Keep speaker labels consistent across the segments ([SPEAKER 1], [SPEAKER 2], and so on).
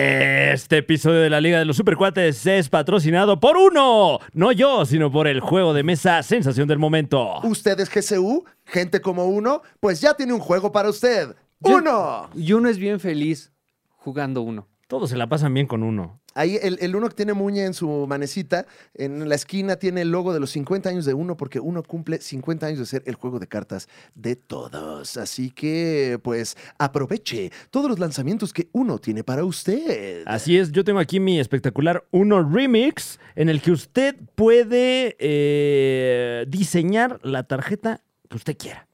[SPEAKER 1] Este episodio de la Liga de los Supercuates es patrocinado por uno, no yo, sino por el juego de mesa Sensación del Momento.
[SPEAKER 2] ¿Ustedes GCU? ¿Gente como uno? Pues ya tiene un juego para usted.
[SPEAKER 3] Yo-
[SPEAKER 2] ¡Uno!
[SPEAKER 3] Y uno es bien feliz jugando uno.
[SPEAKER 1] Todos se la pasan bien con uno.
[SPEAKER 2] Ahí el, el uno que tiene Muñe en su manecita, en la esquina tiene el logo de los 50 años de uno, porque uno cumple 50 años de ser el juego de cartas de todos. Así que, pues, aproveche todos los lanzamientos que uno tiene para usted.
[SPEAKER 1] Así es, yo tengo aquí mi espectacular Uno Remix, en el que usted puede eh, diseñar la tarjeta que usted quiera.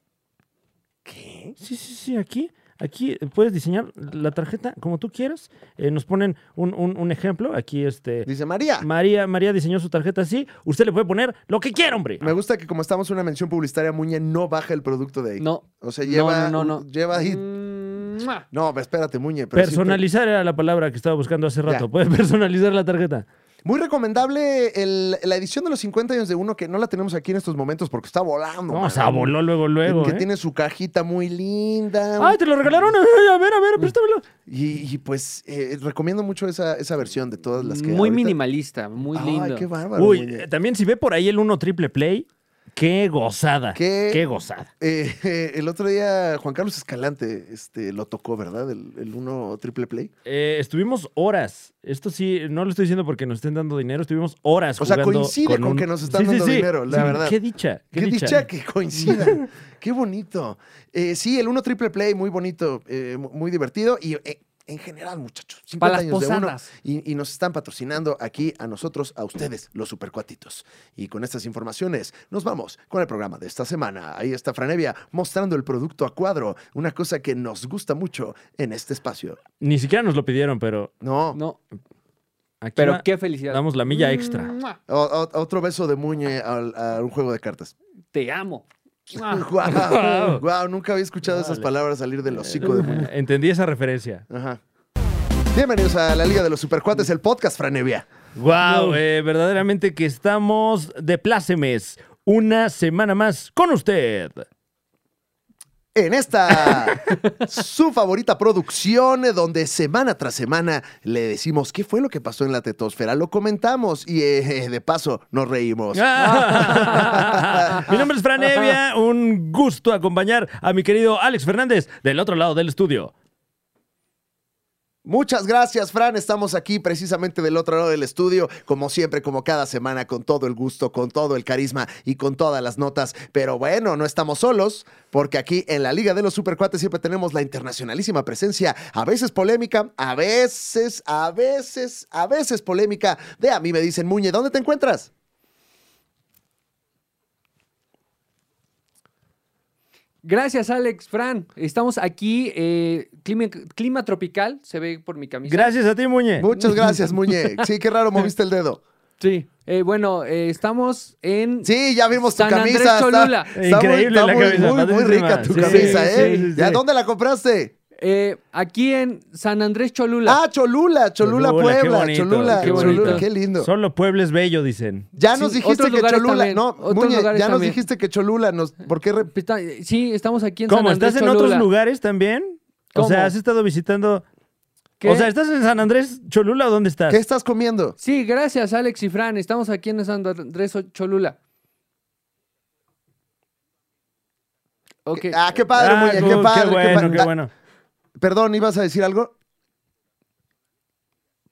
[SPEAKER 2] ¿Qué?
[SPEAKER 1] Sí, sí, sí, aquí. Aquí puedes diseñar la tarjeta como tú quieras. Eh, nos ponen un, un- un ejemplo. Aquí este.
[SPEAKER 2] Dice María.
[SPEAKER 1] María, María diseñó su tarjeta así. Usted le puede poner lo que quiera, hombre.
[SPEAKER 2] Me gusta que como estamos en una mención publicitaria, Muñe no baja el producto de ahí.
[SPEAKER 3] No.
[SPEAKER 2] O sea,
[SPEAKER 3] No,
[SPEAKER 2] lleva,
[SPEAKER 3] no, Mm. no, no.
[SPEAKER 2] lleva ahí...
[SPEAKER 3] ¡Mua!
[SPEAKER 2] No, espérate, Muñe. pero sí, pero-
[SPEAKER 1] personalizar era la palabra que estaba buscando hace rato.
[SPEAKER 2] Ya.
[SPEAKER 1] Puede personalizar la tarjeta.
[SPEAKER 2] Muy recomendable el- la edición de los 50 años de uno, que no la tenemos aquí en estos momentos porque está volando.
[SPEAKER 1] No,
[SPEAKER 2] man.
[SPEAKER 1] o sea, voló luego, luego.
[SPEAKER 2] que, que
[SPEAKER 1] ¿eh?
[SPEAKER 2] tiene su cajita muy linda.
[SPEAKER 1] ¡Ay, te lo regalaron! Ay, a ver, a ver, préstamelo.
[SPEAKER 2] y, y, pues eh, recomiendo mucho esa, esa versión de todas las que.
[SPEAKER 3] Muy
[SPEAKER 2] ahorita-
[SPEAKER 3] minimalista, muy
[SPEAKER 2] Ay,
[SPEAKER 3] lindo.
[SPEAKER 2] qué bárbaro.
[SPEAKER 1] Uy,
[SPEAKER 2] Muñe.
[SPEAKER 1] eh, también si ve por ahí el 1 triple play, qué gozada.
[SPEAKER 2] Qué-
[SPEAKER 1] gozada.
[SPEAKER 2] Eh, eh, el otro día Juan Carlos Escalante este, lo tocó, ¿verdad? El, el uno triple play.
[SPEAKER 1] Eh, estuvimos horas. Esto sí, no lo estoy diciendo porque nos estén dando dinero, estuvimos horas.
[SPEAKER 2] O sea,
[SPEAKER 1] jugando
[SPEAKER 2] coincide con
[SPEAKER 1] un-
[SPEAKER 2] que nos están
[SPEAKER 1] Sí, sí,
[SPEAKER 2] dando
[SPEAKER 1] sí.
[SPEAKER 2] dinero, la
[SPEAKER 1] Sí,
[SPEAKER 2] verdad.
[SPEAKER 1] Qué dicha. ¿eh?
[SPEAKER 2] Qué, dicha. que coincidan. Qué bonito. Eh, sí, el uno triple play, muy bonito, eh, mu- muy divertido. Y eh, en general, muchachos, 50
[SPEAKER 3] Para las
[SPEAKER 2] años de uno.
[SPEAKER 3] posadas.
[SPEAKER 2] Y, y nos están patrocinando aquí a nosotros, a ustedes, los supercuatitos. Y con estas informaciones nos vamos con el programa de esta semana. Ahí está Franevia mostrando el producto a cuadro, una cosa que nos gusta mucho en este espacio.
[SPEAKER 1] Ni siquiera nos lo pidieron, pero
[SPEAKER 2] No,
[SPEAKER 3] No,
[SPEAKER 1] aquí
[SPEAKER 3] pero
[SPEAKER 1] va-
[SPEAKER 3] qué felicidad.
[SPEAKER 1] damos la milla
[SPEAKER 2] Mm.
[SPEAKER 1] extra.
[SPEAKER 3] ¡Mua!
[SPEAKER 2] o- o- otro beso de Muñe al- a un juego de cartas.
[SPEAKER 3] Te amo. ¡Mua!
[SPEAKER 2] ¡Guau!
[SPEAKER 1] Guau. Eh.
[SPEAKER 2] ¡Guau! Nunca había escuchado esas
[SPEAKER 1] Vale.
[SPEAKER 2] palabras salir del hocico de Muñe.
[SPEAKER 1] Entendí esa referencia.
[SPEAKER 2] Ajá. Bienvenidos a la Liga de los Supercuates, el podcast, Franevia.
[SPEAKER 1] Wow,
[SPEAKER 3] No.
[SPEAKER 1] eh, verdaderamente que estamos de plácemes. Una semana más con usted.
[SPEAKER 2] En esta su favorita producción, eh, donde semana tras semana le decimos qué fue lo que pasó en la tetosfera. Lo comentamos y eh, de paso nos reímos.
[SPEAKER 1] Mi nombre es Fran Evia. Un gusto acompañar a mi querido Alex Fernández del otro lado del estudio.
[SPEAKER 2] Muchas gracias, Fran. Estamos aquí precisamente del otro lado del estudio, como siempre, como cada semana, con todo el gusto, con todo el carisma y con todas las notas. Pero bueno, no estamos solos, porque aquí en la Liga de los Supercuates siempre tenemos la internacionalísima presencia, a veces polémica, a veces, a veces, a veces polémica. De a mí me dicen, Muñe, ¿dónde te encuentras?
[SPEAKER 3] Gracias, Alex, Fran. Estamos aquí, eh, clima, clima tropical, se ve por mi camisa.
[SPEAKER 1] Gracias a ti,
[SPEAKER 3] Eh.
[SPEAKER 1] Muñe.
[SPEAKER 2] Muchas gracias, Muñe. Sí, qué raro moviste el dedo.
[SPEAKER 3] Sí. Eh, bueno, eh, estamos en...
[SPEAKER 2] Sí, ya vimos tu
[SPEAKER 3] San Andrés
[SPEAKER 2] camisa. está-
[SPEAKER 3] Cholula.
[SPEAKER 2] está muy-
[SPEAKER 1] Increíble
[SPEAKER 2] está
[SPEAKER 1] la
[SPEAKER 2] muy,
[SPEAKER 1] camisa,
[SPEAKER 2] Muy, muy
[SPEAKER 1] padrísima.
[SPEAKER 2] rica tu
[SPEAKER 1] Sí,
[SPEAKER 2] camisa, ¿eh?
[SPEAKER 1] sí, sí,
[SPEAKER 2] ¿Ya
[SPEAKER 1] sí.
[SPEAKER 2] dónde la compraste?
[SPEAKER 3] eh, aquí en San Andrés Cholula.
[SPEAKER 2] Ah, Cholula,
[SPEAKER 1] Cholula,
[SPEAKER 2] Cholula,
[SPEAKER 1] qué
[SPEAKER 2] Puebla,
[SPEAKER 1] bonito,
[SPEAKER 2] Cholula,
[SPEAKER 3] qué
[SPEAKER 2] Cholula,
[SPEAKER 3] bonito.
[SPEAKER 2] qué lindo.
[SPEAKER 1] Solo Puebla es bello, dicen.
[SPEAKER 2] Ya
[SPEAKER 3] Sí,
[SPEAKER 2] nos dijiste
[SPEAKER 3] otros
[SPEAKER 2] que
[SPEAKER 3] lugares
[SPEAKER 2] Cholula,
[SPEAKER 3] también,
[SPEAKER 2] no,
[SPEAKER 3] otros
[SPEAKER 2] Muñe, ya
[SPEAKER 3] lugares
[SPEAKER 2] nos
[SPEAKER 3] también.
[SPEAKER 2] dijiste que Cholula, nos, ¿por qué? re-
[SPEAKER 3] Está- sí, estamos aquí en
[SPEAKER 1] ¿Cómo?
[SPEAKER 3] San Andrés
[SPEAKER 1] ¿Estás en
[SPEAKER 3] Cholula.
[SPEAKER 1] otros lugares también?
[SPEAKER 3] ¿Cómo?
[SPEAKER 1] O sea, has estado visitando.
[SPEAKER 3] ¿Qué?
[SPEAKER 1] O sea, ¿estás en San Andrés, Cholula o dónde estás?
[SPEAKER 2] ¿Qué estás comiendo?
[SPEAKER 3] Sí, gracias, Alex y Fran. Estamos aquí en San Andrés Cholula. Ok.
[SPEAKER 2] Ah, qué padre,
[SPEAKER 1] Ah,
[SPEAKER 2] Muñe,
[SPEAKER 1] uh,
[SPEAKER 2] qué padre.
[SPEAKER 1] Qué
[SPEAKER 2] qué
[SPEAKER 1] bueno,
[SPEAKER 2] pa-
[SPEAKER 1] qué
[SPEAKER 2] ah,
[SPEAKER 1] bueno.
[SPEAKER 2] Perdón, ¿ibas a decir algo?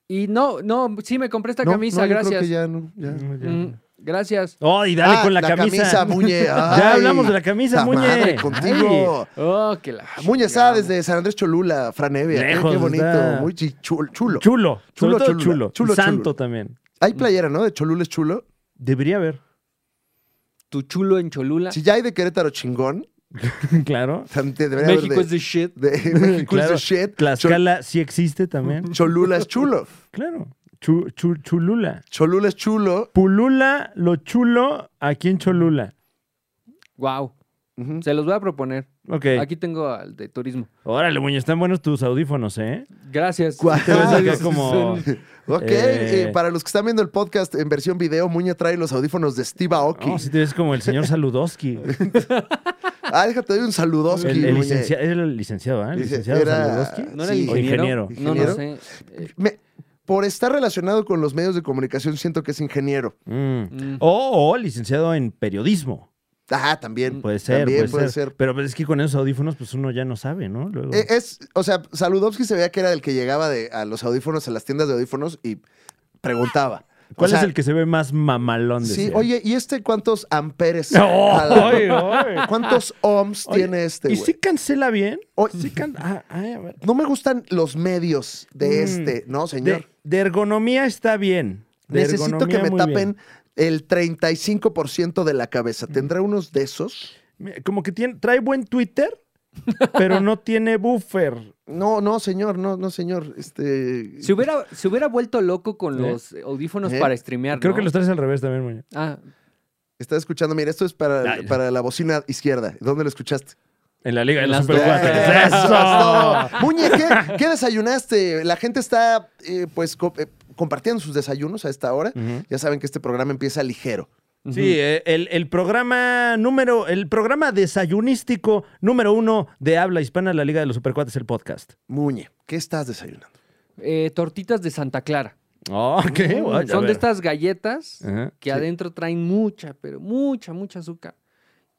[SPEAKER 3] Y no, no, sí me compré esta
[SPEAKER 2] No,
[SPEAKER 3] camisa,
[SPEAKER 2] no, yo creo
[SPEAKER 3] gracias.
[SPEAKER 2] que ya no, ya.
[SPEAKER 3] Mm, gracias.
[SPEAKER 1] Oh, y dale
[SPEAKER 2] Ah,
[SPEAKER 1] con la, camisa.
[SPEAKER 2] Muñe.
[SPEAKER 1] Ya
[SPEAKER 2] ay,
[SPEAKER 1] hablamos de la camisa, Muñe.
[SPEAKER 2] madre, contigo. Ah,
[SPEAKER 3] Oh, que la.
[SPEAKER 2] Muñe está desde San Andrés Cholula, Franevia. Qué- Qué
[SPEAKER 1] Lejos
[SPEAKER 2] bonito,
[SPEAKER 1] está.
[SPEAKER 2] muy chi- chul- chulo.
[SPEAKER 1] Chulo.
[SPEAKER 2] Chulo,
[SPEAKER 1] Chulo,
[SPEAKER 2] chulo,
[SPEAKER 1] chulo. chulo.
[SPEAKER 2] chulo,
[SPEAKER 1] Santo
[SPEAKER 2] chulo.
[SPEAKER 1] también.
[SPEAKER 2] Hay playera, ¿no? De Cholula es chulo.
[SPEAKER 1] Debería haber.
[SPEAKER 3] Tu chulo en
[SPEAKER 1] Ah.
[SPEAKER 3] Cholula.
[SPEAKER 2] Si ya hay de Querétaro chingón,
[SPEAKER 1] claro.
[SPEAKER 2] también te debería haber
[SPEAKER 3] México
[SPEAKER 2] de-
[SPEAKER 3] es the shit.
[SPEAKER 2] de México
[SPEAKER 1] claro.
[SPEAKER 2] is the shit.
[SPEAKER 1] Tlaxcala sí existe también.
[SPEAKER 2] Chol- Cholula es chulo.
[SPEAKER 1] Claro. Chu- chu- chulula.
[SPEAKER 2] Cholula es chulo.
[SPEAKER 1] Pulula, lo chulo, aquí en Cholula.
[SPEAKER 3] Wow.
[SPEAKER 2] Ujú.
[SPEAKER 3] Se los voy a proponer.
[SPEAKER 1] Ok.
[SPEAKER 3] Aquí tengo al de turismo.
[SPEAKER 1] Órale, Muñoz, están buenos tus audífonos, ¿eh?
[SPEAKER 3] Gracias.
[SPEAKER 2] ¿Cuál?
[SPEAKER 1] Te ves acá
[SPEAKER 3] Son-
[SPEAKER 1] como...
[SPEAKER 2] Ok,
[SPEAKER 1] Eh.
[SPEAKER 2] eh, para los que están viendo el podcast en versión video, Muñe trae los audífonos de Steve Aoki.
[SPEAKER 1] No, si te ves como el señor Saludowski.
[SPEAKER 2] Ah, déjate de un saludoski,
[SPEAKER 1] El, el
[SPEAKER 2] Muñe.
[SPEAKER 1] licencia- era el licenciado, ¿eh? El
[SPEAKER 2] Dice,
[SPEAKER 1] licenciado
[SPEAKER 2] era-
[SPEAKER 1] Saludowski.
[SPEAKER 3] ¿No era
[SPEAKER 2] Sí.
[SPEAKER 3] el ingeniero?
[SPEAKER 1] O
[SPEAKER 3] No, no
[SPEAKER 2] ingeniero.
[SPEAKER 3] sé. Eh,
[SPEAKER 2] Me- por estar relacionado con los medios de comunicación, siento que es ingeniero.
[SPEAKER 1] Mm.
[SPEAKER 3] Mm.
[SPEAKER 1] O, o licenciado en periodismo.
[SPEAKER 2] Ah, también.
[SPEAKER 1] Puede ser,
[SPEAKER 2] También
[SPEAKER 1] puede, ser. Pero pues, es que con esos audífonos, pues uno ya no sabe, ¿no? Luego-
[SPEAKER 2] Eh, Es, o sea, Saludowski se veía que era el que llegaba de, a los audífonos, a las tiendas de audífonos y preguntaba. O
[SPEAKER 1] ¿Cuál
[SPEAKER 2] sea,
[SPEAKER 1] es el que se ve más mamalón de
[SPEAKER 2] Sí,
[SPEAKER 1] ese?
[SPEAKER 2] oye, ¿y este cuántos amperes?
[SPEAKER 1] ¡Oh!
[SPEAKER 2] a la-
[SPEAKER 1] Oye, oye.
[SPEAKER 2] ¿Cuántos ohms
[SPEAKER 1] Oye,
[SPEAKER 2] tiene este,
[SPEAKER 1] ¿Y
[SPEAKER 2] güey?
[SPEAKER 1] si cancela bien?
[SPEAKER 2] O-
[SPEAKER 1] Sí can- ah, ay, a ver.
[SPEAKER 2] No me gustan los medios de
[SPEAKER 1] Mm.
[SPEAKER 2] este, ¿no, señor?
[SPEAKER 1] De, de ergonomía está bien. De
[SPEAKER 2] Necesito que
[SPEAKER 1] ergonomía
[SPEAKER 2] me
[SPEAKER 1] muy
[SPEAKER 2] tapen
[SPEAKER 1] bien. Mm.
[SPEAKER 2] el 35% de la cabeza. ¿Tendrá unos de esos?
[SPEAKER 1] Mira, Como que tiene, trae buen Twitter, pero no tiene buffer.
[SPEAKER 2] No, no, señor, no, no, señor. Este.
[SPEAKER 3] Se hubiera, se hubiera vuelto loco con
[SPEAKER 1] ¿Eh?
[SPEAKER 3] los audífonos
[SPEAKER 2] ¿Eh?
[SPEAKER 3] para streamear.
[SPEAKER 1] Creo
[SPEAKER 3] ¿no?
[SPEAKER 1] que los traes al revés también, Muñoz.
[SPEAKER 3] Ah,
[SPEAKER 2] Está escuchando, mira, esto es para,
[SPEAKER 1] Ay.
[SPEAKER 2] para la bocina izquierda. ¿Dónde lo escuchaste?
[SPEAKER 1] En la liga de
[SPEAKER 3] En
[SPEAKER 1] los
[SPEAKER 3] las
[SPEAKER 1] Super
[SPEAKER 3] dos.
[SPEAKER 1] Cuates.
[SPEAKER 3] Eh,
[SPEAKER 1] ¡Eso!
[SPEAKER 2] Eso. Muñe, ¿qué, qué desayunaste? La gente está, eh, pues, co- eh, compartiendo sus desayunos a esta hora.
[SPEAKER 1] Ujú.
[SPEAKER 2] Ya saben que este programa empieza ligero.
[SPEAKER 1] Sí, eh, el, el programa número, el programa desayunístico número uno de habla hispana, la Liga de los Supercuates, el podcast.
[SPEAKER 2] Muñe, ¿qué estás desayunando?
[SPEAKER 3] eh, tortitas de Santa Clara.
[SPEAKER 1] Oh, qué guay, a
[SPEAKER 3] Son de
[SPEAKER 1] ver. Ah,
[SPEAKER 3] estas galletas
[SPEAKER 1] Ajá.
[SPEAKER 3] que adentro traen mucha, pero mucha, mucha azúcar.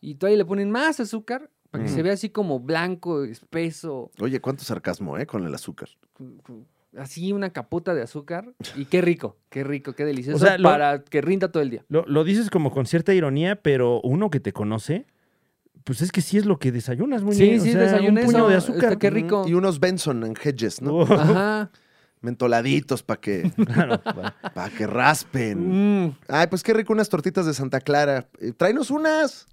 [SPEAKER 3] Y todavía le ponen más azúcar para
[SPEAKER 1] Mm.
[SPEAKER 3] que se vea así como blanco, espeso,
[SPEAKER 2] Oye, cuánto sarcasmo, ¿eh? Con el azúcar.
[SPEAKER 3] cu- cu- así una capota de azúcar. Y qué rico, qué rico, qué delicioso
[SPEAKER 1] O sea, lo-
[SPEAKER 3] para que rinda todo el día.
[SPEAKER 1] Lo, lo dices como con cierta ironía, pero uno que te conoce, pues es que sí es lo que desayunas, muy
[SPEAKER 3] Sí, sí, desayuné
[SPEAKER 1] Un puño
[SPEAKER 3] eso.
[SPEAKER 1] de azúcar.
[SPEAKER 3] Está Qué rico.
[SPEAKER 2] Y unos Benson en Hedges, ¿no?
[SPEAKER 1] Oh,
[SPEAKER 3] Ajá.
[SPEAKER 2] Mentoladitos para que,
[SPEAKER 1] claro, va.
[SPEAKER 2] pa' que raspen.
[SPEAKER 3] Mm.
[SPEAKER 2] Ay, pues qué rico unas tortitas de Santa Clara. Eh, tráenos unas.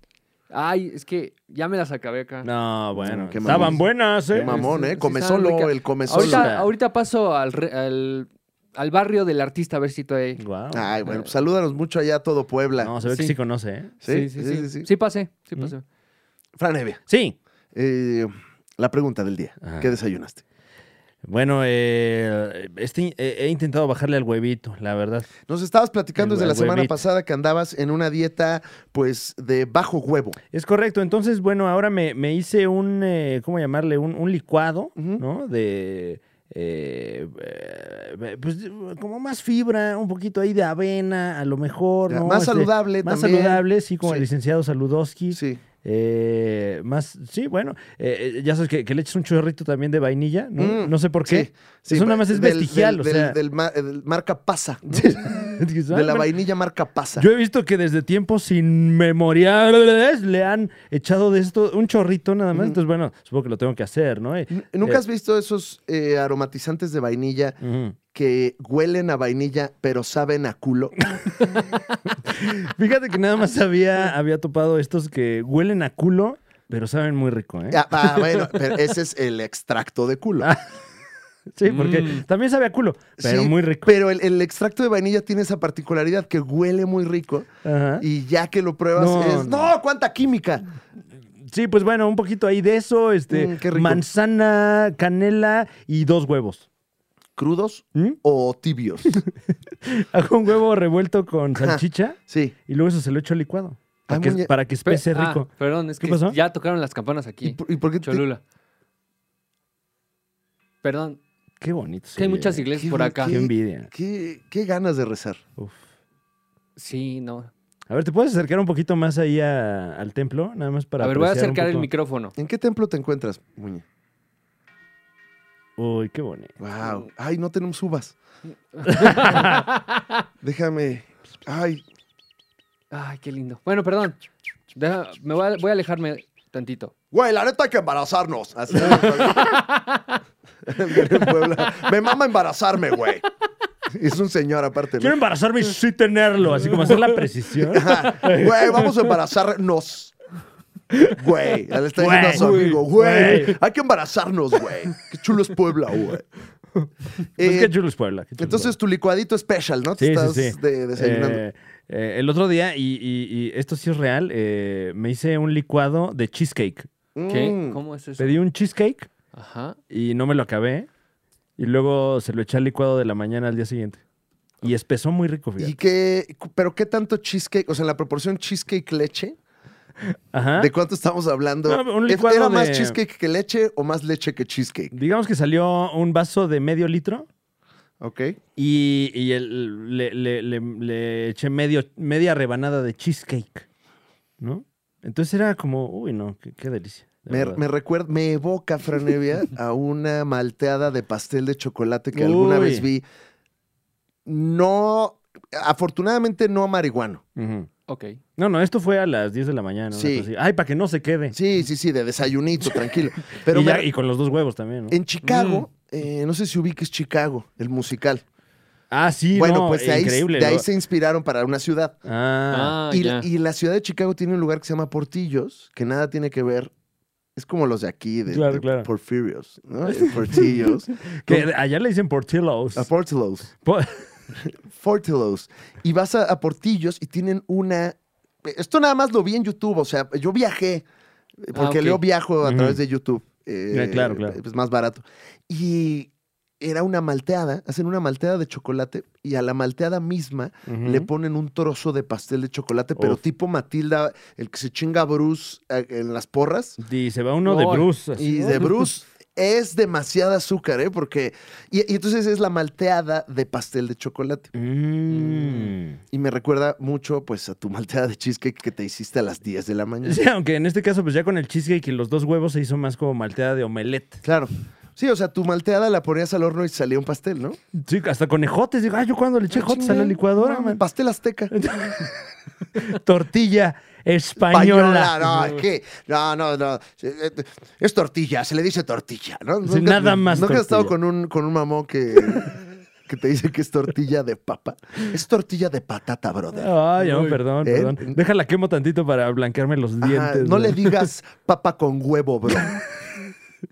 [SPEAKER 3] Ay, es que ya me las acabé acá.
[SPEAKER 1] No, bueno,
[SPEAKER 2] Mm, qué
[SPEAKER 1] estaban
[SPEAKER 2] mamón.
[SPEAKER 1] buenas, ¿eh?
[SPEAKER 2] Qué mamón,
[SPEAKER 3] Sí,
[SPEAKER 2] ¿eh?
[SPEAKER 3] sí,
[SPEAKER 2] Come
[SPEAKER 3] estaban
[SPEAKER 2] solo,
[SPEAKER 3] ricas.
[SPEAKER 2] el come solo.
[SPEAKER 1] Sola.
[SPEAKER 3] Ahorita, ahorita paso al, re- al, al barrio del artista a ver si todavía hay.
[SPEAKER 1] Guau.
[SPEAKER 2] Ay, bueno, pues salúdanos mucho allá a todo Puebla.
[SPEAKER 1] No, se ve que
[SPEAKER 3] Ah, Sí.
[SPEAKER 1] sí conoce, ¿eh?
[SPEAKER 2] ¿Sí? Sí, sí, sí.
[SPEAKER 3] Sí pasé, sí pasé.
[SPEAKER 2] Fran Evia,
[SPEAKER 1] Sí.
[SPEAKER 2] eh, la pregunta del día.
[SPEAKER 1] Ajá.
[SPEAKER 2] ¿Qué desayunaste?
[SPEAKER 1] Bueno, eh, este, eh, he intentado bajarle al huevito, la verdad.
[SPEAKER 2] Nos estabas platicando
[SPEAKER 1] El
[SPEAKER 2] desde la
[SPEAKER 1] hue-
[SPEAKER 2] semana
[SPEAKER 1] huevito.
[SPEAKER 2] pasada que andabas en una dieta, pues, de bajo huevo.
[SPEAKER 1] Es correcto. Entonces, bueno, ahora me, me hice un, eh, ¿cómo llamarle? Un, un licuado,
[SPEAKER 2] Ujú.
[SPEAKER 1] ¿no? De, eh, eh, pues, como más fibra, un poquito ahí de avena, a lo mejor,
[SPEAKER 2] Ya,
[SPEAKER 1] ¿no?
[SPEAKER 2] más
[SPEAKER 1] Este,
[SPEAKER 2] saludable
[SPEAKER 1] Más
[SPEAKER 2] también.
[SPEAKER 1] saludable, sí, como
[SPEAKER 2] Sí.
[SPEAKER 1] el licenciado Saludowski.
[SPEAKER 2] Sí.
[SPEAKER 1] Eh, más, sí, bueno, eh, eh, ya sabes que, que le eches un chorrito también de vainilla, ¿no?
[SPEAKER 2] Mm,
[SPEAKER 1] No sé por
[SPEAKER 2] sí,
[SPEAKER 1] qué. Eso nada más es vestigial, o
[SPEAKER 2] del-
[SPEAKER 1] sea.
[SPEAKER 2] del ma- eh, del marca pasa. ¿no?
[SPEAKER 1] Dices, "Ah,
[SPEAKER 2] De la
[SPEAKER 1] bueno".
[SPEAKER 2] vainilla marca pasa.
[SPEAKER 1] Yo he visto que desde tiempos inmemoriales le han echado de esto un chorrito nada más.
[SPEAKER 2] Ujú.
[SPEAKER 1] Entonces, bueno, supongo que lo tengo que hacer, ¿no? Eh,
[SPEAKER 2] N- ¿Nunca
[SPEAKER 1] eh,
[SPEAKER 2] has visto esos eh, aromatizantes de vainilla
[SPEAKER 1] ujú.
[SPEAKER 2] que huelen a vainilla pero saben a culo?
[SPEAKER 1] Fíjate que nada más había, había topado estos que huelen a culo, pero saben muy rico, ¿eh?
[SPEAKER 2] Ah, ah, bueno, pero ese es el extracto de culo.
[SPEAKER 1] Ah, Sí, porque
[SPEAKER 3] Mm.
[SPEAKER 1] también sabe a culo, pero
[SPEAKER 2] Sí,
[SPEAKER 1] muy rico.
[SPEAKER 2] Pero el, el extracto de vainilla tiene esa particularidad que huele muy rico
[SPEAKER 1] Ajá.
[SPEAKER 2] y ya que lo pruebas
[SPEAKER 1] No,
[SPEAKER 2] es, no, cuánta química.
[SPEAKER 1] Sí, pues bueno, un poquito ahí de eso, este,
[SPEAKER 2] Mm, qué rico.
[SPEAKER 1] manzana, canela y dos huevos.
[SPEAKER 2] ¿Crudos
[SPEAKER 1] ¿Mm?
[SPEAKER 2] o tibios?
[SPEAKER 1] Hago un huevo revuelto con salchicha
[SPEAKER 2] Sí.
[SPEAKER 1] y luego eso se lo echo licuado. Para,
[SPEAKER 2] Ay,
[SPEAKER 1] que,
[SPEAKER 2] muñe-
[SPEAKER 1] para que espese
[SPEAKER 3] Pe- ah,
[SPEAKER 1] rico.
[SPEAKER 3] perdón, es
[SPEAKER 1] ¿Qué
[SPEAKER 3] que
[SPEAKER 1] pasó?
[SPEAKER 3] ya tocaron las campanas
[SPEAKER 2] ¿Y
[SPEAKER 3] aquí.
[SPEAKER 2] por, y por qué te-
[SPEAKER 3] Cholula. Perdón,
[SPEAKER 1] Qué bonito.
[SPEAKER 3] es que hay
[SPEAKER 1] sí,
[SPEAKER 3] muchas
[SPEAKER 1] eh.
[SPEAKER 3] iglesias
[SPEAKER 2] qué
[SPEAKER 3] por
[SPEAKER 2] bu-
[SPEAKER 3] acá.
[SPEAKER 1] Qué envidia.
[SPEAKER 2] qué, qué ganas de rezar?
[SPEAKER 1] Uf.
[SPEAKER 3] Sí, no.
[SPEAKER 1] A ver, ¿te puedes acercar un poquito más ahí a- al templo? Nada más para.
[SPEAKER 3] a ver, voy a
[SPEAKER 1] apreciar un
[SPEAKER 3] acercar el
[SPEAKER 1] poco.
[SPEAKER 3] micrófono.
[SPEAKER 2] ¿En qué templo te encuentras, Muñe?
[SPEAKER 1] Uy, qué bonito.
[SPEAKER 2] Wow. Ay, no tenemos uvas. Déjame. Ay,
[SPEAKER 3] Ay, qué lindo. Bueno, perdón. Deja- me voy a, voy a alejarme tantito.
[SPEAKER 2] güey, la neta hay que embarazarnos. Así era el Viene en Puebla. Me mama embarazarme, güey. Es un señor aparte.
[SPEAKER 1] Quiero
[SPEAKER 2] ¿no?
[SPEAKER 1] embarazarme y sí tenerlo, así como hacer la precisión.
[SPEAKER 2] Ajá. Güey, vamos a embarazarnos. Güey, ya le está diciendo a su
[SPEAKER 1] Güey,
[SPEAKER 2] amigo, güey,
[SPEAKER 1] güey.
[SPEAKER 2] hay que embarazarnos, güey. Qué chulo es Puebla, güey.
[SPEAKER 1] Pues
[SPEAKER 2] Eh,
[SPEAKER 1] qué chulo es Puebla. qué chulo es
[SPEAKER 2] entonces tu licuadito especial, ¿no? Te
[SPEAKER 1] Sí, sí,
[SPEAKER 2] eh, estás
[SPEAKER 1] sí.
[SPEAKER 2] de-
[SPEAKER 1] Puebla.
[SPEAKER 2] desayunando.
[SPEAKER 1] Eh, Eh, el otro día, y, y- y esto sí es real, eh, me hice un licuado de cheesecake.
[SPEAKER 3] ¿Qué?
[SPEAKER 2] Mm.
[SPEAKER 3] ¿Cómo es eso?
[SPEAKER 1] Pedí un cheesecake
[SPEAKER 3] Ajá.
[SPEAKER 1] y no me lo acabé. Y luego se lo eché al licuado de la mañana al día siguiente. Y espesó muy rico,
[SPEAKER 2] Ah. ¿Y
[SPEAKER 1] fíjate.
[SPEAKER 2] qué? ¿Pero qué tanto cheesecake? O sea, en la proporción cheesecake leche,
[SPEAKER 1] Ajá.
[SPEAKER 2] ¿de cuánto estamos hablando?
[SPEAKER 1] ¿Ah? No, un
[SPEAKER 2] ¿E-
[SPEAKER 1] licuado
[SPEAKER 2] ¿Era más
[SPEAKER 1] de-
[SPEAKER 2] cheesecake que leche o más leche que cheesecake?
[SPEAKER 1] Digamos que salió un vaso de medio litro
[SPEAKER 2] ¿Ok?
[SPEAKER 1] y, y el- le, le- le- le eché medio, media rebanada de cheesecake, ¿no? Entonces era como, uy, no, qué, qué delicia. de
[SPEAKER 2] Me,
[SPEAKER 1] verdad.
[SPEAKER 2] me recuerda, me evoca, Franevia, a una malteada de pastel de chocolate que alguna
[SPEAKER 1] Uy.
[SPEAKER 2] vez vi. No, afortunadamente no marihuano.
[SPEAKER 1] Ujú.
[SPEAKER 3] Ok.
[SPEAKER 1] No, no, esto fue a las 10 de la mañana. una
[SPEAKER 2] Sí.
[SPEAKER 1] cosa así. Ay, para que no se quede.
[SPEAKER 2] Sí, sí, sí, de desayunito, tranquilo. Pero
[SPEAKER 1] y, Mm. ya-
[SPEAKER 2] me-
[SPEAKER 1] y con los dos huevos también, ¿no?
[SPEAKER 2] en Chicago, eh, no sé si ubiques Chicago, el musical.
[SPEAKER 1] Ah, sí,
[SPEAKER 2] bueno,
[SPEAKER 1] no,
[SPEAKER 2] pues de ahí,
[SPEAKER 1] increíble.
[SPEAKER 2] de ahí
[SPEAKER 1] ¿no?
[SPEAKER 2] se inspiraron para una ciudad.
[SPEAKER 1] Ah,
[SPEAKER 3] Ah,
[SPEAKER 2] y,
[SPEAKER 3] ya.
[SPEAKER 2] y la ciudad de Chicago tiene un lugar que se llama Portillos, que nada tiene que ver. Es como los de aquí, de,
[SPEAKER 1] Claro,
[SPEAKER 2] de
[SPEAKER 1] claro.
[SPEAKER 2] Porfirios, ¿no? Eh, Portillos.
[SPEAKER 1] que allá le dicen portillos.
[SPEAKER 2] A Portillos.
[SPEAKER 1] Po-
[SPEAKER 2] Portillos. Y vas a, a Portillos y tienen una. Esto nada más lo vi en YouTube, o sea, yo viajé, eh,
[SPEAKER 3] Ah,
[SPEAKER 2] porque
[SPEAKER 3] ok.
[SPEAKER 2] yo viajo a
[SPEAKER 1] Ujú.
[SPEAKER 2] través de YouTube. eh,
[SPEAKER 1] Ya, claro, claro.
[SPEAKER 2] Es más barato. Y era una malteada, hacen una malteada de chocolate y a la malteada misma
[SPEAKER 1] Ujú.
[SPEAKER 2] le ponen un trozo de pastel de chocolate, pero
[SPEAKER 1] Uf.
[SPEAKER 2] tipo Matilda, el que se chinga a Bruce eh, en las porras.
[SPEAKER 1] Y se va uno de
[SPEAKER 3] Ay.
[SPEAKER 1] Bruce. así.
[SPEAKER 2] Y de Bruce es demasiada azúcar, ¿eh? Porque. Y, y entonces es la malteada de pastel de chocolate.
[SPEAKER 1] Mm.
[SPEAKER 2] Y me recuerda mucho, pues, a tu malteada de cheesecake que te hiciste a las 10 de la mañana.
[SPEAKER 1] Sí, aunque en este caso, pues ya con el cheesecake y los dos huevos se hizo más como malteada de omelette.
[SPEAKER 2] Claro. Sí, o sea, tu malteada la ponías al horno y salía un pastel, ¿no?
[SPEAKER 1] Sí, hasta con ejotes. Digo, ay, yo cuando le eché ejotes a la licuadora,
[SPEAKER 2] Ah, No,
[SPEAKER 1] man.
[SPEAKER 2] Pastel azteca.
[SPEAKER 1] Tortilla
[SPEAKER 2] Española.
[SPEAKER 1] española.
[SPEAKER 2] No, ¿qué? No, no, no. eh, Es tortilla, se le dice tortilla, ¿no?
[SPEAKER 1] Sí, nada más
[SPEAKER 2] ¿Nunca has estado con
[SPEAKER 1] tortilla.
[SPEAKER 2] un, con un mamón que, que te dice que es tortilla de papa? Es tortilla de patata, brother.
[SPEAKER 1] Ay, no,
[SPEAKER 3] Uy.
[SPEAKER 1] perdón,
[SPEAKER 2] ¿Eh?
[SPEAKER 1] perdón. Déjala quemo tantito para blanquearme los
[SPEAKER 2] Ajá,
[SPEAKER 1] dientes.
[SPEAKER 2] no le
[SPEAKER 1] digas
[SPEAKER 2] digas papa con huevo, bro.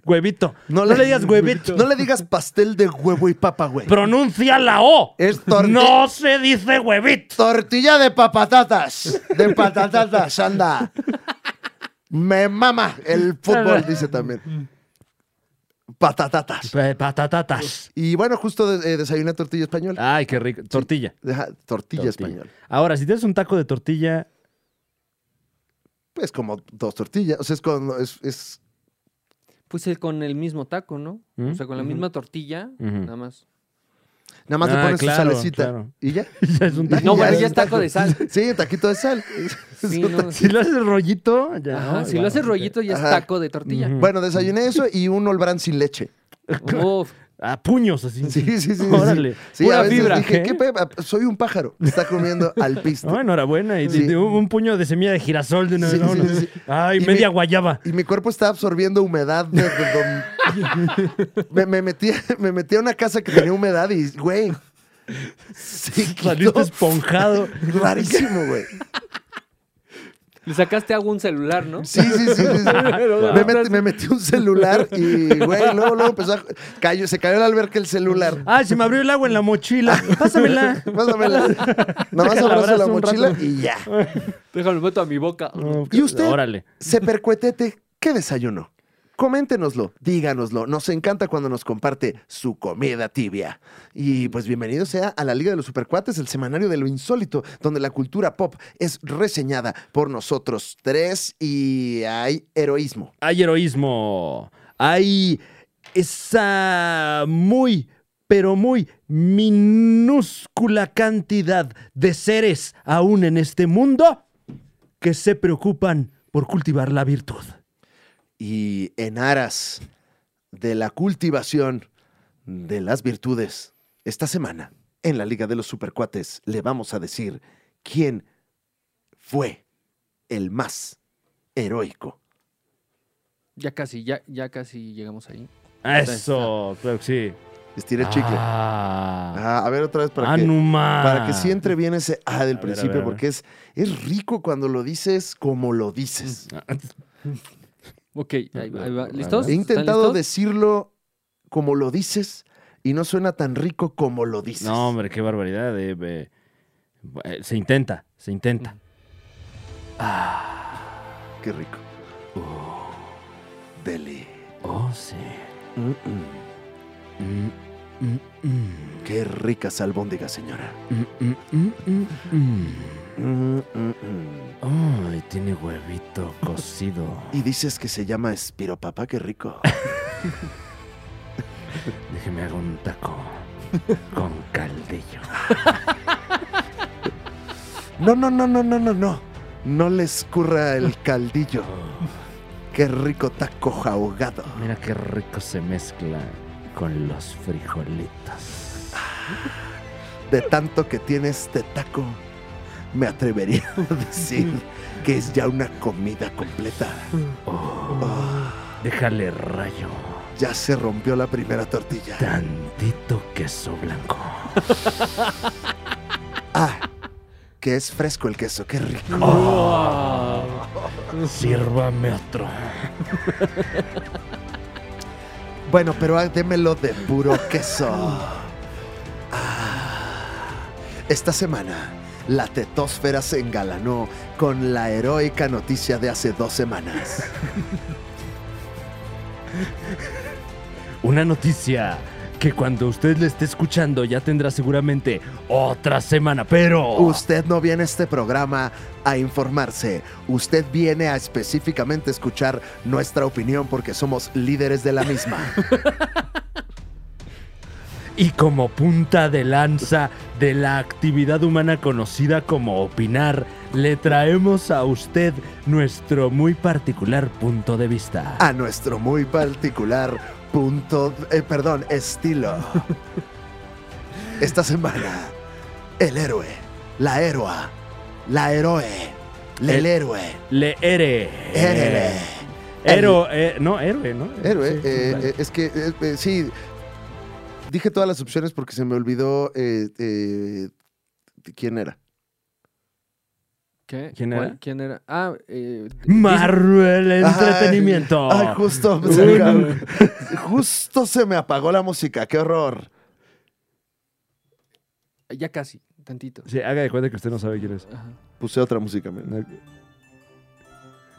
[SPEAKER 1] Huevito. No, le, digas huevito.
[SPEAKER 2] No le digas pastel de huevo y papa, güey.
[SPEAKER 1] Pronuncia la O.
[SPEAKER 2] Es torti-
[SPEAKER 1] No se dice huevito.
[SPEAKER 2] Tortilla de papatatas. De patatatas, anda. Me mama el fútbol, dice también.
[SPEAKER 1] Mm.
[SPEAKER 2] Patatatas.
[SPEAKER 1] Pe- Patatatas.
[SPEAKER 2] Y bueno, justo de- eh, desayuné tortilla española.
[SPEAKER 1] Ay, qué rico. Tortilla.
[SPEAKER 2] Ajá, tortilla,
[SPEAKER 1] Ah, Tortilla.
[SPEAKER 2] española.
[SPEAKER 1] Ahora, si tienes un taco de tortilla,
[SPEAKER 2] Pues como dos tortillas. O sea, es con. Es, es-
[SPEAKER 3] Pues el- con el mismo taco, ¿no?
[SPEAKER 1] ¿Mm?
[SPEAKER 3] O sea, con la misma tortilla,
[SPEAKER 1] Ujú.
[SPEAKER 3] nada más.
[SPEAKER 2] nada más
[SPEAKER 1] Ah,
[SPEAKER 2] le pones su
[SPEAKER 1] claro,
[SPEAKER 2] salecita.
[SPEAKER 1] claro.
[SPEAKER 2] Y ya.
[SPEAKER 1] ya es un taco.
[SPEAKER 3] No,
[SPEAKER 2] Y
[SPEAKER 3] bueno,
[SPEAKER 2] es
[SPEAKER 3] ya
[SPEAKER 2] un
[SPEAKER 3] es taco de sal.
[SPEAKER 2] Sí, taquito de sal.
[SPEAKER 3] Sí, no.
[SPEAKER 1] Si lo haces rollito, ya.
[SPEAKER 3] Ajá,
[SPEAKER 1] no,
[SPEAKER 3] si lo
[SPEAKER 1] ya,
[SPEAKER 3] haces
[SPEAKER 1] ok.
[SPEAKER 3] rollito, ya es
[SPEAKER 2] Ajá.
[SPEAKER 3] taco de tortilla.
[SPEAKER 1] Ujú.
[SPEAKER 2] Bueno, desayuné eso y un olbrán sin leche.
[SPEAKER 3] Uf,
[SPEAKER 1] A puños así.
[SPEAKER 2] Sí, sí, sí. sí.
[SPEAKER 1] Órale.
[SPEAKER 2] Sí,
[SPEAKER 1] Pura
[SPEAKER 2] a veces
[SPEAKER 1] fibra.
[SPEAKER 2] dije,
[SPEAKER 1] ¿eh?
[SPEAKER 2] ¿qué pe- Soy un pájaro. Está comiendo al pisto.
[SPEAKER 1] No, enhorabuena. Y
[SPEAKER 2] Sí.
[SPEAKER 1] de- un, un puño de semilla de girasol de una
[SPEAKER 2] Sí,
[SPEAKER 1] vez,
[SPEAKER 2] sí,
[SPEAKER 1] vámonos.
[SPEAKER 2] sí, sí.
[SPEAKER 1] Ay,
[SPEAKER 2] Y
[SPEAKER 1] media
[SPEAKER 2] mi-
[SPEAKER 1] guayaba.
[SPEAKER 2] Y mi cuerpo estaba absorbiendo humedad. de- de don- me, me metí, me metí a una casa que tenía humedad y, güey. Se quitó
[SPEAKER 1] Saliste esponjado.
[SPEAKER 2] rarísimo, güey.
[SPEAKER 3] le sacaste agua a un celular, ¿no?
[SPEAKER 2] Sí, sí, sí. sí, sí.
[SPEAKER 1] Ah,
[SPEAKER 2] Me, metí, me metí un celular y, güey, luego, luego empezó a. Cayó, se cayó al alberca el celular.
[SPEAKER 1] Ay, ah, se me abrió el agua en la mochila. Pásamela.
[SPEAKER 2] Pásamela. Nada más
[SPEAKER 1] Déjala,
[SPEAKER 2] abrazo la
[SPEAKER 1] abrazo un
[SPEAKER 2] mochila
[SPEAKER 1] rato.
[SPEAKER 2] y ya.
[SPEAKER 3] Déjame meto a mi boca.
[SPEAKER 2] ¿Y usted?
[SPEAKER 1] Órale.
[SPEAKER 2] Sepercuetete, ¿qué desayuno? Coméntenoslo, díganoslo. Nos encanta cuando nos comparte su comida tibia. Y pues bienvenido sea a la Liga de los Supercuates, el semanario de lo insólito, donde la cultura pop es reseñada por nosotros tres y hay heroísmo.
[SPEAKER 1] hay heroísmo, hay esa muy, pero muy minúscula cantidad de seres aún en este mundo que se preocupan por cultivar la virtud.
[SPEAKER 2] Y en aras de la cultivación de las virtudes, esta semana en la Liga de los Supercuates le vamos a decir quién fue el más heroico.
[SPEAKER 3] Ya casi, ya, ya casi llegamos ahí.
[SPEAKER 1] Eso, claro que sí.
[SPEAKER 2] Estiré el chicle.
[SPEAKER 1] Ah,
[SPEAKER 2] Ah, a ver otra vez para que,
[SPEAKER 1] Anuma.
[SPEAKER 2] para que sí entre bien ese
[SPEAKER 1] A ver,
[SPEAKER 2] A del
[SPEAKER 1] a ver,
[SPEAKER 2] principio,
[SPEAKER 1] a ver.
[SPEAKER 2] porque es, es rico cuando lo dices como lo dices.
[SPEAKER 1] Mm. Ah.
[SPEAKER 3] Ok, ahí, va- ahí va.
[SPEAKER 1] He
[SPEAKER 3] ¿Listos?
[SPEAKER 2] He
[SPEAKER 3] ¿Están
[SPEAKER 2] intentado
[SPEAKER 3] listos?
[SPEAKER 2] decirlo como lo dices y no suena tan rico como lo dices.
[SPEAKER 1] No, hombre, qué barbaridad. eh, eh. Eh, Se intenta, se intenta.
[SPEAKER 2] Qué rico. Oh, Deli.
[SPEAKER 1] Oh, sí.
[SPEAKER 2] Qué ricas albóndigas, señora.
[SPEAKER 1] Mm, mm, mm, mm.
[SPEAKER 2] Mm, mm, mm.
[SPEAKER 1] Ay, tiene huevito cocido.
[SPEAKER 2] Y dices que se llama espiropapa, qué rico.
[SPEAKER 1] Déjeme hago un taco con caldello.
[SPEAKER 2] No, no, no, no, no, no, no. No le escurra el caldillo. Qué rico taco ahogado.
[SPEAKER 1] Mira qué rico se mezcla con los frijolitos.
[SPEAKER 2] De tanto que tiene este taco, me atrevería a decir que es ya una comida completa.
[SPEAKER 1] Oh, Déjale rayo.
[SPEAKER 2] Ya se rompió la primera tortilla.
[SPEAKER 1] Tantito queso blanco.
[SPEAKER 2] Ah, que es fresco el queso, qué rico.
[SPEAKER 1] Oh, Sírvame otro.
[SPEAKER 2] Bueno, pero ah, démelo de puro queso. Ah, Esta semana, la tetósfera se engalanó con la heroica noticia de hace dos semanas.
[SPEAKER 1] Una noticia que cuando usted le esté escuchando ya tendrá seguramente otra semana, pero...
[SPEAKER 2] Usted no viene a este programa a informarse. Usted viene a específicamente escuchar nuestra opinión porque somos líderes de la misma.
[SPEAKER 1] Y como punta de lanza de la actividad humana conocida como opinar, le traemos a usted nuestro muy particular punto de vista.
[SPEAKER 2] A nuestro muy particular punto, eh, perdón, estilo. Esta semana, el héroe, la héroa, la heroe, el,
[SPEAKER 1] El-
[SPEAKER 2] héroe, E.
[SPEAKER 1] Le ere.
[SPEAKER 2] héroe.
[SPEAKER 1] Héroe, eh, no, héroe, ¿no?
[SPEAKER 2] Héroe,
[SPEAKER 1] Sí,
[SPEAKER 2] eh,
[SPEAKER 1] vale.
[SPEAKER 2] eh, es que eh, eh, sí, dije todas las opciones porque se me olvidó eh, eh, quién era.
[SPEAKER 3] ¿Qué?
[SPEAKER 1] ¿Quién
[SPEAKER 3] ¿Cuál?
[SPEAKER 1] era?
[SPEAKER 3] ¿Quién era? Ah, eh,
[SPEAKER 1] Marvel
[SPEAKER 2] Ay,
[SPEAKER 1] Entretenimiento.
[SPEAKER 2] Ay, justo,
[SPEAKER 1] Un-
[SPEAKER 2] se me acabó. justo se me apagó la música, qué horror.
[SPEAKER 3] Disney- ah, ya casi, tantito.
[SPEAKER 1] Sí, haga de cuenta que usted no sabe quién es.
[SPEAKER 3] Ajá.
[SPEAKER 2] Puse otra música. men.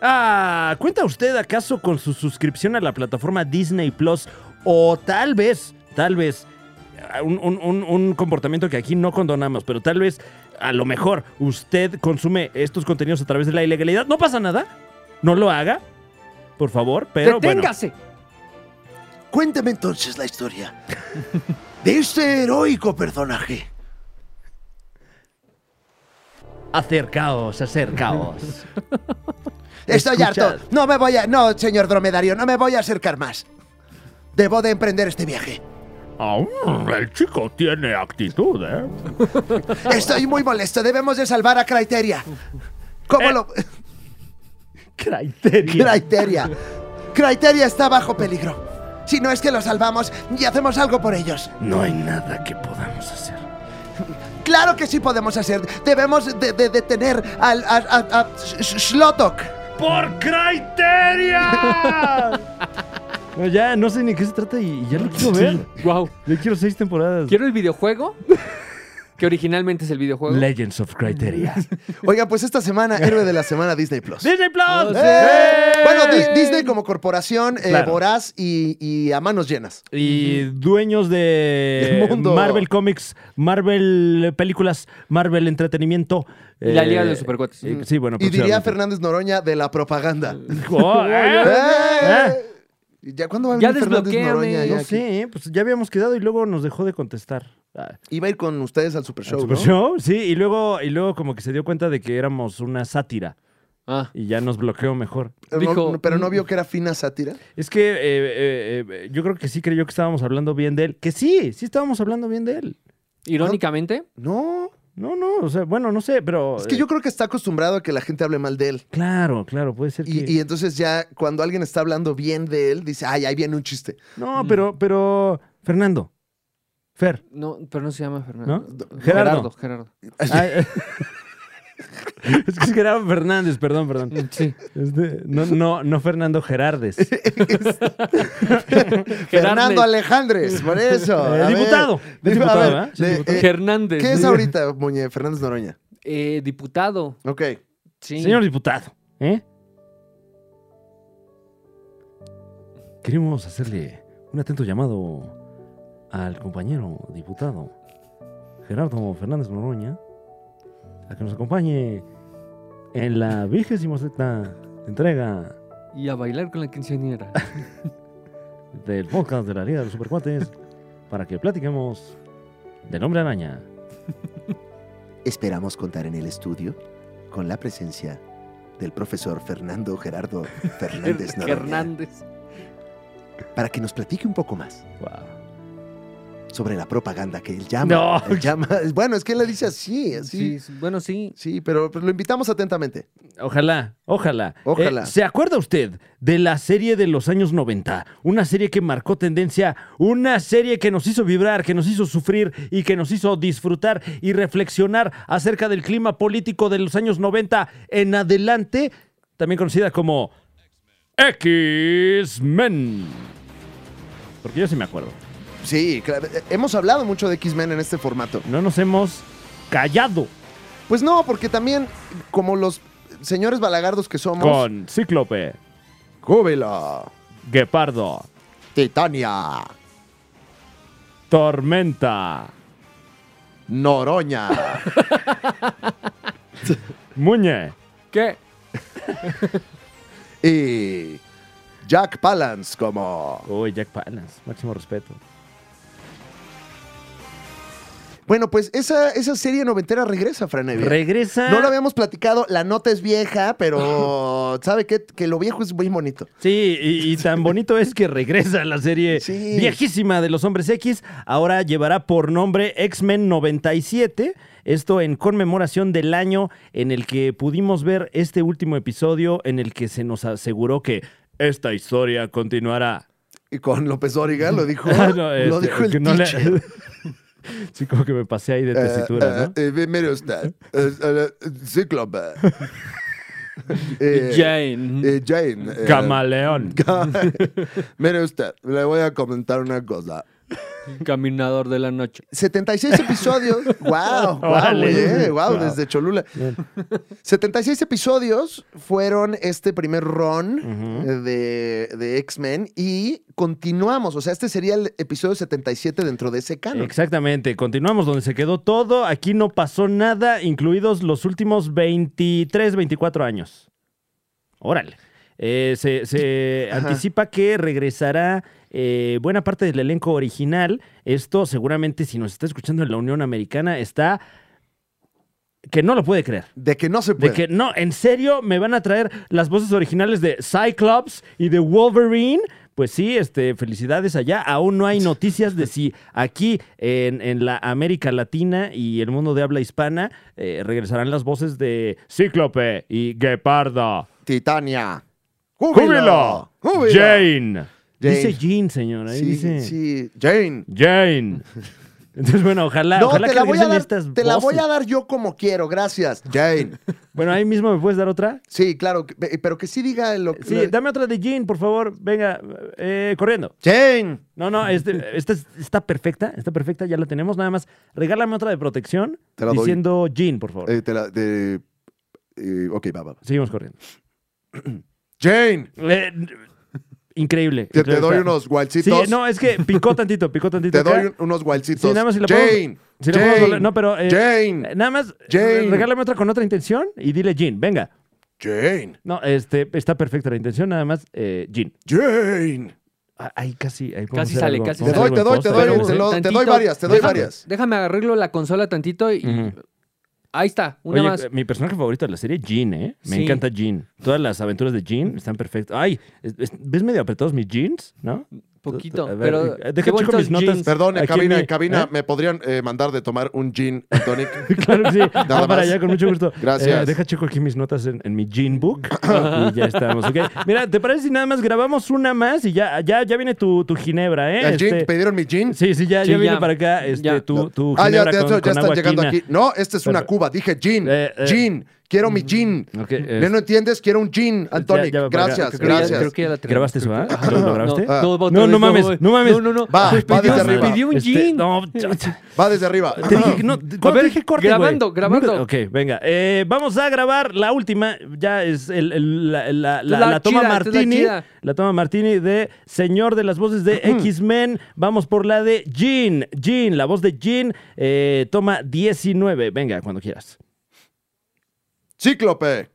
[SPEAKER 1] Ah, ¿cuenta usted acaso con su suscripción a la plataforma Disney Plus? O tal vez, tal vez, ah, un, un- un- un comportamiento que aquí no condonamos, pero tal vez, a lo mejor, usted consume estos contenidos a través de la ilegalidad. No pasa nada, no lo haga, por favor, pero bueno.
[SPEAKER 3] ¡Deténgase!
[SPEAKER 2] Cuénteme entonces la historia de este heroico personaje.
[SPEAKER 1] Acercaos, acercaos.
[SPEAKER 2] Estoy
[SPEAKER 1] Escuchad.
[SPEAKER 2] harto. No me voy a. No, señor dromedario, no me voy a acercar más. Debo de emprender este viaje.
[SPEAKER 1] Aún Ah, mm, el chico tiene actitud, ¿eh?
[SPEAKER 2] Estoy muy molesto. Debemos de salvar a Criteria. ¿Cómo
[SPEAKER 1] Eh.
[SPEAKER 2] lo.
[SPEAKER 1] Criteria.
[SPEAKER 2] Criteria. Criteria está bajo peligro. Si no es que lo salvamos y hacemos algo por ellos.
[SPEAKER 1] No hay nada que podamos hacer.
[SPEAKER 2] Claro que sí podemos hacer. Debemos de, de detener al, a, a- a Sh- Sh- Shlotok.
[SPEAKER 1] ¡Por Criteria! no, ya no sé ni qué se trata y ya lo quiero ver.
[SPEAKER 3] Wow.
[SPEAKER 1] Yo quiero seis temporadas.
[SPEAKER 3] Quiero el videojuego, que originalmente es el videojuego.
[SPEAKER 1] Legends of Criteria.
[SPEAKER 2] Oiga, pues esta semana, héroe de la semana Disney Plus.
[SPEAKER 1] ¡Disney Plus!
[SPEAKER 3] Oh, sí.
[SPEAKER 2] ¡Eh!
[SPEAKER 1] ¡Eh!
[SPEAKER 2] Bueno, Di- Disney como corporación, eh,
[SPEAKER 1] Claro.
[SPEAKER 2] voraz y, y a manos llenas.
[SPEAKER 1] Y dueños de
[SPEAKER 2] Del mundo.
[SPEAKER 1] Marvel Comics, Marvel Películas, Marvel Entretenimiento.
[SPEAKER 3] Y la Liga de
[SPEAKER 1] eh,
[SPEAKER 3] los Supercuates.
[SPEAKER 1] eh, Sí, bueno.
[SPEAKER 2] Y diría
[SPEAKER 1] aproximadamente.
[SPEAKER 2] Fernández Noroña de la propaganda.
[SPEAKER 1] Oh, eh,
[SPEAKER 2] ¡Eh! ¿Ya cuándo va a
[SPEAKER 3] Ya
[SPEAKER 2] venir Fernández
[SPEAKER 3] desbloquéame,
[SPEAKER 2] Noroña?
[SPEAKER 1] No
[SPEAKER 2] ya aquí?
[SPEAKER 1] sé, eh, pues ya habíamos quedado y luego nos dejó de contestar. Ah.
[SPEAKER 2] Iba a ir con ustedes al Super Show,
[SPEAKER 1] Super
[SPEAKER 2] ¿no?
[SPEAKER 1] Show, sí, y luego, y luego como que se dio cuenta de que éramos una sátira
[SPEAKER 3] Ah,
[SPEAKER 1] y ya nos bloqueó mejor.
[SPEAKER 2] Eh, no-
[SPEAKER 3] Dijo-
[SPEAKER 2] no, pero no
[SPEAKER 1] "Mm".
[SPEAKER 2] vio que era fina sátira.
[SPEAKER 1] Es que eh, eh, eh, yo creo que sí creyó que estábamos hablando bien de él. Que sí, sí estábamos hablando bien de él.
[SPEAKER 3] irónicamente,
[SPEAKER 2] No,
[SPEAKER 1] No, no, o sea, bueno, no sé, pero...
[SPEAKER 2] es que yo creo que está acostumbrado a que la gente hable mal de él.
[SPEAKER 1] eh, claro, claro, puede ser que...
[SPEAKER 2] Y, y entonces ya cuando alguien está hablando bien de él, dice, ay, ahí viene un chiste.
[SPEAKER 1] No, pero, pero... Fernando. Fer.
[SPEAKER 3] no, pero no se llama Fernando.
[SPEAKER 2] Ah,
[SPEAKER 1] ¿No? Gerardo.
[SPEAKER 3] Gerardo.
[SPEAKER 1] Ay, eh, Es que era Fernández, perdón, perdón.
[SPEAKER 3] Mm, Sí.
[SPEAKER 1] Este, no, no, no Fernando Gerardes. Eh,
[SPEAKER 2] Fernando Alejandres, por eso.
[SPEAKER 1] Eh,
[SPEAKER 2] a ver.
[SPEAKER 1] diputado. Es
[SPEAKER 2] Dip-
[SPEAKER 1] diputado,
[SPEAKER 2] a ver,
[SPEAKER 1] ¿verdad? Sí,
[SPEAKER 2] de-
[SPEAKER 1] diputado.
[SPEAKER 2] eh,
[SPEAKER 3] Hernández.
[SPEAKER 2] ¿Qué es ahorita, Muñe? Fernández Noroña.
[SPEAKER 3] Eh, diputado.
[SPEAKER 2] Ok.
[SPEAKER 3] Sí.
[SPEAKER 1] Señor diputado, ¿eh? Queremos hacerle un atento llamado al compañero diputado Gerardo Fernández Noroña a que nos acompañe en la vigésima sexta entrega
[SPEAKER 3] Y a bailar con la quinceañera.
[SPEAKER 1] del podcast de la Liga de los Supercuates para que platiquemos del hombre araña.
[SPEAKER 2] Esperamos contar en el estudio con la presencia del profesor Fernando Gerardo Fernández Noroña
[SPEAKER 3] Hernández.
[SPEAKER 2] para que nos platique un poco más sobre la propaganda que él
[SPEAKER 1] No.
[SPEAKER 2] llama. él llama- bueno, es que él le dice así, así.
[SPEAKER 3] Sí, sí, bueno, sí.
[SPEAKER 2] Sí, pero, pero lo invitamos atentamente.
[SPEAKER 1] Ojalá, ojalá.
[SPEAKER 2] Ojalá.
[SPEAKER 1] Eh, ¿Se acuerda usted de la serie de los años 90? Una serie que marcó tendencia, una serie que nos hizo vibrar, que nos hizo sufrir y que nos hizo disfrutar y reflexionar acerca del clima político de los años 90 en adelante, también conocida como X-Men. Porque yo sí me acuerdo.
[SPEAKER 2] Sí, claro. eh, Hemos hablado mucho de X-Men en este formato.
[SPEAKER 1] No nos hemos callado
[SPEAKER 2] Pues no, porque también, como los señores balagardos que somos.
[SPEAKER 1] con Cíclope,
[SPEAKER 2] Júbilo,
[SPEAKER 1] Guepardo,
[SPEAKER 2] Titania,
[SPEAKER 1] Tormenta,
[SPEAKER 2] Noroña.
[SPEAKER 1] Muñe.
[SPEAKER 3] ¿Qué?
[SPEAKER 2] y Jack Palance como...
[SPEAKER 1] Uy, Jack Palance, máximo respeto.
[SPEAKER 2] Bueno, pues esa, esa serie noventera regresa, Fran Evia.
[SPEAKER 1] Regresa.
[SPEAKER 2] Eh, No lo habíamos platicado, la nota es vieja, pero ¿sabe qué? Que lo viejo es muy bonito.
[SPEAKER 1] Sí, y, y tan bonito es que regresa la serie
[SPEAKER 2] Sí.
[SPEAKER 1] viejísima de los Hombres X. Ahora llevará por nombre X-Men 97. Esto en conmemoración del año en el que pudimos ver este último episodio en el que se nos aseguró que esta historia continuará.
[SPEAKER 2] Y con López Dóriga lo dijo,
[SPEAKER 1] Ah, no,
[SPEAKER 2] lo
[SPEAKER 1] este,
[SPEAKER 2] dijo
[SPEAKER 1] que
[SPEAKER 2] el
[SPEAKER 1] no le-
[SPEAKER 2] teacher.
[SPEAKER 1] Sí, como que me pasé ahí de tesitura, ¿no?
[SPEAKER 2] Eh, eh, eh, mire usted, eh, eh, eh, Cíclope. Eh,
[SPEAKER 3] Jane.
[SPEAKER 2] eh, Jane. eh,
[SPEAKER 1] Camaleón.
[SPEAKER 2] mire usted, le voy a comentar una cosa.
[SPEAKER 3] Caminador de la noche.
[SPEAKER 2] 76 episodios. ¡Wow! ¡Wow!
[SPEAKER 1] Órale. Wow.
[SPEAKER 2] desde Cholula.
[SPEAKER 1] Bien.
[SPEAKER 2] 76 episodios fueron este primer run
[SPEAKER 1] Ujú.
[SPEAKER 2] eh, de, de X-Men y continuamos. O sea, este sería el episodio 77 dentro de ese canon.
[SPEAKER 1] Exactamente, continuamos donde se quedó todo, aquí no pasó nada, incluidos los últimos 23, 24 años. Órale. Eh, se se
[SPEAKER 2] Ajá.
[SPEAKER 1] anticipa que regresará eh, buena parte del elenco original. Esto seguramente si nos está escuchando en la Unión Americana está que no lo puede creer.
[SPEAKER 2] de que no se
[SPEAKER 1] De
[SPEAKER 2] puede.
[SPEAKER 1] que no, en serio, me van a traer las voces originales de Cyclops y de Wolverine. Pues sí, este, felicidades allá. Aún no hay noticias de si aquí en, en la América Latina y el mundo de habla hispana eh, regresarán las voces de Cíclope y Guepardo.
[SPEAKER 2] Titania.
[SPEAKER 1] ¡Júbilo!
[SPEAKER 2] ¡Júbilo!
[SPEAKER 1] Jane. Dice
[SPEAKER 2] Jane.
[SPEAKER 1] Jean, señor. Ahí
[SPEAKER 2] Sí,
[SPEAKER 1] dice
[SPEAKER 2] sí. Jane.
[SPEAKER 1] Jane. Entonces, bueno, ojalá,
[SPEAKER 2] No,
[SPEAKER 1] Ah, ojalá
[SPEAKER 2] te,
[SPEAKER 1] que
[SPEAKER 2] la voy, a
[SPEAKER 1] regresen
[SPEAKER 2] dar,
[SPEAKER 1] estas
[SPEAKER 2] te la voy a
[SPEAKER 1] voces.
[SPEAKER 2] dar yo como quiero, gracias. Jane.
[SPEAKER 1] Bueno, ahí mismo me puedes dar otra.
[SPEAKER 2] Sí, claro, que- pero que sí diga lo que.
[SPEAKER 1] Sí, dame otra de Jean, por favor. Venga, eh, corriendo.
[SPEAKER 2] Jane.
[SPEAKER 1] No, no, este- esta es- está perfecta, está perfecta, ya la tenemos. Nada más, regálame otra de protección
[SPEAKER 2] Te la doy.
[SPEAKER 1] diciendo Jean, por favor.
[SPEAKER 2] Eh, te la- de- eh, ok, va, va. va.
[SPEAKER 1] Seguimos corriendo.
[SPEAKER 2] Jane,
[SPEAKER 1] Eh, increíble.
[SPEAKER 2] te, te
[SPEAKER 1] increíble.
[SPEAKER 2] doy
[SPEAKER 1] Está-
[SPEAKER 2] unos
[SPEAKER 1] Sí,
[SPEAKER 2] gualcitos.
[SPEAKER 1] no, es que picó tantito, picó tantito.
[SPEAKER 2] te
[SPEAKER 1] acá.
[SPEAKER 2] doy unos gualcitos.
[SPEAKER 1] Sí, nada más si la podemos-
[SPEAKER 2] Jane,
[SPEAKER 1] Si la
[SPEAKER 2] Jane,
[SPEAKER 1] podemos doblar- no, pero. eh,
[SPEAKER 2] Jane,
[SPEAKER 1] Nada más,
[SPEAKER 2] Jane.
[SPEAKER 1] regálame otra con otra intención y dile Jean, venga.
[SPEAKER 2] Jane,
[SPEAKER 1] No, este, está perfecta la intención, nada más eh, Jean.
[SPEAKER 2] Jane.
[SPEAKER 1] Ah, Ahí casi, ahí podemos
[SPEAKER 3] Casi
[SPEAKER 1] hacer
[SPEAKER 3] sale,
[SPEAKER 1] algo-
[SPEAKER 3] casi
[SPEAKER 1] podemos hacer algo
[SPEAKER 2] Te
[SPEAKER 3] sale.
[SPEAKER 2] doy,
[SPEAKER 1] en
[SPEAKER 2] te
[SPEAKER 1] post,
[SPEAKER 2] doy,
[SPEAKER 1] ahí
[SPEAKER 2] te
[SPEAKER 1] podemos
[SPEAKER 2] lo-
[SPEAKER 1] hacer-
[SPEAKER 2] doy varias, te doy
[SPEAKER 3] déjame-
[SPEAKER 2] varias.
[SPEAKER 3] Déjame arreglo la consola tantito y.
[SPEAKER 1] Ujú.
[SPEAKER 3] Ahí está, una
[SPEAKER 1] Oye, eh,
[SPEAKER 3] más.
[SPEAKER 1] mi personaje favorito de la serie, Jean, ¿eh? Me
[SPEAKER 3] Sí.
[SPEAKER 1] encanta Jean. Todas las aventuras de Jean están perfectas. Ay, es- es- ¿ves medio apretados mis jeans? ¿No?
[SPEAKER 3] Poquito,
[SPEAKER 1] A ver, eh,
[SPEAKER 3] pero.
[SPEAKER 1] deja
[SPEAKER 3] qué
[SPEAKER 1] checo
[SPEAKER 3] bonitos
[SPEAKER 1] mis notas.
[SPEAKER 3] jeans.
[SPEAKER 2] Perdón, en
[SPEAKER 1] Aquí
[SPEAKER 2] cabina,
[SPEAKER 1] mi-
[SPEAKER 2] en cabina,
[SPEAKER 1] ¿Eh?
[SPEAKER 2] me podrían eh, mandar de tomar un gin and tonic.
[SPEAKER 1] Claro que sí. Va para
[SPEAKER 2] más.
[SPEAKER 1] allá, con mucho gusto.
[SPEAKER 2] Gracias.
[SPEAKER 1] Eh, deja checo aquí mis notas en, en mi Jean Book. y ya estamos, ¿ok? Mira, ¿te parece si nada más grabamos una más y ya, ya, ya viene tu, tu ginebra, ¿eh?
[SPEAKER 2] El gin,
[SPEAKER 1] Este,
[SPEAKER 2] ¿Pidieron mi gin?
[SPEAKER 1] Sí, sí, ya,
[SPEAKER 3] Sí,
[SPEAKER 1] ya viene
[SPEAKER 3] ya.
[SPEAKER 1] para acá este,
[SPEAKER 3] Ya.
[SPEAKER 1] tu, tu
[SPEAKER 2] ah, ya,
[SPEAKER 1] ginebra
[SPEAKER 2] ya,
[SPEAKER 1] con,
[SPEAKER 2] ya
[SPEAKER 1] con
[SPEAKER 2] están
[SPEAKER 1] agua
[SPEAKER 2] llegando
[SPEAKER 1] quina.
[SPEAKER 2] aquí. No, esta es una
[SPEAKER 1] Perfecto.
[SPEAKER 2] cuba. Dije gin,
[SPEAKER 1] Eh, eh.
[SPEAKER 2] gin, Quiero mi gin.
[SPEAKER 1] Ok, este,
[SPEAKER 2] ¿Ya no entiendes? Quiero un gin, Anthony.
[SPEAKER 1] ya va para acá.
[SPEAKER 2] gracias,
[SPEAKER 1] Creo que ya-
[SPEAKER 2] gracias.
[SPEAKER 1] creo
[SPEAKER 3] que ya la tenemos.
[SPEAKER 1] ¿Grabaste eso,
[SPEAKER 3] Creo
[SPEAKER 1] va?
[SPEAKER 3] que-
[SPEAKER 1] ¿Lo, lo grabaste?
[SPEAKER 2] Ah.
[SPEAKER 3] No, otra
[SPEAKER 1] No,
[SPEAKER 3] vez,
[SPEAKER 1] no mames,
[SPEAKER 3] güey.
[SPEAKER 1] no mames.
[SPEAKER 3] No, no, no.
[SPEAKER 2] Va,
[SPEAKER 3] Pues
[SPEAKER 2] va
[SPEAKER 3] pidió-
[SPEAKER 2] desde Ah, arriba.
[SPEAKER 3] pidió un
[SPEAKER 1] Este,
[SPEAKER 3] gin.
[SPEAKER 1] no, cha- cha.
[SPEAKER 2] Va desde arriba.
[SPEAKER 1] Te dije que no.
[SPEAKER 3] A ver,
[SPEAKER 1] te dije corte, güey.
[SPEAKER 3] grabando, grabando.
[SPEAKER 1] Ok, venga. Eh, vamos a grabar la última. Ya es el- el- la, la- la-
[SPEAKER 3] La
[SPEAKER 1] la toma
[SPEAKER 3] chida, esta es la
[SPEAKER 1] Martini. La,
[SPEAKER 3] chida.
[SPEAKER 1] toma Martini de Señor de las Voces de X-Men. Vamos por la de Jean. Jean, la voz de Jean. eh, toma 19. Venga, cuando quieras.
[SPEAKER 2] Cíclope.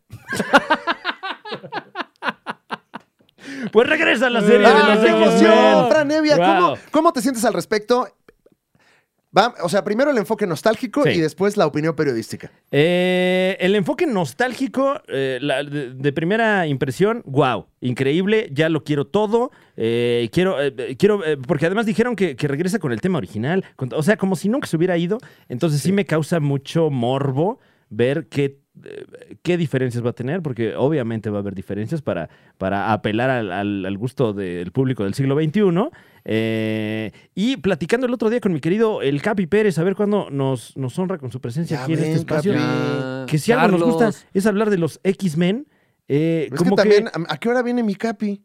[SPEAKER 1] Pues regresa a la serie de
[SPEAKER 2] ¡Ah,
[SPEAKER 1] los
[SPEAKER 2] qué emoción!
[SPEAKER 1] X-Men.
[SPEAKER 2] Fran Evia,
[SPEAKER 1] Wow.
[SPEAKER 2] ¿cómo, cómo te sientes al respecto? Va- o sea, primero el enfoque nostálgico
[SPEAKER 1] Sí.
[SPEAKER 2] y después la opinión periodística.
[SPEAKER 1] Eh, el enfoque nostálgico, eh, la- de, de primera impresión, wow, increíble, ya lo quiero todo, eh, quiero, eh, eh, quiero, eh, porque además dijeron que, que regresa con el tema original, con- o sea, como si nunca se hubiera ido, entonces sí, me causa mucho morbo ver qué, eh, qué diferencias va a tener, porque obviamente va a haber diferencias para, para apelar al, al- al gusto del público del siglo XXI. eh, y platicando el otro día con mi querido el Capi Pérez, a ver cuándo nos, nos honra con su presencia
[SPEAKER 2] Ya
[SPEAKER 1] aquí en
[SPEAKER 2] ven,
[SPEAKER 1] este espacio.
[SPEAKER 2] Capi.
[SPEAKER 3] Ya.
[SPEAKER 1] Que si algo nos
[SPEAKER 3] Carlos.
[SPEAKER 1] gusta es hablar de los X-Men. eh,
[SPEAKER 2] Es que
[SPEAKER 1] como
[SPEAKER 2] también, ¿a- ¿a qué hora viene mi capi?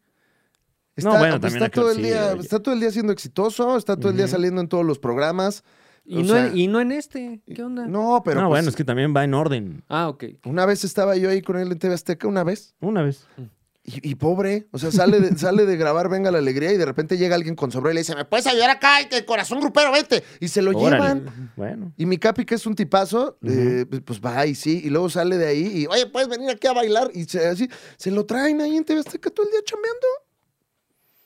[SPEAKER 2] Está, pues,
[SPEAKER 1] No, bueno, también
[SPEAKER 2] está
[SPEAKER 1] hay que-
[SPEAKER 2] todo el
[SPEAKER 1] sí,
[SPEAKER 2] día,
[SPEAKER 1] oye.
[SPEAKER 2] está todo el día siendo exitoso, está todo el día
[SPEAKER 1] Ujú.
[SPEAKER 2] saliendo en todos los programas.
[SPEAKER 3] Y,
[SPEAKER 2] O
[SPEAKER 3] no en,
[SPEAKER 2] sea,
[SPEAKER 3] y no en este. ¿Qué onda?
[SPEAKER 2] No, pero
[SPEAKER 1] no,
[SPEAKER 2] pues,
[SPEAKER 1] bueno, es que también va en orden.
[SPEAKER 3] Ah, ok.
[SPEAKER 2] una vez estaba yo ahí con él en TV Azteca, una vez,
[SPEAKER 1] Una vez.
[SPEAKER 2] y, y pobre, o sea, sale de, sale de grabar Venga la Alegría y de repente llega alguien con sombrero y le dice, ¿me puedes ayudar acá? Y que corazón grupero, vete. Y se lo
[SPEAKER 1] Órale.
[SPEAKER 2] llevan.
[SPEAKER 1] Bueno.
[SPEAKER 2] Y mi capi, que es un tipazo, eh, pues, pues va y sí, y luego sale de ahí y, oye, puedes venir aquí a bailar. Y se, así, se lo traen ahí en TV Azteca todo el día chambeando.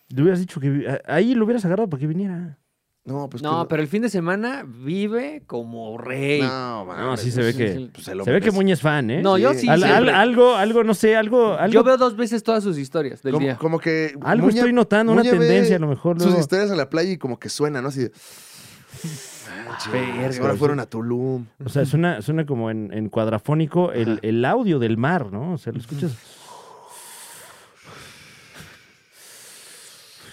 [SPEAKER 1] Le hubieras dicho que vi- a- ahí lo hubieras agarrado para que viniera.
[SPEAKER 2] No, pues que
[SPEAKER 3] no, pero el fin de semana vive como rey.
[SPEAKER 2] No,
[SPEAKER 1] No,
[SPEAKER 2] mames,
[SPEAKER 1] sí se ve
[SPEAKER 3] sí, sí,
[SPEAKER 1] que.
[SPEAKER 2] pues, se lo
[SPEAKER 1] Se ve que
[SPEAKER 2] merece.
[SPEAKER 1] Muñe es fan, ¿eh?
[SPEAKER 3] No, yo
[SPEAKER 2] Sí.
[SPEAKER 3] sí.
[SPEAKER 1] Al- al-
[SPEAKER 3] siempre.
[SPEAKER 1] algo, algo, no sé, algo,
[SPEAKER 3] Yo
[SPEAKER 1] algo.
[SPEAKER 3] veo dos veces todas sus historias del
[SPEAKER 2] como,
[SPEAKER 3] día.
[SPEAKER 2] como que.
[SPEAKER 1] Algo estoy notando, una
[SPEAKER 2] ve
[SPEAKER 1] tendencia, a lo mejor,
[SPEAKER 2] Sus
[SPEAKER 1] luego.
[SPEAKER 2] historias en la playa y como que suena, ¿no? Así de. "Manches,
[SPEAKER 1] Ah, verga,
[SPEAKER 2] ahora
[SPEAKER 1] sí.
[SPEAKER 2] fueron a Tulum.
[SPEAKER 1] O sea, suena, suena como en, en cuadrafónico el, el audio del mar, ¿no? O sea, lo escuchas.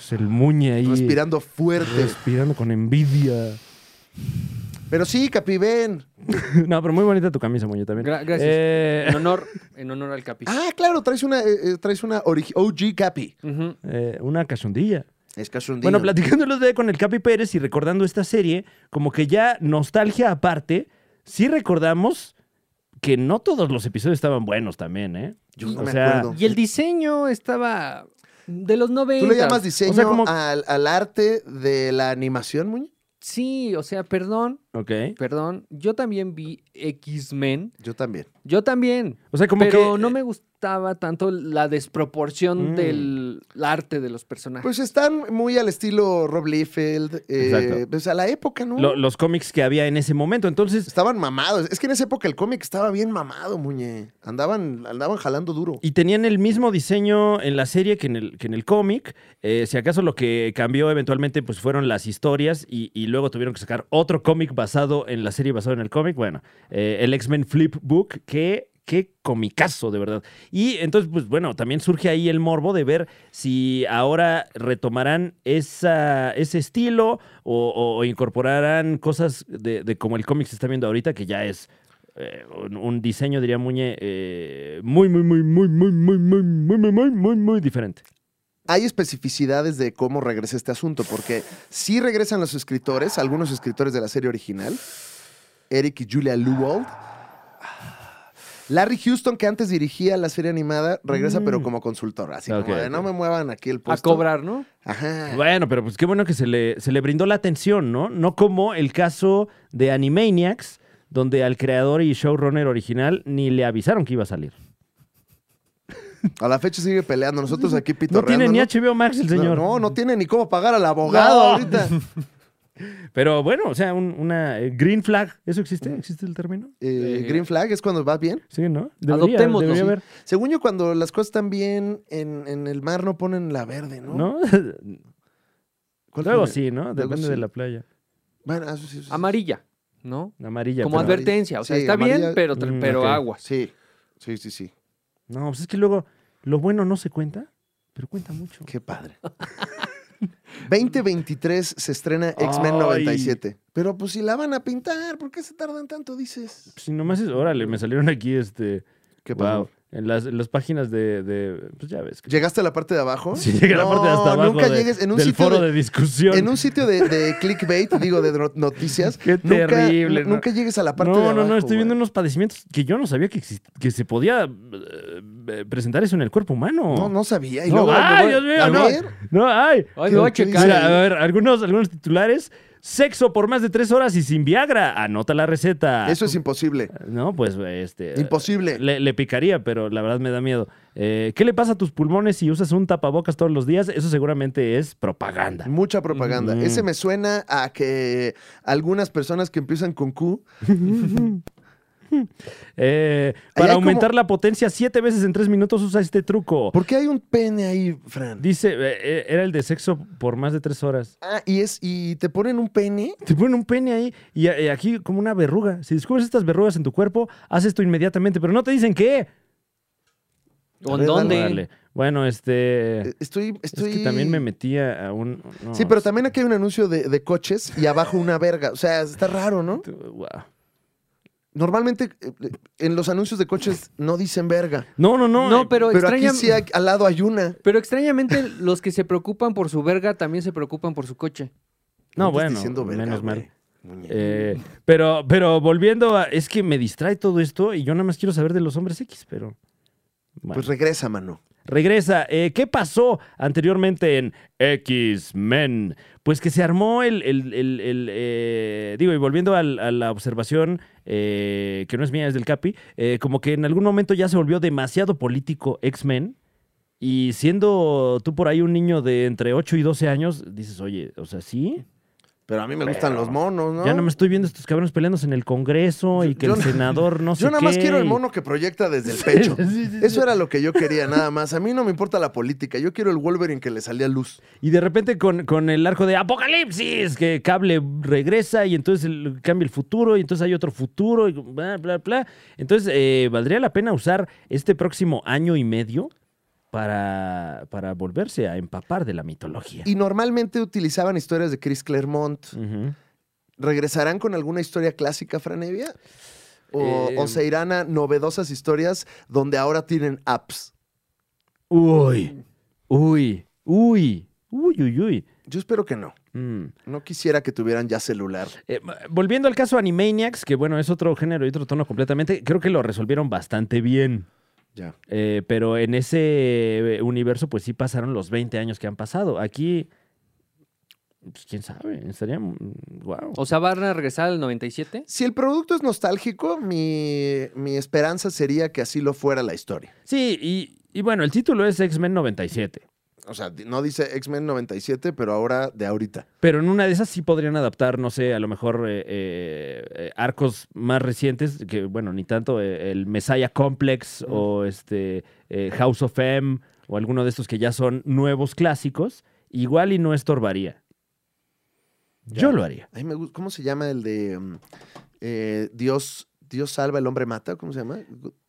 [SPEAKER 1] Es el Muñe ahí.
[SPEAKER 2] Respirando fuerte.
[SPEAKER 1] Respirando con envidia.
[SPEAKER 2] Pero sí, Capi, ven.
[SPEAKER 1] No, pero muy bonita tu camisa, Muñe, también.
[SPEAKER 3] Gra- gracias.
[SPEAKER 1] Eh,
[SPEAKER 3] En honor, en honor al capi.
[SPEAKER 2] Ah, claro, traes una, eh, eh, traes una origi- OG Capi.
[SPEAKER 3] Ujú.
[SPEAKER 1] eh, una cachondilla.
[SPEAKER 2] Es que es un
[SPEAKER 1] Bueno,
[SPEAKER 2] dino.
[SPEAKER 1] platicando los de con el Capi Pérez y recordando esta serie, como que ya nostalgia aparte, sí recordamos que no todos los episodios estaban buenos también, ¿eh?
[SPEAKER 2] Yo
[SPEAKER 1] o
[SPEAKER 2] no me
[SPEAKER 1] sea,
[SPEAKER 2] acuerdo.
[SPEAKER 3] Y el diseño estaba de los 90.
[SPEAKER 2] ¿Tú le llamas diseño
[SPEAKER 1] O sea, como-
[SPEAKER 2] al, al arte de la animación, Muñe?
[SPEAKER 3] Sí, o sea, perdón,
[SPEAKER 1] Ok.
[SPEAKER 3] perdón. Yo también vi X-Men.
[SPEAKER 2] Yo también.
[SPEAKER 3] Yo también.
[SPEAKER 1] O sea, como
[SPEAKER 3] pero
[SPEAKER 1] que.
[SPEAKER 2] eh?
[SPEAKER 3] no me gustaba tanto la desproporción
[SPEAKER 1] Mm.
[SPEAKER 3] del arte de los personajes.
[SPEAKER 2] Pues están muy al estilo Rob Liefeld. eh,
[SPEAKER 1] Exacto.
[SPEAKER 2] pues a la época, ¿no?
[SPEAKER 1] lo- los cómics que había en ese momento. Entonces,
[SPEAKER 2] Estaban mamados. Es que en esa época el cómic estaba bien mamado, Muñe. Andaban, andaban jalando duro.
[SPEAKER 1] Y tenían el mismo diseño en la serie que en el, que en el cómic. Eh, si acaso lo que cambió eventualmente pues fueron las historias y, y luego tuvieron que sacar otro cómic basado en la serie, basado en el cómic. Bueno, eh, el X-Men Flip Book, que... Qué comicazo, de verdad. Y entonces, pues bueno, también surge ahí el morbo de ver si ahora retomarán esa, ese estilo o, o- o incorporarán cosas de, de como el cómic se está viendo ahorita, que ya es eh, un, un diseño, diría Muñe, eh, muy, muy, muy, muy, muy, muy, muy, muy, muy, muy, muy, muy diferente.
[SPEAKER 2] Hay especificidades de cómo regresa este asunto, porque sí regresan los escritores, algunos escritores de la serie original, Eric y Julia Lewald. Larry Houston, que antes dirigía la serie animada, regresa
[SPEAKER 1] Mm.
[SPEAKER 2] pero como consultor. Así
[SPEAKER 1] Ok,
[SPEAKER 2] como de,
[SPEAKER 1] ok.
[SPEAKER 2] no me muevan aquí el
[SPEAKER 3] a
[SPEAKER 2] puesto.
[SPEAKER 3] cobrar, ¿no?
[SPEAKER 2] Ajá.
[SPEAKER 1] Bueno, pero pues qué bueno que se le, se le brindó la atención, ¿no? No como el caso de Animaniacs, donde al creador y showrunner original ni le avisaron que iba a salir.
[SPEAKER 2] A la fecha sigue peleando. Nosotros aquí
[SPEAKER 1] No tiene
[SPEAKER 2] pitorreando.
[SPEAKER 1] ni HBO Max el señor.
[SPEAKER 2] No, no tiene ni cómo pagar al abogado
[SPEAKER 1] No.
[SPEAKER 2] ahorita.
[SPEAKER 1] Pero bueno, o sea, un- una eh, green flag, ¿eso existe?
[SPEAKER 2] Mm.
[SPEAKER 1] ¿Existe el término?
[SPEAKER 2] Eh,
[SPEAKER 3] Eh,
[SPEAKER 2] Green Flag es cuando va bien.
[SPEAKER 1] Sí, ¿no?
[SPEAKER 3] Adoptémoslo,
[SPEAKER 1] debería
[SPEAKER 3] sí.
[SPEAKER 1] haber,
[SPEAKER 2] Según yo, cuando las cosas están bien en, en el mar, no ponen la verde, ¿no?
[SPEAKER 1] ¿no?
[SPEAKER 2] ¿Cuál
[SPEAKER 1] Luego
[SPEAKER 2] fue?
[SPEAKER 1] sí, ¿no?
[SPEAKER 2] Luego
[SPEAKER 1] Depende
[SPEAKER 2] sí.
[SPEAKER 1] de la playa.
[SPEAKER 2] Bueno, ah, sí, sí, sí.
[SPEAKER 3] Amarilla, ¿no?
[SPEAKER 1] Amarilla.
[SPEAKER 3] Como
[SPEAKER 1] pero-
[SPEAKER 2] adver-
[SPEAKER 3] advertencia. O sea,
[SPEAKER 2] Sí,
[SPEAKER 3] está
[SPEAKER 2] amarilla.
[SPEAKER 3] bien, pero,
[SPEAKER 1] Mm,
[SPEAKER 3] pero
[SPEAKER 1] ok.
[SPEAKER 3] agua.
[SPEAKER 2] Sí, sí, sí, sí.
[SPEAKER 1] No, pues es que luego lo bueno no se cuenta, pero cuenta mucho.
[SPEAKER 2] Qué padre. 2023 se estrena X-Men
[SPEAKER 1] Ay.
[SPEAKER 2] 97. Pero pues si la van a pintar, ¿por qué se tardan tanto, dices?
[SPEAKER 1] Si nomás es, órale, me salieron aquí este
[SPEAKER 2] ¿Qué pasó?
[SPEAKER 1] Wow. En las, en las páginas de, de- Pues ya ves. que-
[SPEAKER 2] ¿Llegaste a la parte de abajo?
[SPEAKER 1] Sí, llega la parte de hasta
[SPEAKER 2] No,
[SPEAKER 1] abajo
[SPEAKER 2] Nunca
[SPEAKER 1] de-
[SPEAKER 2] llegues en un
[SPEAKER 1] del
[SPEAKER 2] sitio
[SPEAKER 1] foro
[SPEAKER 2] de-
[SPEAKER 1] de, discusión.
[SPEAKER 2] En un sitio de, de clickbait, digo, de no- noticias.
[SPEAKER 1] Qué
[SPEAKER 2] nunca,
[SPEAKER 1] terrible,
[SPEAKER 2] nu-
[SPEAKER 1] ¿no?
[SPEAKER 2] Nunca llegues a la parte
[SPEAKER 1] no,
[SPEAKER 2] de abajo.
[SPEAKER 1] no, no, estoy viendo
[SPEAKER 2] güey.
[SPEAKER 1] unos padecimientos que yo no sabía que, exist- que se podía eh, eh, presentar eso en el cuerpo humano.
[SPEAKER 2] No, no sabía. Y
[SPEAKER 1] No,
[SPEAKER 2] luego,
[SPEAKER 1] ay,
[SPEAKER 2] me voy-
[SPEAKER 1] Dios mío,
[SPEAKER 2] a
[SPEAKER 1] no.
[SPEAKER 2] ver,
[SPEAKER 1] No, ay.
[SPEAKER 3] Ay,
[SPEAKER 2] ¿Qué-
[SPEAKER 3] me voy a
[SPEAKER 2] qué
[SPEAKER 3] checar.
[SPEAKER 2] dice
[SPEAKER 1] Mira,
[SPEAKER 2] ahí?
[SPEAKER 1] a ver, algunos, algunos titulares. Sexo por más de tres horas y sin Viagra. Anota la receta.
[SPEAKER 2] Eso es imposible.
[SPEAKER 1] No, pues este.
[SPEAKER 2] Imposible.
[SPEAKER 1] Le, le picaría, pero la verdad me da miedo. Eh, ¿Qué le pasa a tus pulmones si usas un tapabocas todos los días? Eso seguramente es propaganda.
[SPEAKER 2] Mucha propaganda.
[SPEAKER 1] Mm.
[SPEAKER 2] Ese me suena a que algunas personas que empiezan con Q,
[SPEAKER 1] Eh,
[SPEAKER 2] Ahí
[SPEAKER 1] para
[SPEAKER 2] hay como-
[SPEAKER 1] aumentar la potencia siete veces en tres minutos usa este truco.
[SPEAKER 2] ¿por qué hay un pene ahí, Fran?
[SPEAKER 1] Dice, eh, eh, era el de sexo por más de tres horas.
[SPEAKER 2] Ah, y es y te ponen un pene.
[SPEAKER 1] Te ponen un pene ahí y eh, aquí como una verruga. Si descubres estas verrugas en tu cuerpo, haz esto inmediatamente, pero no te dicen qué.
[SPEAKER 3] ¿O
[SPEAKER 2] A
[SPEAKER 3] en
[SPEAKER 2] ver,
[SPEAKER 3] dónde?
[SPEAKER 1] Órale. Bueno, este...
[SPEAKER 2] Eh, Estoy, estoy.
[SPEAKER 1] Es que también me metía a un... no,
[SPEAKER 2] Sí, pero también aquí hay un anuncio de, de coches y abajo una verga. O sea, está raro, ¿no?
[SPEAKER 1] es- guau.
[SPEAKER 2] Normalmente eh, en los anuncios de coches no dicen verga.
[SPEAKER 1] No, no, no.
[SPEAKER 3] No,
[SPEAKER 1] eh,
[SPEAKER 3] pero,
[SPEAKER 2] Pero,
[SPEAKER 3] extraña-
[SPEAKER 2] aquí sí hay- al lado hay una.
[SPEAKER 3] pero extrañamente los que se preocupan por su verga también se preocupan por su coche.
[SPEAKER 1] No,
[SPEAKER 2] estás
[SPEAKER 1] bueno,
[SPEAKER 2] diciendo verga,
[SPEAKER 1] menos mal.
[SPEAKER 2] güey, muñeco.
[SPEAKER 1] Eh, pero, pero volviendo a... Es que me distrae todo esto y yo nada más quiero saber de los hombres X, pero... bueno.
[SPEAKER 2] Pues regresa, mano.
[SPEAKER 1] Regresa. Eh, ¿Qué pasó anteriormente en X-Men? Pues que se armó el... el- el- el, eh, digo, y volviendo al- a la observación, eh, que no es mía, es del Capi, eh, como que en algún momento ya se volvió demasiado político X-Men. Y siendo tú por ahí un niño de entre 8 y 12 años, dices, oye, o sea, sí,
[SPEAKER 2] Pero a mí me gustan los monos, ¿no?
[SPEAKER 1] ya no me estoy viendo estos cabrones peleándose en el Congreso y que
[SPEAKER 2] yo
[SPEAKER 1] el
[SPEAKER 2] na-
[SPEAKER 1] senador no sé
[SPEAKER 2] Yo nada más
[SPEAKER 1] qué,
[SPEAKER 2] quiero el
[SPEAKER 1] y-
[SPEAKER 2] mono que proyecta desde el pecho.
[SPEAKER 1] Sí, sí, sí.
[SPEAKER 2] Eso era lo que yo quería, nada más. A mí no me importa la política. Yo quiero el Wolverine que le salía luz.
[SPEAKER 1] Y de repente con, con el arco de Apocalipsis, que Cable regresa y entonces el- cambia el futuro y entonces hay otro futuro y bla, bla, bla. Entonces, eh, ¿valdría la pena usar este próximo año y medio para, para volverse a empapar de la mitología?
[SPEAKER 2] Y normalmente utilizaban historias de Chris Claremont.
[SPEAKER 1] Ujú.
[SPEAKER 2] ¿Regresarán con alguna historia clásica, Franevia? O,
[SPEAKER 1] Eh,
[SPEAKER 2] o se irán a novedosas historias donde ahora tienen apps?
[SPEAKER 1] Uy, uy, uy, uy, uy, uy.
[SPEAKER 2] Yo espero que no.
[SPEAKER 1] Mm.
[SPEAKER 2] No quisiera que tuvieran ya celular.
[SPEAKER 1] Eh, ma- volviendo al caso Animaniacs, que bueno, es otro género y otro tono completamente, creo que lo resolvieron bastante bien.
[SPEAKER 2] Ya.
[SPEAKER 1] Eh, pero en ese eh, universo, pues sí pasaron los 20 años que han pasado. Aquí, pues quién sabe, estaría. mm, ¡Wow!
[SPEAKER 3] O sea, van a regresar al 97.
[SPEAKER 2] Si el producto es nostálgico, mi, mi esperanza sería que así lo fuera la historia.
[SPEAKER 1] Sí, y, y bueno, el título es X-Men 97.
[SPEAKER 2] O sea, di- no dice X-Men 97, pero ahora de ahorita.
[SPEAKER 1] Pero en una de esas sí podrían adaptar, no sé, a lo mejor eh, eh, eh, arcos más recientes, que bueno, ni tanto, eh, el Messiah Complex o este eh, House of M o alguno de estos que ya son nuevos clásicos, igual y no estorbaría. Yo lo haría.
[SPEAKER 2] Ay, me gus- ¿Cómo se llama el de mm, eh, Dios, Dios salva, el hombre mata? ¿Cómo se llama?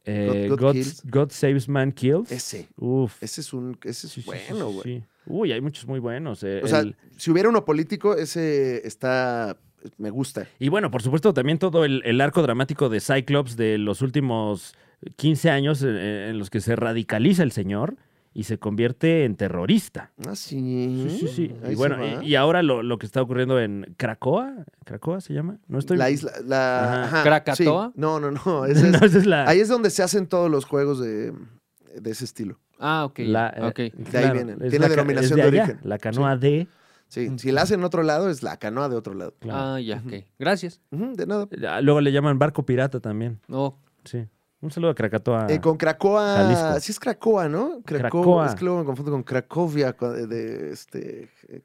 [SPEAKER 1] Eh,
[SPEAKER 2] God
[SPEAKER 1] God,
[SPEAKER 2] Kills.
[SPEAKER 1] God Saves Man Kills.
[SPEAKER 2] Ese.
[SPEAKER 1] Uf.
[SPEAKER 2] Ese es un. Ese es
[SPEAKER 1] Sí, sí, sí,
[SPEAKER 2] bueno,
[SPEAKER 1] sí,
[SPEAKER 2] güey.
[SPEAKER 1] sí. Uy, hay muchos muy buenos. eh,
[SPEAKER 2] O sea,
[SPEAKER 1] el-
[SPEAKER 2] si hubiera uno político, ese está. Me gusta.
[SPEAKER 1] Y bueno, por supuesto, también todo el, el arco dramático de Cyclops de los últimos 15 años eh, eh, en los que se radicaliza el señor y se convierte en terrorista.
[SPEAKER 2] Ah, sí.
[SPEAKER 1] Sí, sí, sí.
[SPEAKER 2] Mm, Ahí
[SPEAKER 1] Y
[SPEAKER 2] se
[SPEAKER 1] bueno,
[SPEAKER 2] va.
[SPEAKER 1] y, y ahora lo, lo que está ocurriendo en Cracoa, ¿Cracoa se llama? No estoy...
[SPEAKER 2] La isla. La,
[SPEAKER 1] Ajá.
[SPEAKER 2] ajá,
[SPEAKER 3] ¿Krakatoa?
[SPEAKER 2] sí. No, no, no. ese es-
[SPEAKER 1] No, esa es la...
[SPEAKER 2] ahí es donde se hacen todos los juegos de, de ese estilo.
[SPEAKER 3] Ah, ok.
[SPEAKER 1] la, eh,
[SPEAKER 3] ok.
[SPEAKER 1] claro,
[SPEAKER 2] viene.
[SPEAKER 1] es
[SPEAKER 2] Tiene
[SPEAKER 1] la ca-
[SPEAKER 2] denominación
[SPEAKER 1] es
[SPEAKER 2] de
[SPEAKER 1] allá,
[SPEAKER 2] origen.
[SPEAKER 1] La canoa de...
[SPEAKER 2] Sí. Si la hacen en otro lado, es la canoa de otro lado.
[SPEAKER 1] claro.
[SPEAKER 3] Ah, ya, ok. Gracias.
[SPEAKER 2] Ujú, de nada.
[SPEAKER 1] Ah, Luego le llaman barco pirata también.
[SPEAKER 3] No,
[SPEAKER 1] Sí. Un saludo a Krakatoa.
[SPEAKER 2] Eh, con Cracoa.
[SPEAKER 1] Jalisco.
[SPEAKER 2] Sí, es Cracoa, ¿no? Cracoa.
[SPEAKER 1] Cracoa.
[SPEAKER 2] Es que luego me confundo con Cracovia, con- de, de, este, eh,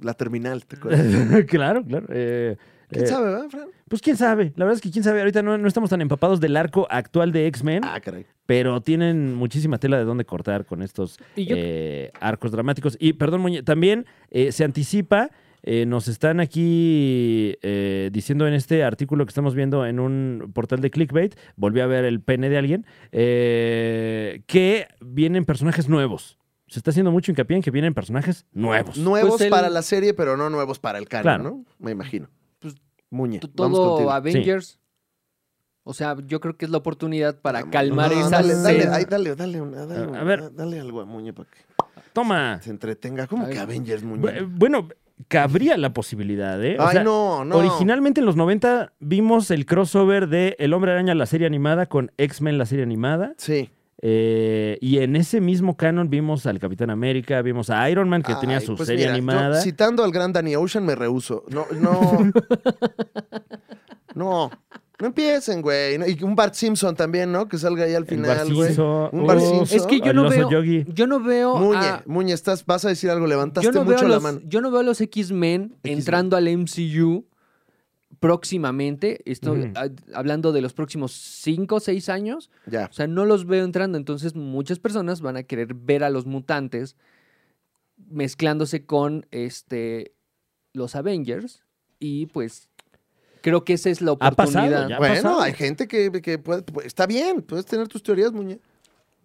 [SPEAKER 2] la terminal. ¿te acuerdas?
[SPEAKER 1] claro, claro. eh,
[SPEAKER 2] ¿Quién
[SPEAKER 1] eh,
[SPEAKER 2] sabe, verdad, Fran?
[SPEAKER 1] Pues quién sabe. La verdad es que quién sabe. Ahorita no, no estamos tan empapados del arco actual de X-Men,
[SPEAKER 2] Ah, caray.
[SPEAKER 1] pero tienen muchísima tela de dónde cortar con estos
[SPEAKER 3] Y yo-
[SPEAKER 1] eh, arcos dramáticos. Y perdón, Muñe, también eh, se anticipa. eh, nos están aquí eh, diciendo en este artículo que estamos viendo en un portal de clickbait, volví a ver el pene de alguien, eh, que vienen personajes nuevos. Se está haciendo mucho hincapié en que vienen personajes nuevos.
[SPEAKER 2] Nuevos
[SPEAKER 3] Pues el-
[SPEAKER 2] para la serie, pero no nuevos para el canon,
[SPEAKER 1] Claro.
[SPEAKER 2] ¿no? Me imagino.
[SPEAKER 3] Pues,
[SPEAKER 2] Muñe.
[SPEAKER 3] t-
[SPEAKER 2] vamos
[SPEAKER 3] todo
[SPEAKER 2] contigo.
[SPEAKER 3] Avengers. O sea, yo creo que es la oportunidad para
[SPEAKER 2] Vamos,
[SPEAKER 3] calmar
[SPEAKER 2] no,
[SPEAKER 3] esa
[SPEAKER 2] dale, dale,
[SPEAKER 3] sed.
[SPEAKER 2] ay, dale, dale, una, dale,
[SPEAKER 1] A
[SPEAKER 2] una,
[SPEAKER 1] ver.
[SPEAKER 2] dale algo a Muñe para que
[SPEAKER 1] Toma.
[SPEAKER 2] se entretenga. ¿Cómo
[SPEAKER 3] Ay.
[SPEAKER 2] que Avengers, Muñe?
[SPEAKER 1] Bu- Bueno, cabría la posibilidad, ¿eh? O
[SPEAKER 2] Ay,
[SPEAKER 1] sea,
[SPEAKER 2] no, no.
[SPEAKER 1] Originalmente en los 90 vimos el crossover de El Hombre Araña, la serie animada, con X-Men, la serie animada.
[SPEAKER 2] Sí.
[SPEAKER 1] Eh, y en ese mismo canon vimos al Capitán América, vimos a Iron Man, que tenía
[SPEAKER 2] Ay,
[SPEAKER 1] su
[SPEAKER 2] pues
[SPEAKER 1] serie
[SPEAKER 2] mira, yo,
[SPEAKER 1] animada.
[SPEAKER 2] citando al gran Danny Ocean, me rehuso. No, no. no. No empiecen, güey. No, Y un Bart Simpson también, ¿no? Que salga ahí al
[SPEAKER 1] El
[SPEAKER 2] final, güey.
[SPEAKER 1] Barciso,
[SPEAKER 2] Un Barciso.
[SPEAKER 1] uf,
[SPEAKER 3] Es que yo
[SPEAKER 1] el
[SPEAKER 3] no
[SPEAKER 1] oso
[SPEAKER 3] veo.
[SPEAKER 1] Oh, Yogi.
[SPEAKER 3] Yo no veo.
[SPEAKER 2] Muñe,
[SPEAKER 3] a-
[SPEAKER 2] Muñe, estás, vas a decir algo, levantaste
[SPEAKER 3] yo, no veo
[SPEAKER 2] mucho
[SPEAKER 3] a
[SPEAKER 2] la
[SPEAKER 3] los-
[SPEAKER 2] mano.
[SPEAKER 3] yo no veo a los X-Men entrando al MCU próximamente. Estoy
[SPEAKER 1] Ujú.
[SPEAKER 3] ah, hablando de los próximos 5 o 6 años.
[SPEAKER 2] Ya.
[SPEAKER 3] O sea, no los veo entrando. Entonces, muchas personas van a querer ver a los mutantes mezclándose con este los Avengers. Y pues creo que esa es la
[SPEAKER 1] Ha pasado
[SPEAKER 3] oportunidad.
[SPEAKER 1] ya.
[SPEAKER 2] Bueno,
[SPEAKER 1] pasado?
[SPEAKER 2] hay gente que, que puede, pues, está bien, puedes tener tus teorías, Muñe.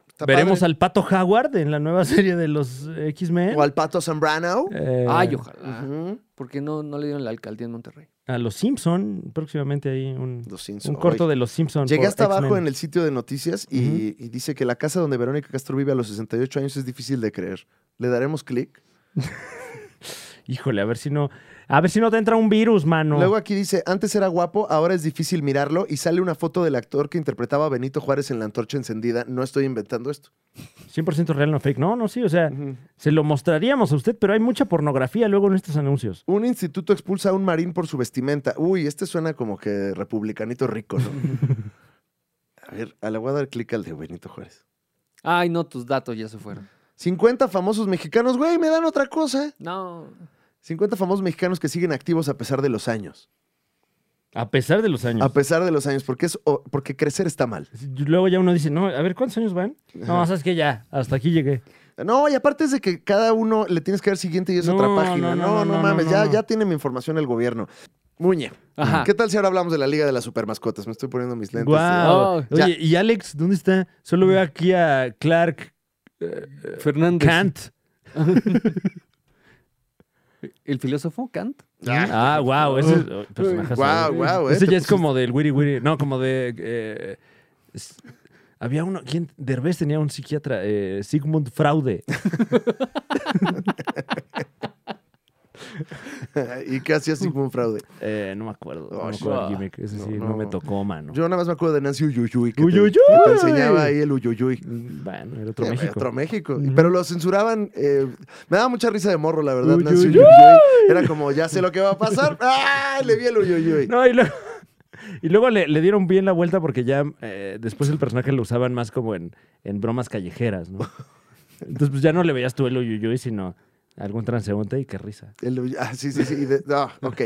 [SPEAKER 2] Está
[SPEAKER 1] Veremos
[SPEAKER 2] padre.
[SPEAKER 1] al Pato Howard en la nueva serie de los X-Men.
[SPEAKER 2] O al Pato Zambrano.
[SPEAKER 1] Eh,
[SPEAKER 3] Ay, ojalá.
[SPEAKER 2] Ujú.
[SPEAKER 3] Porque no, no le dieron la alcaldía en Monterrey.
[SPEAKER 1] a los Simpson, próximamente hay un, un
[SPEAKER 2] Los Simpson.
[SPEAKER 1] corto
[SPEAKER 2] Oye,
[SPEAKER 1] de los Simpson.
[SPEAKER 2] Llegué
[SPEAKER 1] por
[SPEAKER 2] hasta abajo
[SPEAKER 1] X-Men.
[SPEAKER 2] en el sitio de noticias y, y dice que la casa donde Verónica Castro vive a los 68 años es difícil de creer. ¿Le daremos clic?
[SPEAKER 1] Híjole, a ver si no. A ver si no te entra un virus, mano.
[SPEAKER 2] Luego aquí dice, antes era guapo, ahora es difícil mirarlo y sale una foto del actor que interpretaba a Benito Juárez en La Antorcha Encendida. No estoy inventando esto.
[SPEAKER 1] 100% real, no fake. No, no, sí, o sea, se lo mostraríamos a usted, pero hay mucha pornografía luego en estos anuncios.
[SPEAKER 2] Un instituto expulsa a un marín por su vestimenta. Uy, este suena como que republicanito rico, ¿no? a ver, a la voy a dar clic al de Benito Juárez.
[SPEAKER 3] Ay, no, tus datos ya se fueron.
[SPEAKER 2] 50 famosos mexicanos, güey, me dan otra cosa.
[SPEAKER 3] No.
[SPEAKER 2] 50 famosos mexicanos que siguen activos a pesar de los años.
[SPEAKER 1] A pesar de los años.
[SPEAKER 2] A pesar de los años, porque, es, o- porque crecer está mal.
[SPEAKER 1] Luego ya uno dice, no, a ver, ¿cuántos años van? No, sabes que ya, hasta aquí llegué.
[SPEAKER 2] No, y aparte es de que cada uno le tienes que dar siguiente y es
[SPEAKER 1] No,
[SPEAKER 2] otra página. No, no,
[SPEAKER 1] no,
[SPEAKER 2] mames,
[SPEAKER 1] no,
[SPEAKER 2] ya,
[SPEAKER 1] no.
[SPEAKER 2] ya tiene mi información el gobierno. Muñe,
[SPEAKER 3] Ajá.
[SPEAKER 2] ¿qué tal si ahora hablamos de la Liga de las Supermascotas? Me estoy poniendo mis lentes.
[SPEAKER 1] Guau.
[SPEAKER 3] Oh,
[SPEAKER 1] Oye,
[SPEAKER 2] ya.
[SPEAKER 1] ¿y Alex dónde está? Solo veo aquí a Clark
[SPEAKER 3] Fernández.
[SPEAKER 1] Kant.
[SPEAKER 3] ¿El filósofo Kant?
[SPEAKER 1] Ah, wow, ese es. oh, personajazo.
[SPEAKER 2] Guau, guau, eh,
[SPEAKER 1] Ese
[SPEAKER 2] te
[SPEAKER 1] ya es como del Wiri Wiri. No, como de. eh, es- había uno. ¿Quién? Derbez tenía un psiquiatra, eh, Sigmund Fraude.
[SPEAKER 2] ¿Y qué hacía Sigmund Fraude?
[SPEAKER 1] Eh, no me acuerdo. No me
[SPEAKER 2] Ay,
[SPEAKER 1] acuerdo
[SPEAKER 3] no.
[SPEAKER 1] el gimmick. Ese
[SPEAKER 2] No,
[SPEAKER 1] sí, no,
[SPEAKER 2] no,
[SPEAKER 1] me
[SPEAKER 2] no.
[SPEAKER 1] tocó, mano.
[SPEAKER 2] Yo nada más me acuerdo de Nancy Uyuyuy. Que
[SPEAKER 1] Uyuyuy.
[SPEAKER 2] Te, que te enseñaba ahí el Uyuyuy.
[SPEAKER 1] Bueno, era otro
[SPEAKER 2] Eh,
[SPEAKER 1] México.
[SPEAKER 2] Otro México.
[SPEAKER 1] Ujú.
[SPEAKER 2] Pero lo censuraban. eh, me daba mucha risa de morro, la verdad. Nancy
[SPEAKER 1] Uyuyuy.
[SPEAKER 2] Uyuyuy. Era como, ya sé lo que va a pasar. ¡Ah! Le vi el Uyuyuy.
[SPEAKER 1] No, y luego, y luego le, le dieron bien la vuelta porque ya eh, después el personaje lo usaban más como en, en bromas callejeras, ¿no? Entonces, pues ya no le veías tú el uyuyuy, sino algún transeúnte y qué risa.
[SPEAKER 2] El Uyuy- ah, sí, sí, sí. y de- ah, ok.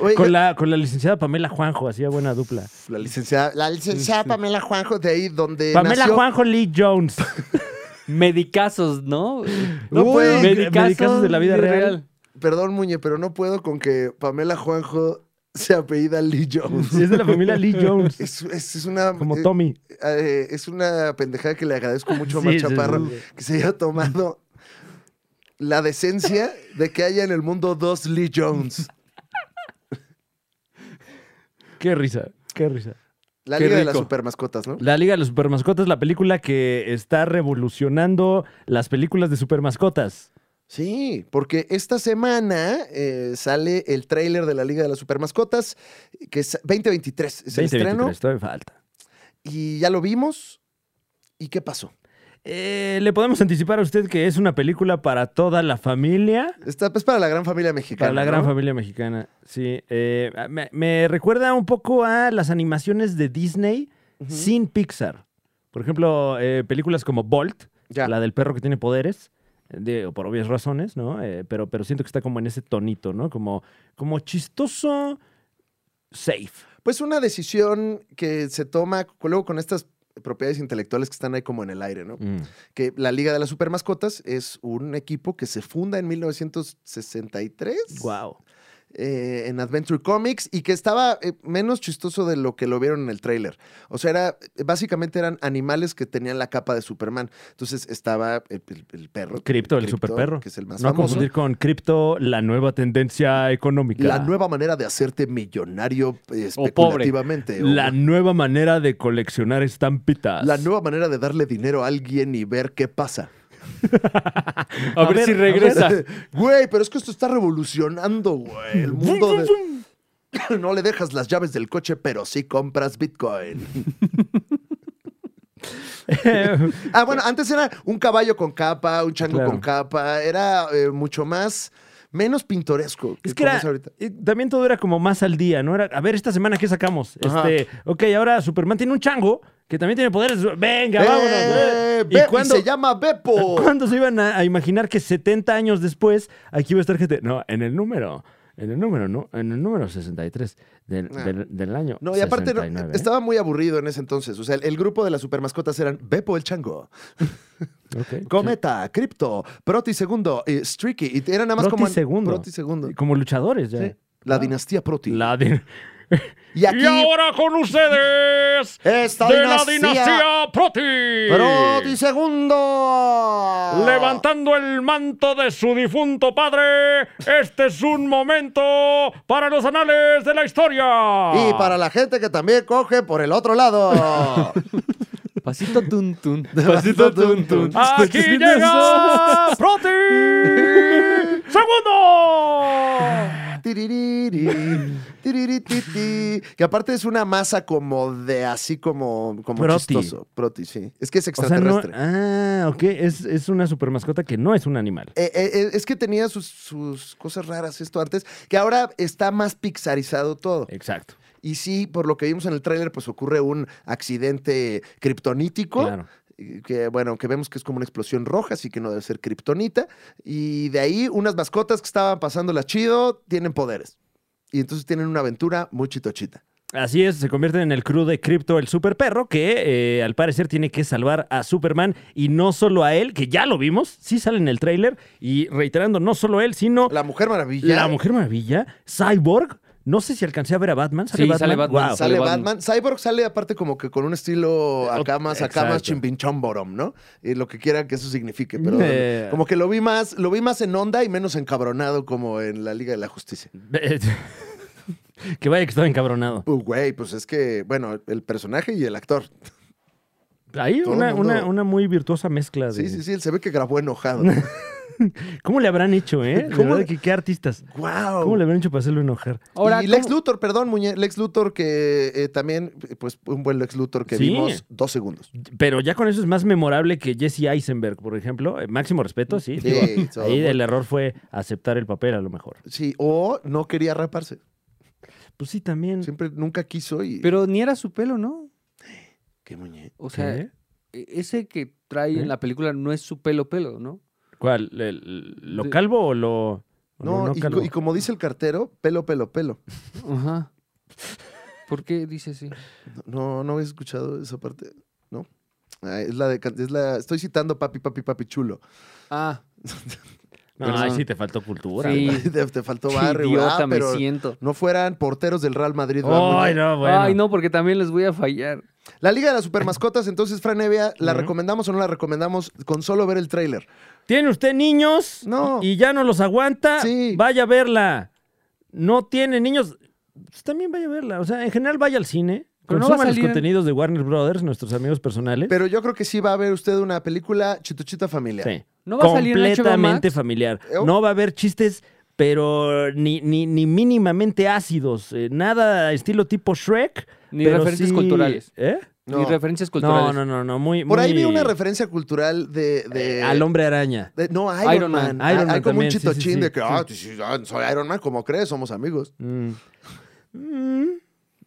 [SPEAKER 2] Oye,
[SPEAKER 1] Con la, con la licenciada Pamela Juanjo, hacía buena dupla.
[SPEAKER 2] la licenciada, la licenciada Pamela Juanjo, de ahí donde
[SPEAKER 1] Este. Pamela
[SPEAKER 2] Eh, nació.
[SPEAKER 1] Juanjo Lee Jones.
[SPEAKER 3] Medicazos, ¿no?
[SPEAKER 2] No
[SPEAKER 1] Uy,
[SPEAKER 2] puedo.
[SPEAKER 1] medicazos, de la vida real.
[SPEAKER 2] Perdón, Muñe, pero no puedo con que Pamela Juanjo se apellida Lee Jones.
[SPEAKER 1] Es de la familia Lee Jones.
[SPEAKER 2] Es, es- es una.
[SPEAKER 1] Como
[SPEAKER 2] eh,
[SPEAKER 1] Tommy.
[SPEAKER 2] eh, es una pendejada que le agradezco mucho a Omar
[SPEAKER 1] Sí, sí,
[SPEAKER 2] Chaparro
[SPEAKER 1] sí.
[SPEAKER 2] que se haya tomado la decencia de que haya en el mundo dos Lee Jones.
[SPEAKER 1] Qué risa, qué risa.
[SPEAKER 2] La
[SPEAKER 3] Qué
[SPEAKER 2] liga de las
[SPEAKER 3] rico.
[SPEAKER 2] supermascotas, ¿no?
[SPEAKER 1] La Liga de los Supermascotas, la película que está revolucionando las películas de supermascotas.
[SPEAKER 2] Sí, porque esta semana eh, sale el tráiler de la Liga de las Supermascotas, que es 2023, es el
[SPEAKER 1] 2023,
[SPEAKER 2] estreno,
[SPEAKER 1] todavía falta.
[SPEAKER 2] y ya lo vimos. ¿Y qué pasó?
[SPEAKER 1] Eh, Le podemos anticipar a usted que es una película para toda la familia.
[SPEAKER 2] Esta pues para la gran familia mexicana.
[SPEAKER 1] Para la gran
[SPEAKER 2] ¿no?
[SPEAKER 1] familia mexicana, sí. Eh, me, me recuerda un poco a las animaciones de Disney sin Pixar. Por ejemplo, eh, películas como Bolt,
[SPEAKER 2] Ya.
[SPEAKER 1] la del perro que tiene poderes, de- por obvias razones, ¿no? Eh, pero, pero siento que está como en ese tonito, ¿no? Como, como chistoso, safe.
[SPEAKER 2] Pues una decisión que se toma luego con estas propiedades intelectuales que están ahí como en el aire, ¿no? que la Liga de las Supermascotas es un equipo que se funda en 1963
[SPEAKER 1] Wow.
[SPEAKER 2] eh, en Adventure Comics y que estaba eh, menos chistoso de lo que lo vieron en el tráiler. O sea, era, básicamente eran animales que tenían la capa de Superman. Entonces estaba el, el- el perro.
[SPEAKER 1] Crypto, el
[SPEAKER 2] Crypto,
[SPEAKER 1] superperro.
[SPEAKER 2] Que es el más
[SPEAKER 1] No a
[SPEAKER 2] famoso.
[SPEAKER 1] confundir con Crypto, la nueva tendencia económica.
[SPEAKER 2] La nueva manera de hacerte millonario eh,
[SPEAKER 3] O pobre.
[SPEAKER 2] especulativamente. o-
[SPEAKER 1] La nueva manera de coleccionar estampitas.
[SPEAKER 2] la nueva manera de darle dinero a alguien y ver qué pasa.
[SPEAKER 3] A, ver, si regresa.
[SPEAKER 2] Güey, pero es que esto está revolucionando, güey. El mundo de. No le dejas las llaves del coche, pero sí compras Bitcoin. Ah, bueno, antes era un caballo con capa, un chango
[SPEAKER 1] Claro.
[SPEAKER 2] con capa. Era eh, mucho más, menos pintoresco.
[SPEAKER 1] Es que
[SPEAKER 2] como
[SPEAKER 1] era,
[SPEAKER 2] ahorita.
[SPEAKER 1] eh, también todo era como más al día, ¿no? Era, a ver, esta semana, ¿qué sacamos?
[SPEAKER 2] Ajá.
[SPEAKER 1] Este, ok, ahora Superman tiene un chango que también tiene poderes. Venga, vámonos.
[SPEAKER 2] ¡Eh!
[SPEAKER 1] eh.
[SPEAKER 2] Be- y
[SPEAKER 1] cuándo-
[SPEAKER 2] se llama Beppo.
[SPEAKER 1] ¿Cuándo se iban a, a imaginar que 70 años después aquí iba a estar gente? No, en el número, en el número, ¿no? En el número 63 del,
[SPEAKER 2] Ah.
[SPEAKER 1] del, del año.
[SPEAKER 2] No, y aparte no,
[SPEAKER 1] 69, ¿eh?
[SPEAKER 2] estaba muy aburrido en ese entonces. O sea, el, el grupo de las supermascotas eran Beppo el chango,
[SPEAKER 1] Ok.
[SPEAKER 2] Cometa, Crypto, Proti segundo, eh, Streaky. Y eran nada más
[SPEAKER 1] Proti
[SPEAKER 2] como.
[SPEAKER 1] segundo.
[SPEAKER 2] Proti segundo.
[SPEAKER 1] Como luchadores, ya.
[SPEAKER 2] Sí, La dinastía Proti.
[SPEAKER 1] La de-
[SPEAKER 2] Y aquí.
[SPEAKER 1] con ustedes,
[SPEAKER 2] Esta
[SPEAKER 1] Proti.
[SPEAKER 2] Proti segundo.
[SPEAKER 1] el manto de su difunto padre, este es un momento para los anales de la historia.
[SPEAKER 2] Y para la gente que también coge por el otro lado.
[SPEAKER 3] Pasito tun tun. Pasito tun tun.
[SPEAKER 1] ¡Aquí llega Proti! ¡Segundo!
[SPEAKER 2] Tiririri, tirirititi. que aparte es una masa como de así como, como
[SPEAKER 1] Proti.
[SPEAKER 2] chistoso. Proti, sí. Es que es
[SPEAKER 1] O sea, no,
[SPEAKER 2] extraterrestre.
[SPEAKER 1] ah, ok. Es, es una super mascota que no es un animal.
[SPEAKER 2] Eh, eh, eh, es que tenía sus, sus cosas raras esto antes, que ahora está más pixarizado todo.
[SPEAKER 1] Exacto.
[SPEAKER 2] Y sí, por lo que vimos en el tráiler, pues ocurre un accidente kriptonítico.
[SPEAKER 1] Claro.
[SPEAKER 2] eh, Que bueno, que vemos que es como una explosión roja, así que no debe ser kriptonita. Y de ahí, unas mascotas que estaban pasándola chido tienen poderes. Y entonces tienen una aventura muy chitochita.
[SPEAKER 1] Así es, se convierte en el crew de Crypto, el super perro, que eh, al parecer tiene que salvar a Superman y no solo a él, que ya lo vimos, sí sale en el tráiler, y reiterando, no solo él, sino
[SPEAKER 2] La Mujer Maravilla.
[SPEAKER 1] la Mujer Maravilla, Cyborg. No sé si alcancé a ver a Batman. ¿Sale
[SPEAKER 3] Sí,
[SPEAKER 1] Batman?
[SPEAKER 3] sale Batman,
[SPEAKER 1] Wow.
[SPEAKER 2] Sale
[SPEAKER 3] Sale
[SPEAKER 2] Batman. Cyborg sale aparte como que con un estilo acá más, acá más
[SPEAKER 1] Exacto.
[SPEAKER 2] chimbinchomborom, ¿no? Y lo que quiera que eso signifique, pero
[SPEAKER 1] Eh.
[SPEAKER 2] como que lo vi más, lo vi más en onda y menos encabronado como en la Liga de la Justicia.
[SPEAKER 1] que vaya que estaba encabronado.
[SPEAKER 2] Uh, güey, pues es que, bueno, el personaje y el actor.
[SPEAKER 1] Ahí
[SPEAKER 2] Todo
[SPEAKER 1] una,
[SPEAKER 2] el mundo-
[SPEAKER 1] una- una muy virtuosa mezcla de...
[SPEAKER 2] Sí, sí, sí, él se ve que grabó enojado.
[SPEAKER 1] ¿Cómo le habrán hecho, eh? De
[SPEAKER 2] ¿Cómo Oh.
[SPEAKER 1] verdad
[SPEAKER 2] le-
[SPEAKER 1] que qué artistas.
[SPEAKER 2] ¡Wow!
[SPEAKER 1] ¿Cómo le habrán hecho para hacerlo enojar?
[SPEAKER 3] Ahora,
[SPEAKER 2] y Lex
[SPEAKER 3] ¿cómo-
[SPEAKER 2] Luthor, perdón, muñe- Lex Luthor, que eh, también, eh, pues, un buen Lex Luthor que
[SPEAKER 1] Sí.
[SPEAKER 2] vimos dos segundos.
[SPEAKER 1] Pero ya con eso es más memorable que Jesse Eisenberg, por ejemplo. Eh, máximo respeto, sí.
[SPEAKER 2] Sí,
[SPEAKER 1] digo,
[SPEAKER 2] todo
[SPEAKER 1] ahí
[SPEAKER 2] muy-
[SPEAKER 1] el error fue aceptar el papel, a lo mejor.
[SPEAKER 2] Sí, o no quería raparse.
[SPEAKER 1] Pues sí, también.
[SPEAKER 2] Siempre, nunca quiso y...
[SPEAKER 3] Pero ni era su pelo, ¿no?
[SPEAKER 2] ¡Qué muñe!
[SPEAKER 3] O
[SPEAKER 1] ¿Qué?
[SPEAKER 3] sea, e- ese que trae
[SPEAKER 1] ¿Eh?
[SPEAKER 3] en la película no es su pelo pelo, ¿no?
[SPEAKER 1] ¿Cuál? ¿El- el- ¿Lo
[SPEAKER 3] De-
[SPEAKER 1] calvo o lo.? o
[SPEAKER 2] No,
[SPEAKER 1] lo
[SPEAKER 2] y,
[SPEAKER 1] calvo?
[SPEAKER 2] co- y como dice el cartero, pelo, pelo, pelo.
[SPEAKER 3] Ajá. ¿Por qué dice así?
[SPEAKER 2] No, no había escuchado esa parte. No. Ah, es la de can- es la, estoy citando papi, papi, papi chulo.
[SPEAKER 3] Ah,
[SPEAKER 1] No,
[SPEAKER 3] Perdón.
[SPEAKER 1] ay, sí, te faltó cultura.
[SPEAKER 3] Sí.
[SPEAKER 1] güey.
[SPEAKER 2] te, te faltó
[SPEAKER 3] qué
[SPEAKER 2] barrio.
[SPEAKER 3] idiota
[SPEAKER 2] ah,
[SPEAKER 3] me
[SPEAKER 2] pero
[SPEAKER 3] siento.
[SPEAKER 2] no fueran porteros del Real Madrid. ¿verdad?
[SPEAKER 1] Ay, no, Ah, bueno.
[SPEAKER 3] Ay, no, porque también les voy a fallar.
[SPEAKER 2] La Liga de las Supermascotas, entonces, Fran Evia, ¿la
[SPEAKER 1] Ujú.
[SPEAKER 2] recomendamos o no la recomendamos con solo ver el tráiler?
[SPEAKER 1] ¿Tiene usted niños?
[SPEAKER 2] No.
[SPEAKER 1] Y ya no los aguanta.
[SPEAKER 2] Sí.
[SPEAKER 1] Vaya a verla. No tiene niños. Pues también vaya a verla. O sea, en general vaya al cine.
[SPEAKER 3] Pero no va a
[SPEAKER 1] consuma los
[SPEAKER 3] salir en-
[SPEAKER 1] contenidos de Warner Brothers, nuestros amigos personales.
[SPEAKER 2] Pero yo creo que sí va a ver usted una película chituchita familiar.
[SPEAKER 1] Sí.
[SPEAKER 3] ¿No va a salir en HBO
[SPEAKER 1] completamente
[SPEAKER 3] Max?
[SPEAKER 1] familiar.
[SPEAKER 2] Eh, oh.
[SPEAKER 1] No va a haber chistes, pero ni, ni, ni mínimamente ácidos. eh, nada estilo tipo Shrek.
[SPEAKER 3] Ni
[SPEAKER 1] pero
[SPEAKER 3] referencias
[SPEAKER 1] sí-
[SPEAKER 3] culturales.
[SPEAKER 1] ¿Eh?
[SPEAKER 2] No.
[SPEAKER 3] Ni referencias culturales.
[SPEAKER 1] No, no, no, no. Muy,
[SPEAKER 2] Por ahí
[SPEAKER 1] muy,
[SPEAKER 2] vi una referencia cultural de... de-
[SPEAKER 1] eh, al hombre araña.
[SPEAKER 2] de- no, Iron,
[SPEAKER 3] Iron
[SPEAKER 2] Man.
[SPEAKER 3] Man,
[SPEAKER 2] Hay-
[SPEAKER 1] Iron
[SPEAKER 2] hay
[SPEAKER 1] Man
[SPEAKER 2] como un
[SPEAKER 1] también, sí, sí,
[SPEAKER 2] chitochín
[SPEAKER 1] sí.
[SPEAKER 2] de que, ah, sí, sí, ah, soy Iron Man, como crees, somos amigos.
[SPEAKER 1] Mm. Mm.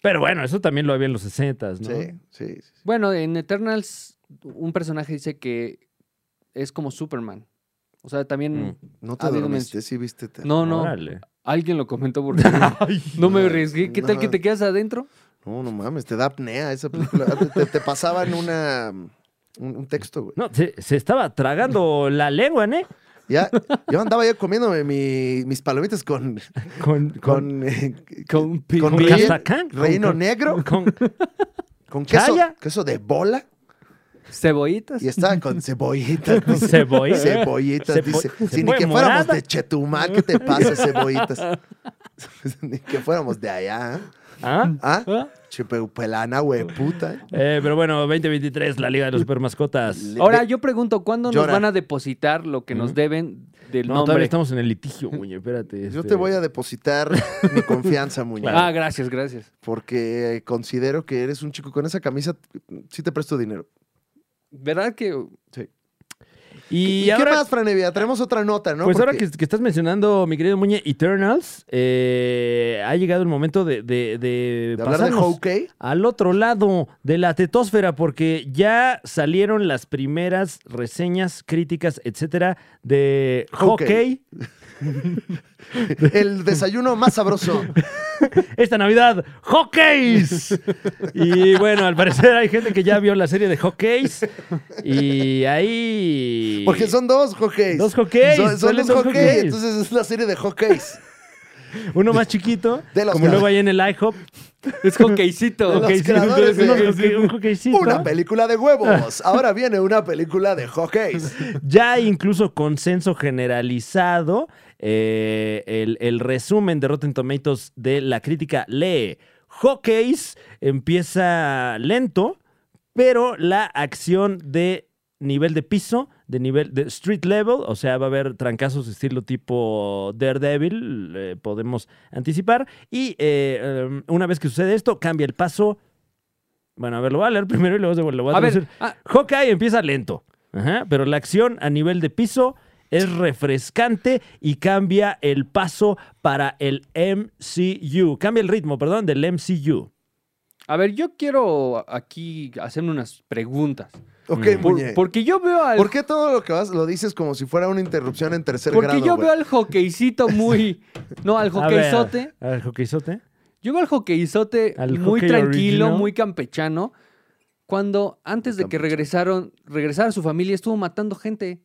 [SPEAKER 1] Pero bueno, eso también lo había en los 60 ¿no?
[SPEAKER 2] Sí, sí, sí.
[SPEAKER 3] Bueno, en Eternals un personaje dice que es como Superman. O sea, también...
[SPEAKER 2] No te
[SPEAKER 1] Ah,
[SPEAKER 3] Ha habido
[SPEAKER 2] dormiste, sí viste. te-
[SPEAKER 3] No, no.
[SPEAKER 1] Órale.
[SPEAKER 3] Alguien lo comentó porque no me arriesgué. ¿Qué tal que
[SPEAKER 2] No.
[SPEAKER 3] te quedas adentro?
[SPEAKER 2] No, no mames, te da apnea esa película. Ah, te, te- te pasaban una, un, un texto, güey.
[SPEAKER 1] No, se, se estaba tragando la lengua, ¿eh?
[SPEAKER 2] Ya, yo andaba ya comiéndome mi- mis palomitas con,
[SPEAKER 1] Con, con,
[SPEAKER 2] con, eh,
[SPEAKER 3] Con pi-
[SPEAKER 2] con
[SPEAKER 1] con
[SPEAKER 2] rellen-
[SPEAKER 1] Castacán, con-
[SPEAKER 2] relleno
[SPEAKER 1] con-
[SPEAKER 2] negro,
[SPEAKER 1] con-
[SPEAKER 2] con queso,
[SPEAKER 1] Chaya.
[SPEAKER 2] queso de bola
[SPEAKER 3] cebollitas.
[SPEAKER 2] y estaba con cebollitas.
[SPEAKER 1] con
[SPEAKER 2] dice.
[SPEAKER 1] cebolla.
[SPEAKER 2] Cebollitas,
[SPEAKER 1] Cebo-
[SPEAKER 2] dice. Si ni
[SPEAKER 1] cebolla
[SPEAKER 2] que fuéramos
[SPEAKER 1] morada.
[SPEAKER 2] de Chetumal, ¿qué te pasa, cebollitas? ni que fuéramos de allá.
[SPEAKER 1] ¿Ah?
[SPEAKER 2] ¿Ah?
[SPEAKER 3] ¿Ah?
[SPEAKER 2] Chipepelana, hueputa.
[SPEAKER 1] Eh, pero bueno, 2023, la Liga de los Supermascotas.
[SPEAKER 2] Le-
[SPEAKER 3] Ahora yo pregunto, ¿cuándo
[SPEAKER 2] Llora.
[SPEAKER 3] nos van a depositar lo que nos
[SPEAKER 1] Ujú.
[SPEAKER 3] deben del
[SPEAKER 1] No, todavía
[SPEAKER 3] nombre?
[SPEAKER 1] estamos en el litigio, Muñe, espérate.
[SPEAKER 2] Yo
[SPEAKER 1] este-
[SPEAKER 2] te voy a depositar mi confianza, Muñoz.
[SPEAKER 3] Ah, gracias, gracias.
[SPEAKER 2] Porque considero que eres un chico con esa camisa, sí te presto dinero.
[SPEAKER 3] ¿Verdad que
[SPEAKER 1] ¿Y,
[SPEAKER 2] ¿Y, qué
[SPEAKER 1] ahora,
[SPEAKER 2] más, Franevia? Tenemos otra nota, ¿no?
[SPEAKER 1] Pues ahora
[SPEAKER 2] Porque-
[SPEAKER 1] que, que estás mencionando, mi querido Muñe, Eternals, eh, ha llegado el momento de, de, de
[SPEAKER 2] de hablar de
[SPEAKER 1] pasarnos
[SPEAKER 2] Hawkeye.
[SPEAKER 1] al otro lado de la tetósfera, porque ya salieron las primeras reseñas, críticas, etcétera, de
[SPEAKER 2] Hawkeye.
[SPEAKER 1] Hawkeye.
[SPEAKER 2] El desayuno más sabroso.
[SPEAKER 1] Esta Navidad, Hawkeyes. Y bueno, al parecer hay gente que ya vio la serie de Hawkeyes. Y ahí.
[SPEAKER 2] Porque son dos Hawkeyes.
[SPEAKER 1] Dos Hawkeyes,
[SPEAKER 2] Son, son
[SPEAKER 1] salen
[SPEAKER 2] dos
[SPEAKER 1] dos
[SPEAKER 2] Hawkeyes.
[SPEAKER 1] Hawkeyes.
[SPEAKER 2] Entonces es la serie de Hawkeyes.
[SPEAKER 1] Uno más chiquito,
[SPEAKER 2] De los
[SPEAKER 1] como
[SPEAKER 2] que-
[SPEAKER 1] luego ahí en el IHOP.
[SPEAKER 3] es hockeycito?
[SPEAKER 2] De los creadores
[SPEAKER 1] entonces, uno
[SPEAKER 2] de-
[SPEAKER 1] hockey- un hockeycito.
[SPEAKER 2] Una película de huevos. Ahora viene una película de Hawkeyes.
[SPEAKER 1] Ya hay incluso consenso generalizado. eh, el, el resumen de Rotten Tomatoes de la crítica lee. Hawkeyes empieza lento, pero la acción de nivel de piso, de nivel de street level, o sea, va a haber trancazos estilo tipo Daredevil, eh, podemos anticipar. Y eh, eh, una vez que sucede esto, cambia el paso. Bueno, a ver, lo voy a leer primero y luego se lo voy a,
[SPEAKER 3] A ver,
[SPEAKER 1] traducir.
[SPEAKER 3] ah,
[SPEAKER 1] Hawkeye empieza lento, ajá, pero la acción a nivel de piso es refrescante y cambia el paso para el MCU. Cambia el ritmo, perdón, del MCU.
[SPEAKER 3] a ver, yo quiero aquí hacerme unas preguntas.
[SPEAKER 2] Ok,
[SPEAKER 1] Mm.
[SPEAKER 3] Por-
[SPEAKER 2] Muñe. ¿Por,
[SPEAKER 3] porque yo veo al
[SPEAKER 2] qué todo lo que vas lo dices como si fuera una interrupción en tercer
[SPEAKER 3] porque
[SPEAKER 2] grado?
[SPEAKER 3] yo
[SPEAKER 2] güey?
[SPEAKER 3] veo al hockeycito muy no, al
[SPEAKER 1] A ver,
[SPEAKER 3] hockeyzote.
[SPEAKER 1] A ver, hockeyzote.
[SPEAKER 3] Yo veo al hockeyzote
[SPEAKER 1] Al
[SPEAKER 3] muy
[SPEAKER 1] hockey
[SPEAKER 3] tranquilo,
[SPEAKER 1] original.
[SPEAKER 3] muy campechano. Cuando antes de que
[SPEAKER 2] Campechano.
[SPEAKER 3] regresaron, regresara su familia, estuvo matando gente.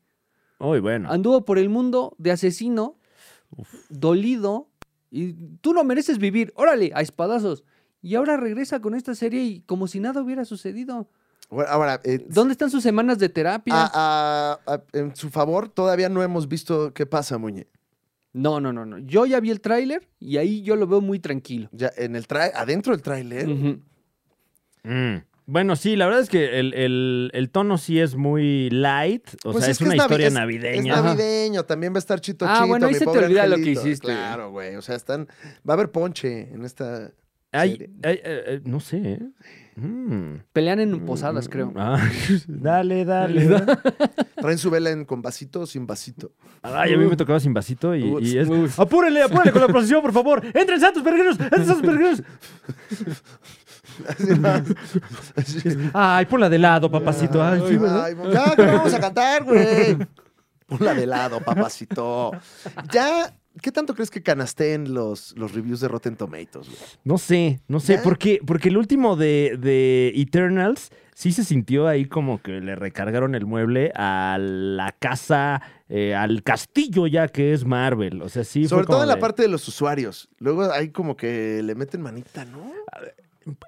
[SPEAKER 1] Muy bueno.
[SPEAKER 3] Anduvo por el mundo de asesino, dolido. Y tú no mereces vivir. Órale, a espadazos. Y ahora regresa con esta serie y como si nada hubiera sucedido.
[SPEAKER 2] Bueno, ahora, eh,
[SPEAKER 3] ¿Dónde están sus semanas de
[SPEAKER 2] Ah,
[SPEAKER 3] terapia?
[SPEAKER 2] a- a- a- en su favor, todavía no hemos visto qué pasa, Muñe.
[SPEAKER 3] No, no, no, no. Yo ya vi el tráiler y ahí yo lo veo muy tranquilo.
[SPEAKER 2] Ya en el tra- adentro del tráiler.
[SPEAKER 3] Ujú.
[SPEAKER 1] Mm. Bueno, sí, la verdad es que el, el- el tono sí es muy light. O
[SPEAKER 2] Pues
[SPEAKER 1] sea,
[SPEAKER 2] es
[SPEAKER 1] es,
[SPEAKER 2] que
[SPEAKER 1] una
[SPEAKER 2] es navi-
[SPEAKER 1] historia
[SPEAKER 2] es- Es
[SPEAKER 1] navideña.
[SPEAKER 2] navideño, también va a estar chito
[SPEAKER 3] Ah,
[SPEAKER 2] chito.
[SPEAKER 3] bueno, ahí
[SPEAKER 2] mi
[SPEAKER 3] se te
[SPEAKER 2] pobre
[SPEAKER 3] olvida lo que
[SPEAKER 2] angelito.
[SPEAKER 3] hiciste.
[SPEAKER 2] Claro, güey. O sea, están. Va a haber ponche en esta.
[SPEAKER 1] Ay,
[SPEAKER 2] serie.
[SPEAKER 1] ay, eh, eh, no sé. ¿eh? Mm.
[SPEAKER 3] Pelean en posadas, creo.
[SPEAKER 1] Ah, dale, dale. dale.
[SPEAKER 2] Traen su vela en, con vasito o sin vasito.
[SPEAKER 1] Ay, a mí me tocaba sin vasito y,
[SPEAKER 2] Ups,
[SPEAKER 1] y es.
[SPEAKER 3] ups.
[SPEAKER 1] Apúrenle, apúrenle con la procesión, por favor. Entren santos peregrinos, entren santos peregrinos.
[SPEAKER 2] Así va.
[SPEAKER 1] Ay, ponla de lado, papacito. Ay, sí, ¿verdad?
[SPEAKER 2] Ay, ya, que vamos a cantar, güey. Ponla de lado, papacito. Ya, ¿qué tanto crees que canasteen los, los reviews de Rotten Tomatoes, güey?
[SPEAKER 1] No sé, no sé,
[SPEAKER 2] ¿Ya?
[SPEAKER 1] porque, porque el último de, de Eternals sí se sintió ahí como que le recargaron el mueble a la casa, eh, al castillo ya que es Marvel. O sea, sí. fue
[SPEAKER 2] Sobre todo
[SPEAKER 1] como
[SPEAKER 2] en la
[SPEAKER 1] de-
[SPEAKER 2] parte de los usuarios. Luego hay como que le meten manita, ¿no?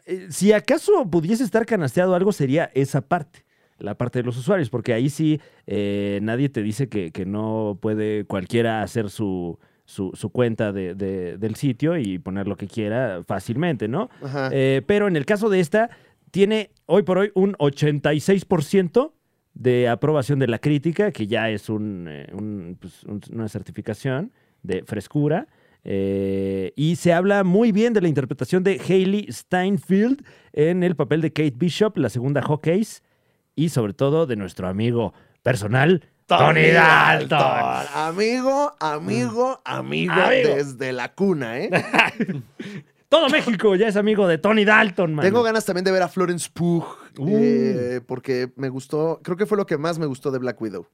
[SPEAKER 1] eh, si acaso pudiese estar canasteado algo, sería esa parte, la parte de los usuarios, porque ahí sí eh, nadie te dice que, que no puede cualquiera hacer su, su, su cuenta de- de- del sitio y poner lo que quiera fácilmente, ¿no?
[SPEAKER 2] Ajá.
[SPEAKER 1] Eh, pero en el caso de esta, tiene hoy por hoy un 86% de aprobación de la crítica, que ya es un, eh, un, pues, un- una certificación de frescura. Eh, y se habla muy bien de la interpretación de Hailey Steinfeld en el papel de Kate Bishop, la segunda Hawkeyes, y sobre todo de nuestro amigo personal, Tony Dalton. Mm.
[SPEAKER 2] Amigo, amigo, amigo,
[SPEAKER 1] Amigo.
[SPEAKER 2] desde la cuna, ¿eh?
[SPEAKER 1] Todo México ya es amigo de Tony Dalton, man.
[SPEAKER 2] Tengo ganas también de ver a Florence Pugh,
[SPEAKER 1] Uh.
[SPEAKER 2] eh, porque me gustó, creo que fue lo que más me gustó de Black Widow.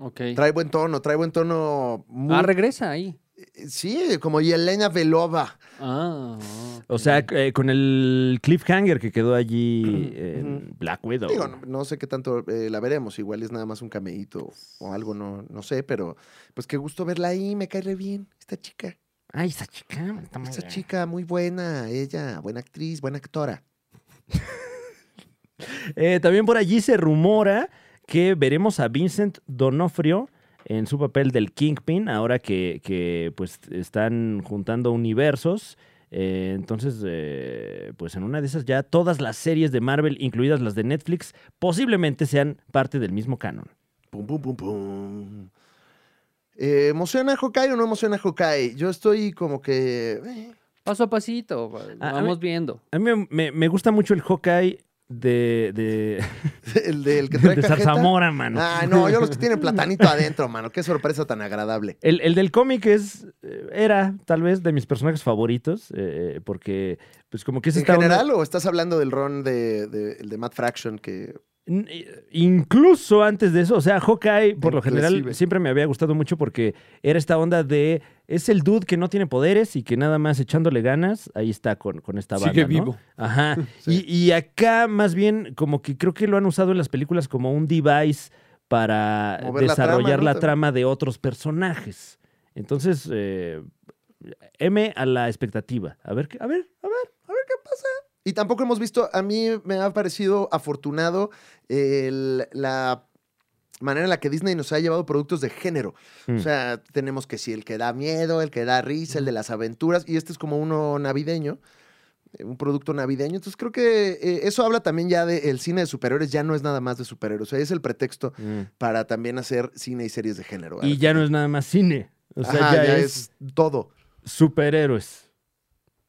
[SPEAKER 3] Ok.
[SPEAKER 2] Trae buen tono, trae buen tono. muy-
[SPEAKER 3] Ah, regresa ahí.
[SPEAKER 2] Sí, como Yelena Belova.
[SPEAKER 3] Ah.
[SPEAKER 1] O
[SPEAKER 3] ok.
[SPEAKER 1] sea, eh, con el cliffhanger que quedó allí en
[SPEAKER 2] Ujú.
[SPEAKER 1] Black Widow.
[SPEAKER 2] Digo, no, no sé qué tanto eh, la veremos. Igual es nada más un cameíto o algo, no, no sé, pero pues qué gusto verla ahí. Me cae re bien esta chica.
[SPEAKER 1] Ay, esa chica. Está muy
[SPEAKER 2] Esta
[SPEAKER 1] bien.
[SPEAKER 2] chica muy buena, ella, buena actriz, buena actora.
[SPEAKER 1] Eh, también por allí se rumora que veremos a Vincent Donofrio en su papel del Kingpin, ahora que, que, pues están juntando universos. Eh, entonces, eh, pues en una de esas ya todas las series de Marvel, incluidas las de Netflix, posiblemente sean parte del mismo canon.
[SPEAKER 2] Pum, pum, pum, pum. Eh, ¿Emociona Hawkeye o no emociona Hawkeye? Yo estoy como que. eh,
[SPEAKER 3] Paso a pasito, va-
[SPEAKER 1] Ah, a
[SPEAKER 3] vamos viendo.
[SPEAKER 1] A mí me- me, me gusta mucho el Hawkeye de, de,
[SPEAKER 2] el del que trae
[SPEAKER 1] de
[SPEAKER 2] cajeta.
[SPEAKER 1] Zarzamora, mano.
[SPEAKER 2] Ah, no, yo los que tienen platanito adentro, mano. Qué sorpresa tan agradable.
[SPEAKER 1] El, el del cómic es eh, era tal vez de mis personajes favoritos, eh, porque pues como que es
[SPEAKER 2] ¿En
[SPEAKER 1] esta onda-
[SPEAKER 2] general o estás hablando del ron de, de- el de Matt Fraction que
[SPEAKER 1] N- eh, Incluso antes de eso, o sea, Hawkeye por lo general
[SPEAKER 2] Inclusive.
[SPEAKER 1] siempre me había gustado mucho porque era esta onda de es el dude que no tiene poderes y que nada más echándole ganas, ahí está con, con esta banda.
[SPEAKER 3] Sigue
[SPEAKER 1] ¿no?
[SPEAKER 3] vivo.
[SPEAKER 1] Ajá.
[SPEAKER 2] Sí.
[SPEAKER 1] Y, y acá más bien como que creo que lo han usado en las películas como un device para
[SPEAKER 2] Mover la
[SPEAKER 1] desarrollar
[SPEAKER 2] trama, ¿no?
[SPEAKER 1] la
[SPEAKER 2] También.
[SPEAKER 1] trama de otros personajes. Entonces, eh, M a la expectativa. A ver, qué- a ver, a ver.
[SPEAKER 2] Y tampoco hemos visto, a mí me ha parecido afortunado el- la manera en la que Disney nos ha llevado productos de género.
[SPEAKER 1] Mm.
[SPEAKER 2] O sea, tenemos que sí, el que da miedo, el que da risa, el de las aventuras, y este es como uno navideño, eh, un producto navideño. Entonces creo que eh, eso habla también ya del cine de superhéroes, ya no es nada más de superhéroes, o sea, es el pretexto para también hacer cine y series de género.
[SPEAKER 1] Y ya no es nada más cine. O sea,
[SPEAKER 2] Ajá,
[SPEAKER 1] ya,
[SPEAKER 2] ya
[SPEAKER 1] es
[SPEAKER 2] es todo.
[SPEAKER 1] superhéroes.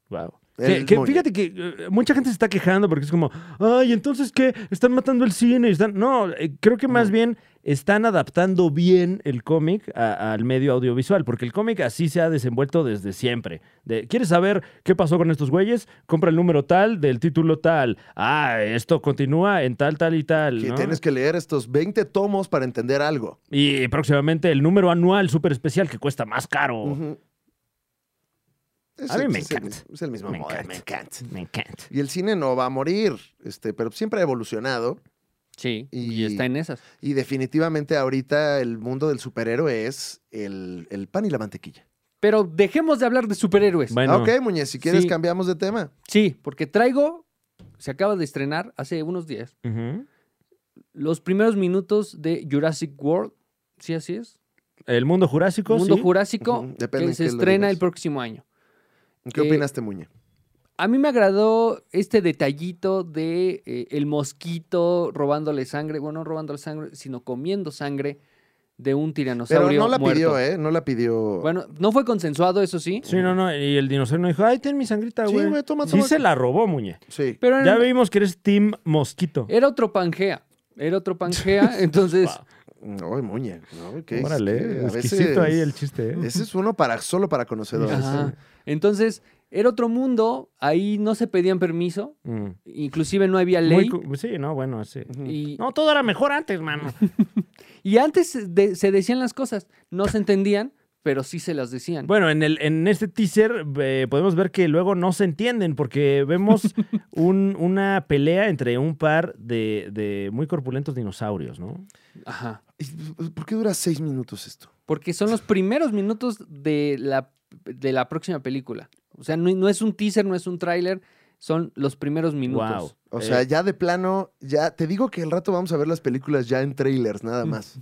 [SPEAKER 1] Wow. Que-
[SPEAKER 2] El-
[SPEAKER 1] que
[SPEAKER 2] muy bien.
[SPEAKER 1] fíjate que eh, mucha gente se está quejando porque es como, ay, entonces qué, están matando el cine, están. No, eh, creo que más
[SPEAKER 2] Ujú.
[SPEAKER 1] bien están adaptando bien el cómic a- al medio audiovisual, porque el cómic así se ha desenvuelto desde siempre. De, ¿Quieres saber qué pasó con estos güeyes? Compra el número tal del título tal. Ah, esto continúa en tal, tal y tal.
[SPEAKER 2] Que
[SPEAKER 1] ¿no?
[SPEAKER 2] tienes que leer estos 20 tomos para entender algo.
[SPEAKER 1] Y próximamente el número anual súper especial que cuesta más caro.
[SPEAKER 2] Ujú. Es
[SPEAKER 1] A
[SPEAKER 2] el-
[SPEAKER 1] mí me
[SPEAKER 2] es el-
[SPEAKER 1] encanta.
[SPEAKER 2] es el mismo
[SPEAKER 1] Me
[SPEAKER 2] modo,
[SPEAKER 1] encanta.
[SPEAKER 2] me encanta.
[SPEAKER 1] Me encanta.
[SPEAKER 2] Y el cine no va a morir, este, pero siempre ha evolucionado.
[SPEAKER 3] Sí, y
[SPEAKER 2] Y-
[SPEAKER 3] está en esas.
[SPEAKER 2] Y definitivamente ahorita el mundo del superhéroe es el, el pan y la mantequilla.
[SPEAKER 3] Pero dejemos de hablar de superhéroes.
[SPEAKER 1] Bueno,
[SPEAKER 2] Ah, ok, Muñez, si quieres
[SPEAKER 3] Sí.
[SPEAKER 2] cambiamos de tema.
[SPEAKER 3] Sí, porque traigo, se acaba de estrenar hace unos días,
[SPEAKER 1] ujú.
[SPEAKER 3] los primeros minutos de Jurassic World. Sí, así es.
[SPEAKER 1] el mundo jurásico.
[SPEAKER 3] Mundo
[SPEAKER 1] sí.
[SPEAKER 3] Jurásico,
[SPEAKER 2] Ujú, depende en
[SPEAKER 3] que se
[SPEAKER 2] qué lo
[SPEAKER 3] estrena
[SPEAKER 2] digas.
[SPEAKER 3] el próximo año.
[SPEAKER 2] ¿Qué
[SPEAKER 3] Eh,
[SPEAKER 2] opinaste, Muñe?
[SPEAKER 3] A mí me agradó este detallito de eh, el mosquito robándole sangre, bueno, no robándole sangre, sino comiendo sangre de un
[SPEAKER 2] Pero
[SPEAKER 3] tiranosaurio
[SPEAKER 2] no la
[SPEAKER 3] muerto.
[SPEAKER 2] pidió, ¿eh? No la pidió.
[SPEAKER 3] Bueno, no fue consensuado, eso sí,
[SPEAKER 1] Sí, no, no. Y el dinosaurio no dijo, ay, ten mi sangrita,
[SPEAKER 2] Sí,
[SPEAKER 1] güey.
[SPEAKER 2] güey, toma,
[SPEAKER 1] Sí
[SPEAKER 2] toma.
[SPEAKER 1] se la robó, Muñe.
[SPEAKER 2] sí.
[SPEAKER 3] pero
[SPEAKER 1] Ya
[SPEAKER 3] era,
[SPEAKER 1] vimos que eres Team Mosquito.
[SPEAKER 3] era otro Pangea, era otro Pangea, entonces
[SPEAKER 1] Wow.
[SPEAKER 2] Ay, Muñe. no, ¿qué-
[SPEAKER 1] Órale,
[SPEAKER 2] qué- a
[SPEAKER 1] exquisito ahí
[SPEAKER 2] veces-
[SPEAKER 1] el chiste, ¿eh?
[SPEAKER 2] Ese es uno para solo para conocedores.
[SPEAKER 3] Ajá. Entonces, era otro mundo, ahí no se pedían permiso,
[SPEAKER 1] Mm.
[SPEAKER 3] inclusive no había
[SPEAKER 1] Muy
[SPEAKER 3] ley.
[SPEAKER 1] cu- pues sí, no, bueno, sí.
[SPEAKER 3] Y,
[SPEAKER 1] No, todo era mejor antes, mano.
[SPEAKER 3] y antes de- se decían las cosas, no se entendían, pero sí se las decían.
[SPEAKER 1] Bueno, en, el, en este teaser eh, podemos ver que luego no se entienden porque vemos un- una pelea entre un par de, de muy corpulentos dinosaurios, ¿no?
[SPEAKER 3] Ajá.
[SPEAKER 2] ¿Y ¿Por qué dura seis minutos esto?
[SPEAKER 3] Porque son los primeros minutos de la, de la próxima película. O sea, no, no es un teaser, no es un tráiler, son los primeros minutos.
[SPEAKER 1] Wow.
[SPEAKER 2] O sea,
[SPEAKER 1] Eh,
[SPEAKER 2] ya de plano, ya te digo que el rato vamos a ver las películas ya en trailers, nada más.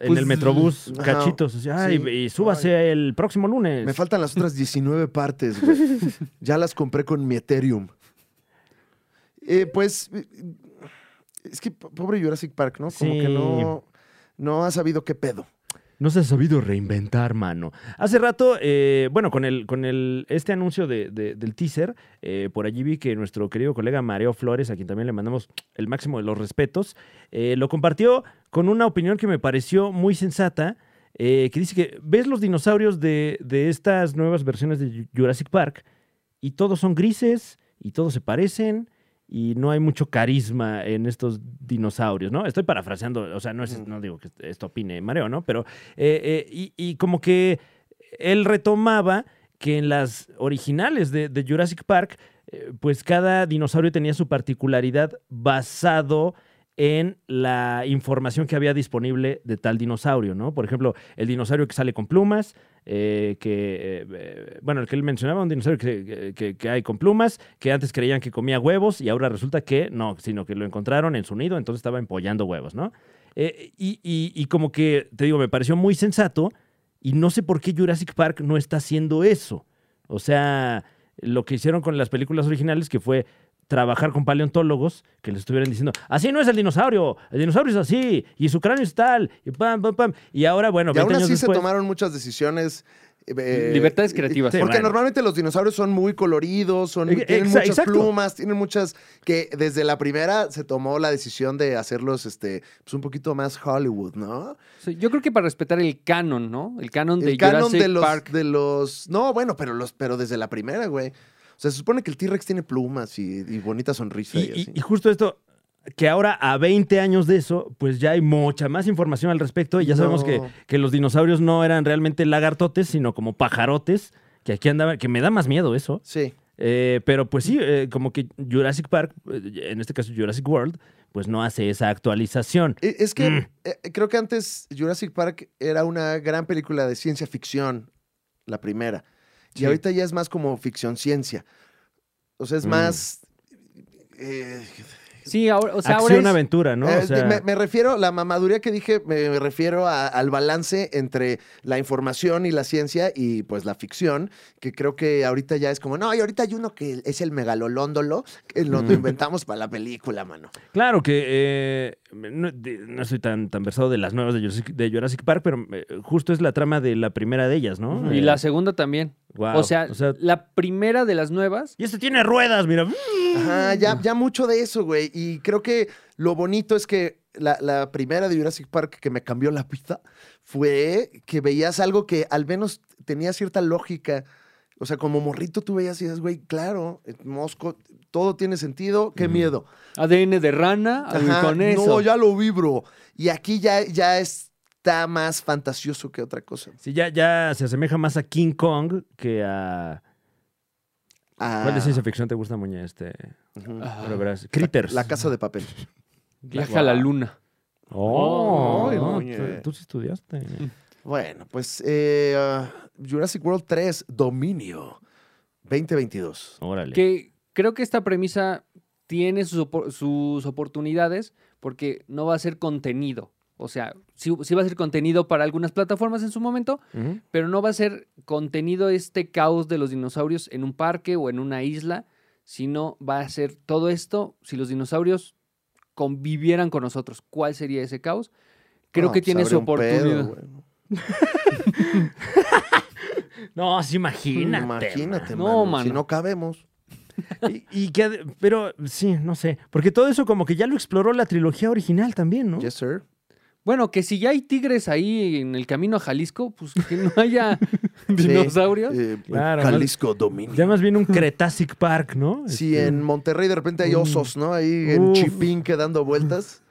[SPEAKER 1] en
[SPEAKER 3] pues,
[SPEAKER 1] el Metrobús,
[SPEAKER 2] ajá.
[SPEAKER 1] cachitos. así, ay,
[SPEAKER 2] Sí.
[SPEAKER 1] y súbase el próximo lunes.
[SPEAKER 2] Me faltan las otras 19 partes, güey. Ya las compré con mi Ethereum. Eh, pues, eh, es que po- pobre Jurassic Park, ¿no? Como que
[SPEAKER 1] Sí.
[SPEAKER 2] no, no ha sabido qué pedo.
[SPEAKER 1] No se ha sabido reinventar, mano. Hace rato, eh, bueno, con el, con el este anuncio de- de- del teaser, eh, por allí vi que nuestro querido colega Mareo Flores, a quien también le mandamos el máximo de los respetos, eh, lo compartió con una opinión que me pareció muy sensata, eh, que dice que ves los dinosaurios de, de estas nuevas versiones de Ju- Jurassic Park y todos son grises y todos se parecen. Y no hay mucho carisma en estos dinosaurios, ¿no? Estoy parafraseando, o sea, no, es, no digo que esto opine Mareo, ¿no? Pero eh, eh, y, y como que él retomaba que en las originales de, de Jurassic Park, eh, pues cada dinosaurio tenía su particularidad basado en la información que había disponible de tal dinosaurio, ¿no? Por ejemplo, el dinosaurio que sale con plumas, eh, que, eh, eh, bueno, el que él mencionaba, un dinosaurio que, que- que hay con plumas, que antes creían que comía huevos y ahora resulta que no, sino que lo encontraron en su nido, entonces estaba empollando huevos, ¿no? Eh, y, y- y como que, te digo, me pareció muy sensato y no sé por qué Jurassic Park no está haciendo eso. O sea, lo que hicieron con las películas originales, que fue trabajar con paleontólogos que les estuvieran diciendo, así no es el dinosaurio, el dinosaurio es así, y su cráneo es tal, y pam, pam, pam. Y ahora, bueno,
[SPEAKER 2] Y
[SPEAKER 1] 20
[SPEAKER 2] aún así
[SPEAKER 1] años
[SPEAKER 2] se
[SPEAKER 1] después-
[SPEAKER 2] tomaron muchas decisiones. eh,
[SPEAKER 3] Libertades
[SPEAKER 2] eh,
[SPEAKER 3] creativas.
[SPEAKER 1] Sí,
[SPEAKER 2] Porque
[SPEAKER 1] bueno.
[SPEAKER 2] normalmente los dinosaurios son muy coloridos, son,
[SPEAKER 1] Ex-
[SPEAKER 2] tienen
[SPEAKER 1] Eh, exa-
[SPEAKER 2] muchas
[SPEAKER 1] exacto.
[SPEAKER 2] plumas, tienen muchas. que desde la primera se tomó la decisión de hacerlos este, pues un poquito más Hollywood, ¿no?
[SPEAKER 3] Sí, yo creo que para respetar el canon, ¿no? El canon de
[SPEAKER 2] El canon
[SPEAKER 3] Jurassic
[SPEAKER 2] de los,
[SPEAKER 3] Park.
[SPEAKER 2] de los. No, bueno, pero los, pero desde la primera, güey. O sea, se supone que el T-Rex tiene plumas y, y bonita sonrisa.
[SPEAKER 1] Y,
[SPEAKER 2] Y,
[SPEAKER 1] y-
[SPEAKER 2] así.
[SPEAKER 1] y justo esto, que ahora a 20 años de eso, pues ya hay mucha más información al respecto y ya sabemos
[SPEAKER 2] No.
[SPEAKER 1] que, que los dinosaurios no eran realmente lagartotes, sino como pajarotes, que aquí andaban, que me da más miedo eso.
[SPEAKER 2] Sí.
[SPEAKER 1] Eh, pero pues sí, eh, como que Jurassic Park, eh, en este caso Jurassic World, pues no hace esa actualización.
[SPEAKER 2] E- Es que
[SPEAKER 1] Mm.
[SPEAKER 2] eh, creo que antes Jurassic Park era una gran película de ciencia ficción, la primera. Y
[SPEAKER 1] Sí.
[SPEAKER 2] ahorita ya es más como ficción ciencia. O sea, es
[SPEAKER 1] Mm.
[SPEAKER 2] más. eh,
[SPEAKER 3] Sí, ahora, o sea, ahora
[SPEAKER 1] Acción
[SPEAKER 3] es-
[SPEAKER 1] aventura, ¿no? O
[SPEAKER 2] eh,
[SPEAKER 1] sea,
[SPEAKER 2] me, me refiero, la mamaduría que dije, me, me refiero a- al balance entre la información y la ciencia y pues la ficción, que creo que ahorita ya es como, no, y ahorita hay uno que es el megalolóndolo, que nos lo
[SPEAKER 1] Mm.
[SPEAKER 2] inventamos para la película, mano.
[SPEAKER 1] Claro que eh, no, de- no estoy tan, tan versado de las nuevas de Jurassic, de Jurassic Park, pero eh, justo es la trama de la primera de ellas, ¿no?
[SPEAKER 3] Y
[SPEAKER 1] Eh,
[SPEAKER 3] la segunda también.
[SPEAKER 1] guau,
[SPEAKER 3] o, sea, la primera de las nuevas.
[SPEAKER 1] Y este tiene ruedas, mira.
[SPEAKER 2] Ajá, ya, ya mucho de eso, güey. Y creo que lo bonito es que la, la primera de Jurassic Park que me cambió la pista fue que veías algo que al menos tenía cierta lógica. O sea, como morrito tú veías y dices, güey, claro, eh, mosco, todo tiene sentido, qué
[SPEAKER 1] Ujú.
[SPEAKER 2] miedo.
[SPEAKER 3] ADN de rana,
[SPEAKER 2] Ajá,
[SPEAKER 3] Mm. con eso.
[SPEAKER 2] No, ya lo vi, bro. Y aquí ya, ya está más fantasioso que otra cosa.
[SPEAKER 1] Sí, ya, ya se asemeja más a King Kong que a.
[SPEAKER 2] Ah,
[SPEAKER 1] ¿Cuál de ciencia ficción te gusta, Muñe? Este.
[SPEAKER 2] ujú.
[SPEAKER 3] Ah,
[SPEAKER 1] Ahora verás. Critters.
[SPEAKER 2] La casa de papel.
[SPEAKER 3] viaja
[SPEAKER 1] Guau.
[SPEAKER 3] a la luna.
[SPEAKER 1] Oh,
[SPEAKER 2] Ay,
[SPEAKER 1] no,
[SPEAKER 2] Muñe.
[SPEAKER 1] tú, tú sí estudiaste.
[SPEAKER 2] Bueno, pues eh, ah, Jurassic World 3, Dominio, 2022.
[SPEAKER 1] Órale.
[SPEAKER 3] Que creo que esta premisa tiene sus, opor- sus oportunidades porque no va a ser contenido. O sea, sí, sí va a ser contenido para algunas plataformas en su momento,
[SPEAKER 1] Ujú.
[SPEAKER 3] pero no va a ser contenido este caos de los dinosaurios en un parque o en una isla, sino va a ser todo esto si los dinosaurios convivieran con nosotros. ¿Cuál sería ese caos? Creo
[SPEAKER 2] No,
[SPEAKER 3] que
[SPEAKER 2] pues,
[SPEAKER 3] tiene
[SPEAKER 2] habría
[SPEAKER 3] su
[SPEAKER 2] un pedo,
[SPEAKER 3] oportunidad.
[SPEAKER 2] güey.
[SPEAKER 1] No, sí, imagínate.
[SPEAKER 2] Imagínate,
[SPEAKER 3] No,
[SPEAKER 2] mano,
[SPEAKER 3] mano.
[SPEAKER 2] Si no cabemos.
[SPEAKER 1] man. Y, y que ad- pero sí, no sé. Porque todo eso como que ya lo exploró la trilogía original también, ¿no?
[SPEAKER 2] Yes, sir.
[SPEAKER 3] Bueno, que si ya hay tigres ahí en el camino a Jalisco, pues que no haya dinosaurios.
[SPEAKER 2] Eh,
[SPEAKER 1] Claro,
[SPEAKER 2] Jalisco, Dominio.
[SPEAKER 1] Ya más bien un Cretacic Park, ¿no?
[SPEAKER 2] Si
[SPEAKER 1] Este,
[SPEAKER 2] en Monterrey de repente hay
[SPEAKER 1] Mm.
[SPEAKER 2] osos, ¿no? Ahí en
[SPEAKER 1] Uf.
[SPEAKER 2] Chipín que dando vueltas,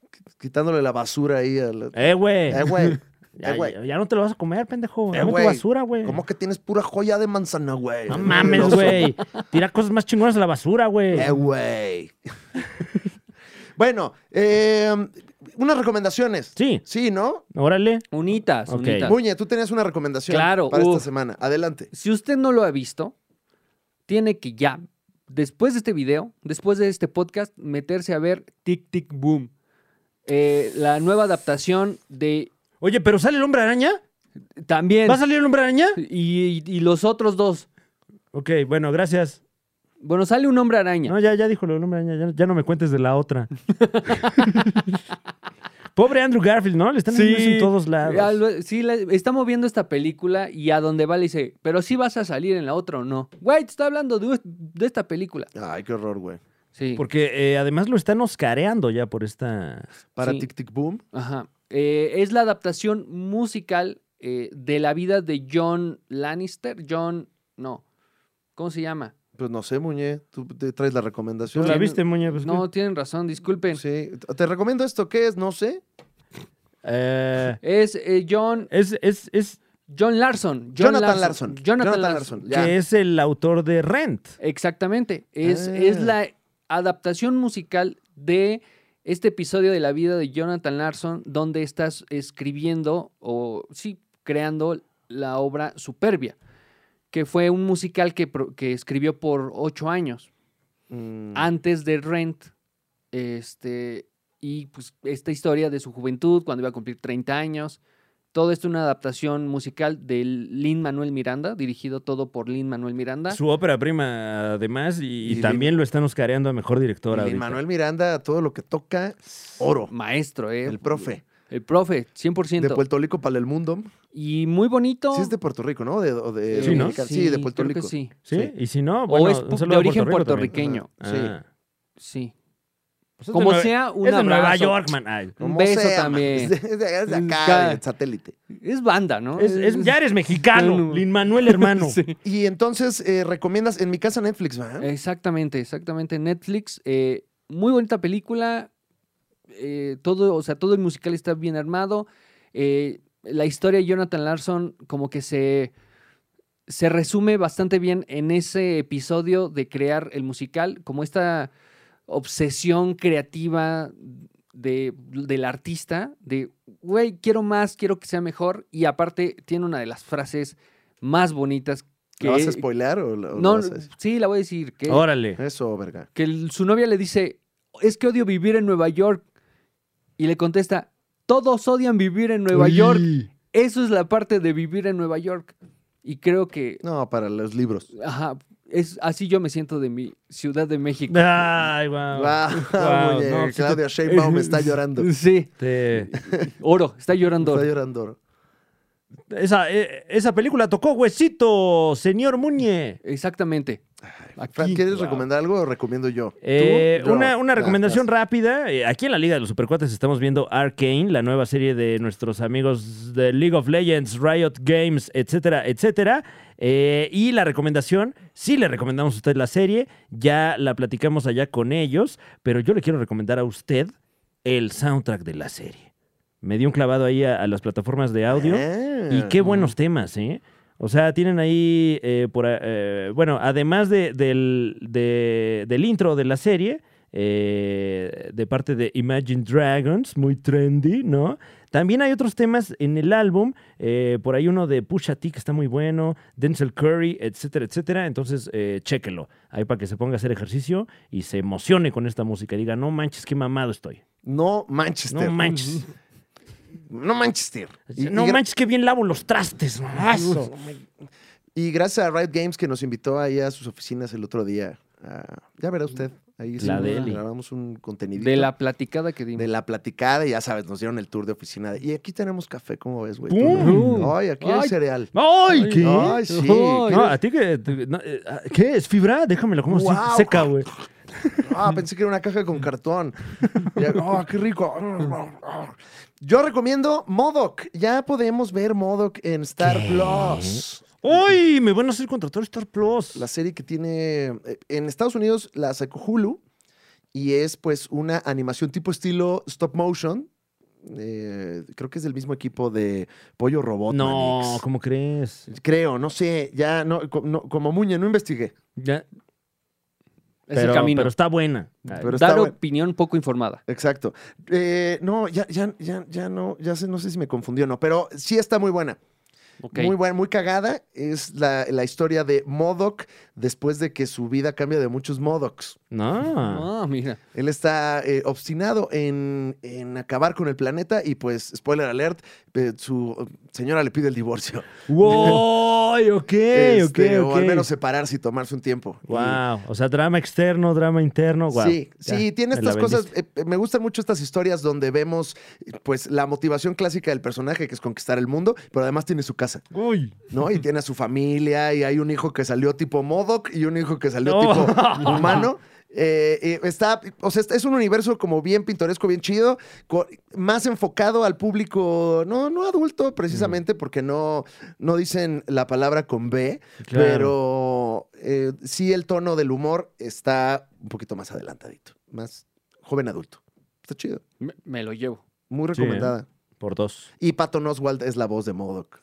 [SPEAKER 2] qu- quitándole la basura ahí a la-
[SPEAKER 1] Eh, güey.
[SPEAKER 2] Eh, güey.
[SPEAKER 1] ya,
[SPEAKER 2] eh, güey.
[SPEAKER 1] ya- ya no te lo vas a comer, pendejo.
[SPEAKER 2] Eh,
[SPEAKER 1] Dame tu
[SPEAKER 2] güey.
[SPEAKER 1] basura, güey.
[SPEAKER 2] ¿Cómo que tienes pura joya de manzana, güey?
[SPEAKER 1] No mames, güey. Tira cosas más chingonas a la basura, güey.
[SPEAKER 2] Eh, güey. bueno, eh, unas recomendaciones.
[SPEAKER 1] Sí,
[SPEAKER 2] Sí, ¿no?
[SPEAKER 1] órale.
[SPEAKER 3] Unitas,
[SPEAKER 1] Ok.
[SPEAKER 3] unitas.
[SPEAKER 2] Muñe, tú tenías una recomendación
[SPEAKER 3] Ah. Claro,
[SPEAKER 2] para esta
[SPEAKER 3] uf.
[SPEAKER 2] semana. Adelante.
[SPEAKER 3] Si usted no lo ha visto, tiene que ya, después de este video, después de este podcast, meterse a ver Tic Tic Boom. Eh, la nueva adaptación de...
[SPEAKER 1] Oye, pero sale el hombre araña.
[SPEAKER 3] También...
[SPEAKER 1] ¿Va a salir el hombre araña?
[SPEAKER 3] Y, y los otros dos.
[SPEAKER 1] Ok, bueno, gracias.
[SPEAKER 3] Bueno, sale un hombre araña.
[SPEAKER 1] No, ya, ya dijo lo del hombre araña. Ya, ya no me cuentes de la otra. Pobre Andrew Garfield, ¿no? Le están
[SPEAKER 3] Sí.
[SPEAKER 1] haciendo eso en todos
[SPEAKER 3] Ah,
[SPEAKER 1] lados.
[SPEAKER 3] lo- sí, la- estamos viendo esta película y a donde va le dice, pero si vas a salir en la otra o no. Güey, te está hablando de, de esta película.
[SPEAKER 2] Ay, qué horror, güey.
[SPEAKER 3] Sí.
[SPEAKER 1] Porque eh, además lo están oscareando ya por esta.
[SPEAKER 2] Para
[SPEAKER 3] Sí.
[SPEAKER 2] Tic Tic Boom.
[SPEAKER 3] Ajá. Eh, es la adaptación musical eh, de la vida de John Lannister. John, no. ¿Cómo se llama?
[SPEAKER 2] Pues no sé, Muñe. Tú te traes la
[SPEAKER 1] ¿Tú
[SPEAKER 2] recomendación.
[SPEAKER 1] la
[SPEAKER 3] Sí,
[SPEAKER 1] viste, Muñe? Pues,
[SPEAKER 3] No, tienen razón, disculpen.
[SPEAKER 2] Sí. Te recomiendo esto. ¿Qué es? No sé.
[SPEAKER 1] eh,
[SPEAKER 3] Es eh, John
[SPEAKER 1] es, es, es
[SPEAKER 3] John Larson.
[SPEAKER 2] Jonathan Larson.
[SPEAKER 3] Jonathan,
[SPEAKER 2] Jonathan
[SPEAKER 3] Larson.
[SPEAKER 2] Larson, ya.
[SPEAKER 1] que es el autor de Rent.
[SPEAKER 3] Exactamente. Es,
[SPEAKER 2] Ah.
[SPEAKER 3] es la adaptación musical de este episodio de la vida de Jonathan Larson, donde estás escribiendo o sí, creando la obra Superbia, que fue un musical que, pro- que escribió por ocho años,
[SPEAKER 2] Mm.
[SPEAKER 3] antes de Rent. Este, y pues esta historia de su juventud, cuando iba a cumplir 30 años. Todo esto una adaptación musical de Lin Manuel Miranda, dirigido todo por Lin Manuel Miranda.
[SPEAKER 1] Su ópera prima, además, y, y
[SPEAKER 2] Y Lin-
[SPEAKER 1] también lo están oscareando a mejor directora.
[SPEAKER 2] Lin
[SPEAKER 1] ahorita.
[SPEAKER 2] Manuel Miranda, todo lo que toca, oro.
[SPEAKER 3] maestro, ¿eh?
[SPEAKER 2] El profe.
[SPEAKER 3] El profe,
[SPEAKER 2] De
[SPEAKER 3] 100%.
[SPEAKER 2] Puerto Rico para el mundo.
[SPEAKER 3] y muy bonito.
[SPEAKER 2] Sí, es de Puerto Rico, ¿no? De, o de-
[SPEAKER 1] Sí, ¿no?
[SPEAKER 2] Sí, de Puerto
[SPEAKER 3] creo que
[SPEAKER 2] Rico.
[SPEAKER 3] sí,
[SPEAKER 1] ¿Sí?
[SPEAKER 2] Sí.
[SPEAKER 1] y si no,
[SPEAKER 3] O
[SPEAKER 1] bueno,
[SPEAKER 3] es
[SPEAKER 1] un
[SPEAKER 3] pu- de
[SPEAKER 1] saludo a
[SPEAKER 3] origen
[SPEAKER 1] Puerto Rico
[SPEAKER 3] puertorriqueño.
[SPEAKER 1] también. Ah.
[SPEAKER 3] sí.
[SPEAKER 1] Pues es de
[SPEAKER 3] Como
[SPEAKER 1] Nueva-
[SPEAKER 3] sea, un
[SPEAKER 1] es de Nueva
[SPEAKER 3] abrazo.
[SPEAKER 1] York, man. Ay,
[SPEAKER 3] Un
[SPEAKER 2] Como
[SPEAKER 3] beso
[SPEAKER 2] sea, man.
[SPEAKER 3] también.
[SPEAKER 2] Es de, es de- es de acá,
[SPEAKER 3] Acá.
[SPEAKER 2] el satélite.
[SPEAKER 3] Es banda, ¿no?
[SPEAKER 1] es- es- ya eres mexicano,
[SPEAKER 3] Bueno.
[SPEAKER 1] Lin Manuel hermano.
[SPEAKER 3] Sí.
[SPEAKER 2] Y entonces eh, recomiendas en mi casa Netflix, ¿verdad?
[SPEAKER 3] Exactamente, exactamente. Netflix, eh, muy bonita película. eh, todo, o sea, todo el musical está bien armado. eh, la historia de Jonathan Larson como que se, se resume bastante bien en ese episodio de crear el musical, como esta obsesión creativa de- del artista, de, güey, quiero más, quiero que sea mejor. Y aparte tiene una de las frases más bonitas que...
[SPEAKER 2] ¿La vas a spoilear o, la- o la
[SPEAKER 3] No,
[SPEAKER 2] vas a decir? Oh,
[SPEAKER 3] sí, la voy a decir. Que,
[SPEAKER 1] Órale.
[SPEAKER 2] Eso, verga.
[SPEAKER 3] que el- su novia le dice, es que odio vivir en Nueva York. Y le contesta, todos odian vivir en Nueva
[SPEAKER 1] Uy.
[SPEAKER 3] York. Eso es la parte de vivir en Nueva York. Y creo que,
[SPEAKER 2] No, para los libros.
[SPEAKER 3] ajá, es así yo me siento de mi Ciudad de México.
[SPEAKER 1] Ay, wow. Wow,
[SPEAKER 2] Wow, oye,
[SPEAKER 1] Ah, no, sí te-
[SPEAKER 2] Ah, Claudia Sheinbaum está llorando.
[SPEAKER 3] Sí,
[SPEAKER 1] Te-
[SPEAKER 3] oro, está llorando.
[SPEAKER 2] Está
[SPEAKER 3] oro.
[SPEAKER 2] llorando.
[SPEAKER 1] Esa, eh, esa película tocó huesito, señor Muñe.
[SPEAKER 3] Exactamente.
[SPEAKER 2] Fran,
[SPEAKER 3] Aquí.
[SPEAKER 2] ¿quieres
[SPEAKER 1] wow.
[SPEAKER 2] recomendar algo o recomiendo yo?
[SPEAKER 1] Eh,
[SPEAKER 2] Yo.
[SPEAKER 1] una, una
[SPEAKER 2] Vas,
[SPEAKER 1] recomendación
[SPEAKER 2] vas.
[SPEAKER 1] rápida. Eh, Aquí en la Liga de los Supercuates estamos viendo Arcane, la nueva serie de nuestros amigos de League of Legends, Riot Games, etcétera, etcétera. Eh, y la recomendación, sí le recomendamos a usted la serie, ya la platicamos allá con ellos, pero yo le quiero recomendar a usted el soundtrack de la serie. Me di un clavado ahí a, a las plataformas de audio.
[SPEAKER 2] Ah.
[SPEAKER 1] Y qué buenos temas, ¿eh? O sea, tienen ahí, eh, por, a- eh, bueno, además de- del, de- del intro de la serie, eh, de parte de Imagine Dragons, muy trendy, ¿no? También hay otros temas en el álbum, eh, por ahí uno de Pusha T que está muy bueno, Denzel Curry, etcétera, etcétera. Entonces, eh, chéquelo, ahí para que se ponga a hacer ejercicio y se emocione con esta música y diga, no manches, qué mamado estoy.
[SPEAKER 2] No Manchester.
[SPEAKER 1] No manches.
[SPEAKER 2] No Manchester. Este, Y,
[SPEAKER 1] no
[SPEAKER 2] y gra-
[SPEAKER 1] manches, qué bien lavo los trastes, mamazo.
[SPEAKER 2] y gracias a Riot Games que nos invitó ahí a sus oficinas el otro día. Ah, ya verá usted. Ahí
[SPEAKER 1] La deli.
[SPEAKER 2] grabamos un contenido.
[SPEAKER 3] De la platicada que dimos.
[SPEAKER 2] de la platicada, y ya sabes, nos dieron el tour de oficina. de- y aquí tenemos café, ¿cómo ves, güey?
[SPEAKER 1] ¡Pum!
[SPEAKER 2] Ay, aquí hay
[SPEAKER 3] Ay.
[SPEAKER 2] cereal.
[SPEAKER 1] ¡Ay, qué!
[SPEAKER 2] Ay, sí.
[SPEAKER 3] Ay.
[SPEAKER 1] No, a ti que. te- no, eh, ¿Qué? ¿Es fibra? Déjamelo como así,
[SPEAKER 2] Guau.
[SPEAKER 1] seca, güey.
[SPEAKER 2] Ah, pensé que era una caja con cartón. Ya- Ah, qué rico. Yo recomiendo Modoc. Ya podemos ver Modoc en Star
[SPEAKER 1] ¿Qué?
[SPEAKER 2] Plus.
[SPEAKER 1] ¡Uy! Me van a hacer contratar Star Plus.
[SPEAKER 2] La serie que tiene. eh, En Estados Unidos la sacó Hulu. Y es pues una animación tipo estilo stop motion. Eh, creo que es del mismo equipo de Pollo Robot.
[SPEAKER 1] no,
[SPEAKER 2] Manix.
[SPEAKER 1] ¿cómo crees?
[SPEAKER 2] Creo, no sé, ya no, co- no- como Muñe, no investigué.
[SPEAKER 1] Ya,
[SPEAKER 3] es
[SPEAKER 1] pero,
[SPEAKER 3] el camino. Ah,
[SPEAKER 1] pero está buena. Ay,
[SPEAKER 2] Pero está
[SPEAKER 3] Dar
[SPEAKER 2] bueno.
[SPEAKER 3] opinión poco informada.
[SPEAKER 2] Exacto. Eh, no, ya, ya, ya, ya no, ya sé, no sé si me confundió o no, pero sí está muy buena.
[SPEAKER 3] Ok.
[SPEAKER 2] Muy buena, muy cagada. Es la, la historia de Modoc después de que su vida cambia de muchos Modocs.
[SPEAKER 1] No.
[SPEAKER 3] Ah, mira.
[SPEAKER 2] Él está eh, obstinado en, en acabar con el planeta y pues, spoiler alert, eh, su eh, señora le pide el divorcio.
[SPEAKER 1] ¡Uy! Ok,
[SPEAKER 2] Este,
[SPEAKER 1] ok, ok.
[SPEAKER 2] O al menos separarse y tomarse un tiempo. Y-
[SPEAKER 1] Wow. O sea, drama externo, drama interno. Oh, Wow.
[SPEAKER 2] Sí,
[SPEAKER 1] Ya,
[SPEAKER 2] sí, tiene
[SPEAKER 1] me la
[SPEAKER 2] estas cosas.
[SPEAKER 1] vendiste.
[SPEAKER 2] eh, me gustan mucho estas historias donde vemos eh, pues la motivación clásica del personaje, que es conquistar el mundo, pero además tiene su casa,
[SPEAKER 1] ¡Uy!
[SPEAKER 2] ¿no? Y tiene a su familia, y hay un hijo que salió tipo Modoc y un hijo que
[SPEAKER 1] No.
[SPEAKER 2] salió tipo humano. Eh, eh, está, o sea, es un universo como bien pintoresco, bien chido, co- más enfocado al público, no, no adulto precisamente,
[SPEAKER 1] Mm.
[SPEAKER 2] porque no, no dicen la palabra con B,
[SPEAKER 1] Claro.
[SPEAKER 2] pero eh, sí el tono del humor está un poquito más adelantadito, más joven adulto. Está chido,
[SPEAKER 3] Me, me lo llevo.
[SPEAKER 2] muy
[SPEAKER 1] Sí, ¿eh?
[SPEAKER 2] recomendada.
[SPEAKER 1] Por dos.
[SPEAKER 2] Y Patton Oswald es la voz de Modoc.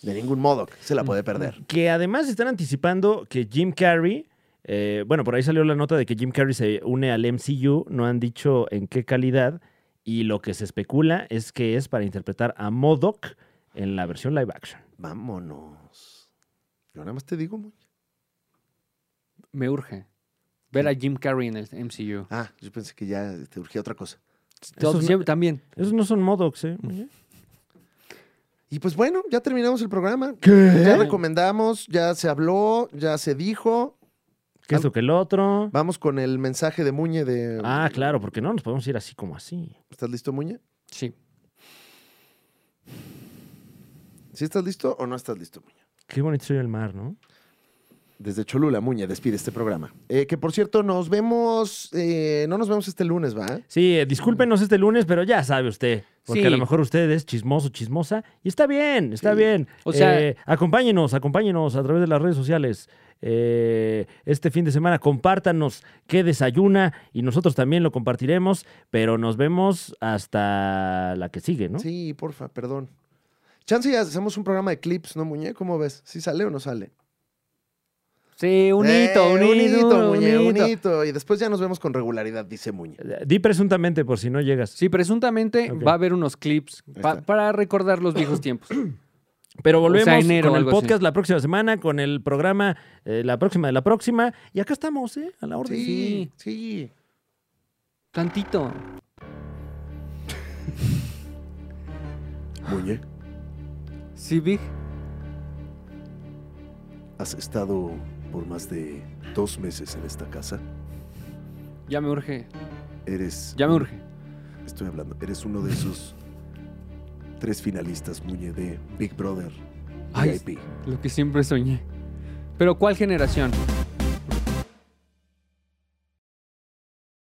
[SPEAKER 2] De ningún modo se la puede perder.
[SPEAKER 1] Que además están anticipando que Jim Carrey. eh, bueno, por ahí salió la nota de que Jim Carrey se une al MCU. No han dicho en qué calidad. Y lo que se especula es que es para interpretar a Modoc en la versión live action.
[SPEAKER 2] Vámonos. Yo nada más te digo, Moy.
[SPEAKER 3] Me urge ver a Jim Carrey en el MCU.
[SPEAKER 2] Ah, yo pensé que ya te urgía otra cosa.
[SPEAKER 3] Todos
[SPEAKER 1] no-
[SPEAKER 3] siempre- También.
[SPEAKER 1] Esos no son Modocs, ¿eh? Muñe?
[SPEAKER 2] Y pues bueno, ya terminamos el programa.
[SPEAKER 1] ¿Qué?
[SPEAKER 2] Ya recomendamos, ya se habló, ya se dijo.
[SPEAKER 1] Que esto que el otro.
[SPEAKER 2] Vamos con el mensaje de Muñe de...
[SPEAKER 1] Ah, claro, porque no nos podemos ir así como así.
[SPEAKER 2] ¿Estás listo, Muñe?
[SPEAKER 3] Sí.
[SPEAKER 2] ¿Sí estás listo o no estás listo, Muñe?
[SPEAKER 1] Qué bonito soy el mar, ¿no?
[SPEAKER 2] Desde Cholula, Muñe, despide este programa. Eh, que por cierto, nos vemos, eh, no nos vemos este lunes, ¿va?
[SPEAKER 1] Sí, eh, discúlpenos este lunes, pero ya sabe usted. Porque
[SPEAKER 3] Sí.
[SPEAKER 1] a lo mejor usted es chismoso, chismosa. Y está bien, está
[SPEAKER 2] Sí.
[SPEAKER 1] bien.
[SPEAKER 3] O sea-
[SPEAKER 1] Eh, acompáñenos, acompáñenos a través de las redes sociales. Eh, este fin de semana, compártanos qué desayuna y nosotros también lo compartiremos. Pero nos vemos hasta la que sigue, ¿no?
[SPEAKER 2] Sí, porfa, perdón. Chance ya hacemos un programa de clips, ¿no, Muñe? ¿Cómo ves? ¿Sí sale o no sale?
[SPEAKER 3] Sí, un hito,
[SPEAKER 2] Eh,
[SPEAKER 3] un hito, un
[SPEAKER 2] Muñe, un
[SPEAKER 3] hito.
[SPEAKER 2] hito. Y después ya nos vemos con regularidad, dice Muñe.
[SPEAKER 1] Di presuntamente por si no llegas.
[SPEAKER 3] Sí, presuntamente
[SPEAKER 1] Ok.
[SPEAKER 3] va a haber unos clips
[SPEAKER 2] Ahí
[SPEAKER 3] pa-
[SPEAKER 2] está.
[SPEAKER 3] para recordar los viejos tiempos.
[SPEAKER 1] Pero volvemos
[SPEAKER 3] enero o
[SPEAKER 1] con el
[SPEAKER 3] algo así.
[SPEAKER 1] podcast la próxima semana, con el programa eh, la próxima de la próxima. Y acá estamos, ¿eh? A la orden.
[SPEAKER 2] Sí, sí.
[SPEAKER 3] Tantito.
[SPEAKER 2] Muñe,
[SPEAKER 3] Sí, Big.
[SPEAKER 2] ¿has estado por más de dos meses en esta casa?
[SPEAKER 3] Ya me urge.
[SPEAKER 2] Eres...
[SPEAKER 3] Ya me urge.
[SPEAKER 2] Estoy hablando. Eres uno de esos tres finalistas, Muñe, de Big Brother
[SPEAKER 3] Ay.
[SPEAKER 2] VIP.
[SPEAKER 3] Lo que siempre soñé. Pero ¿cuál generación?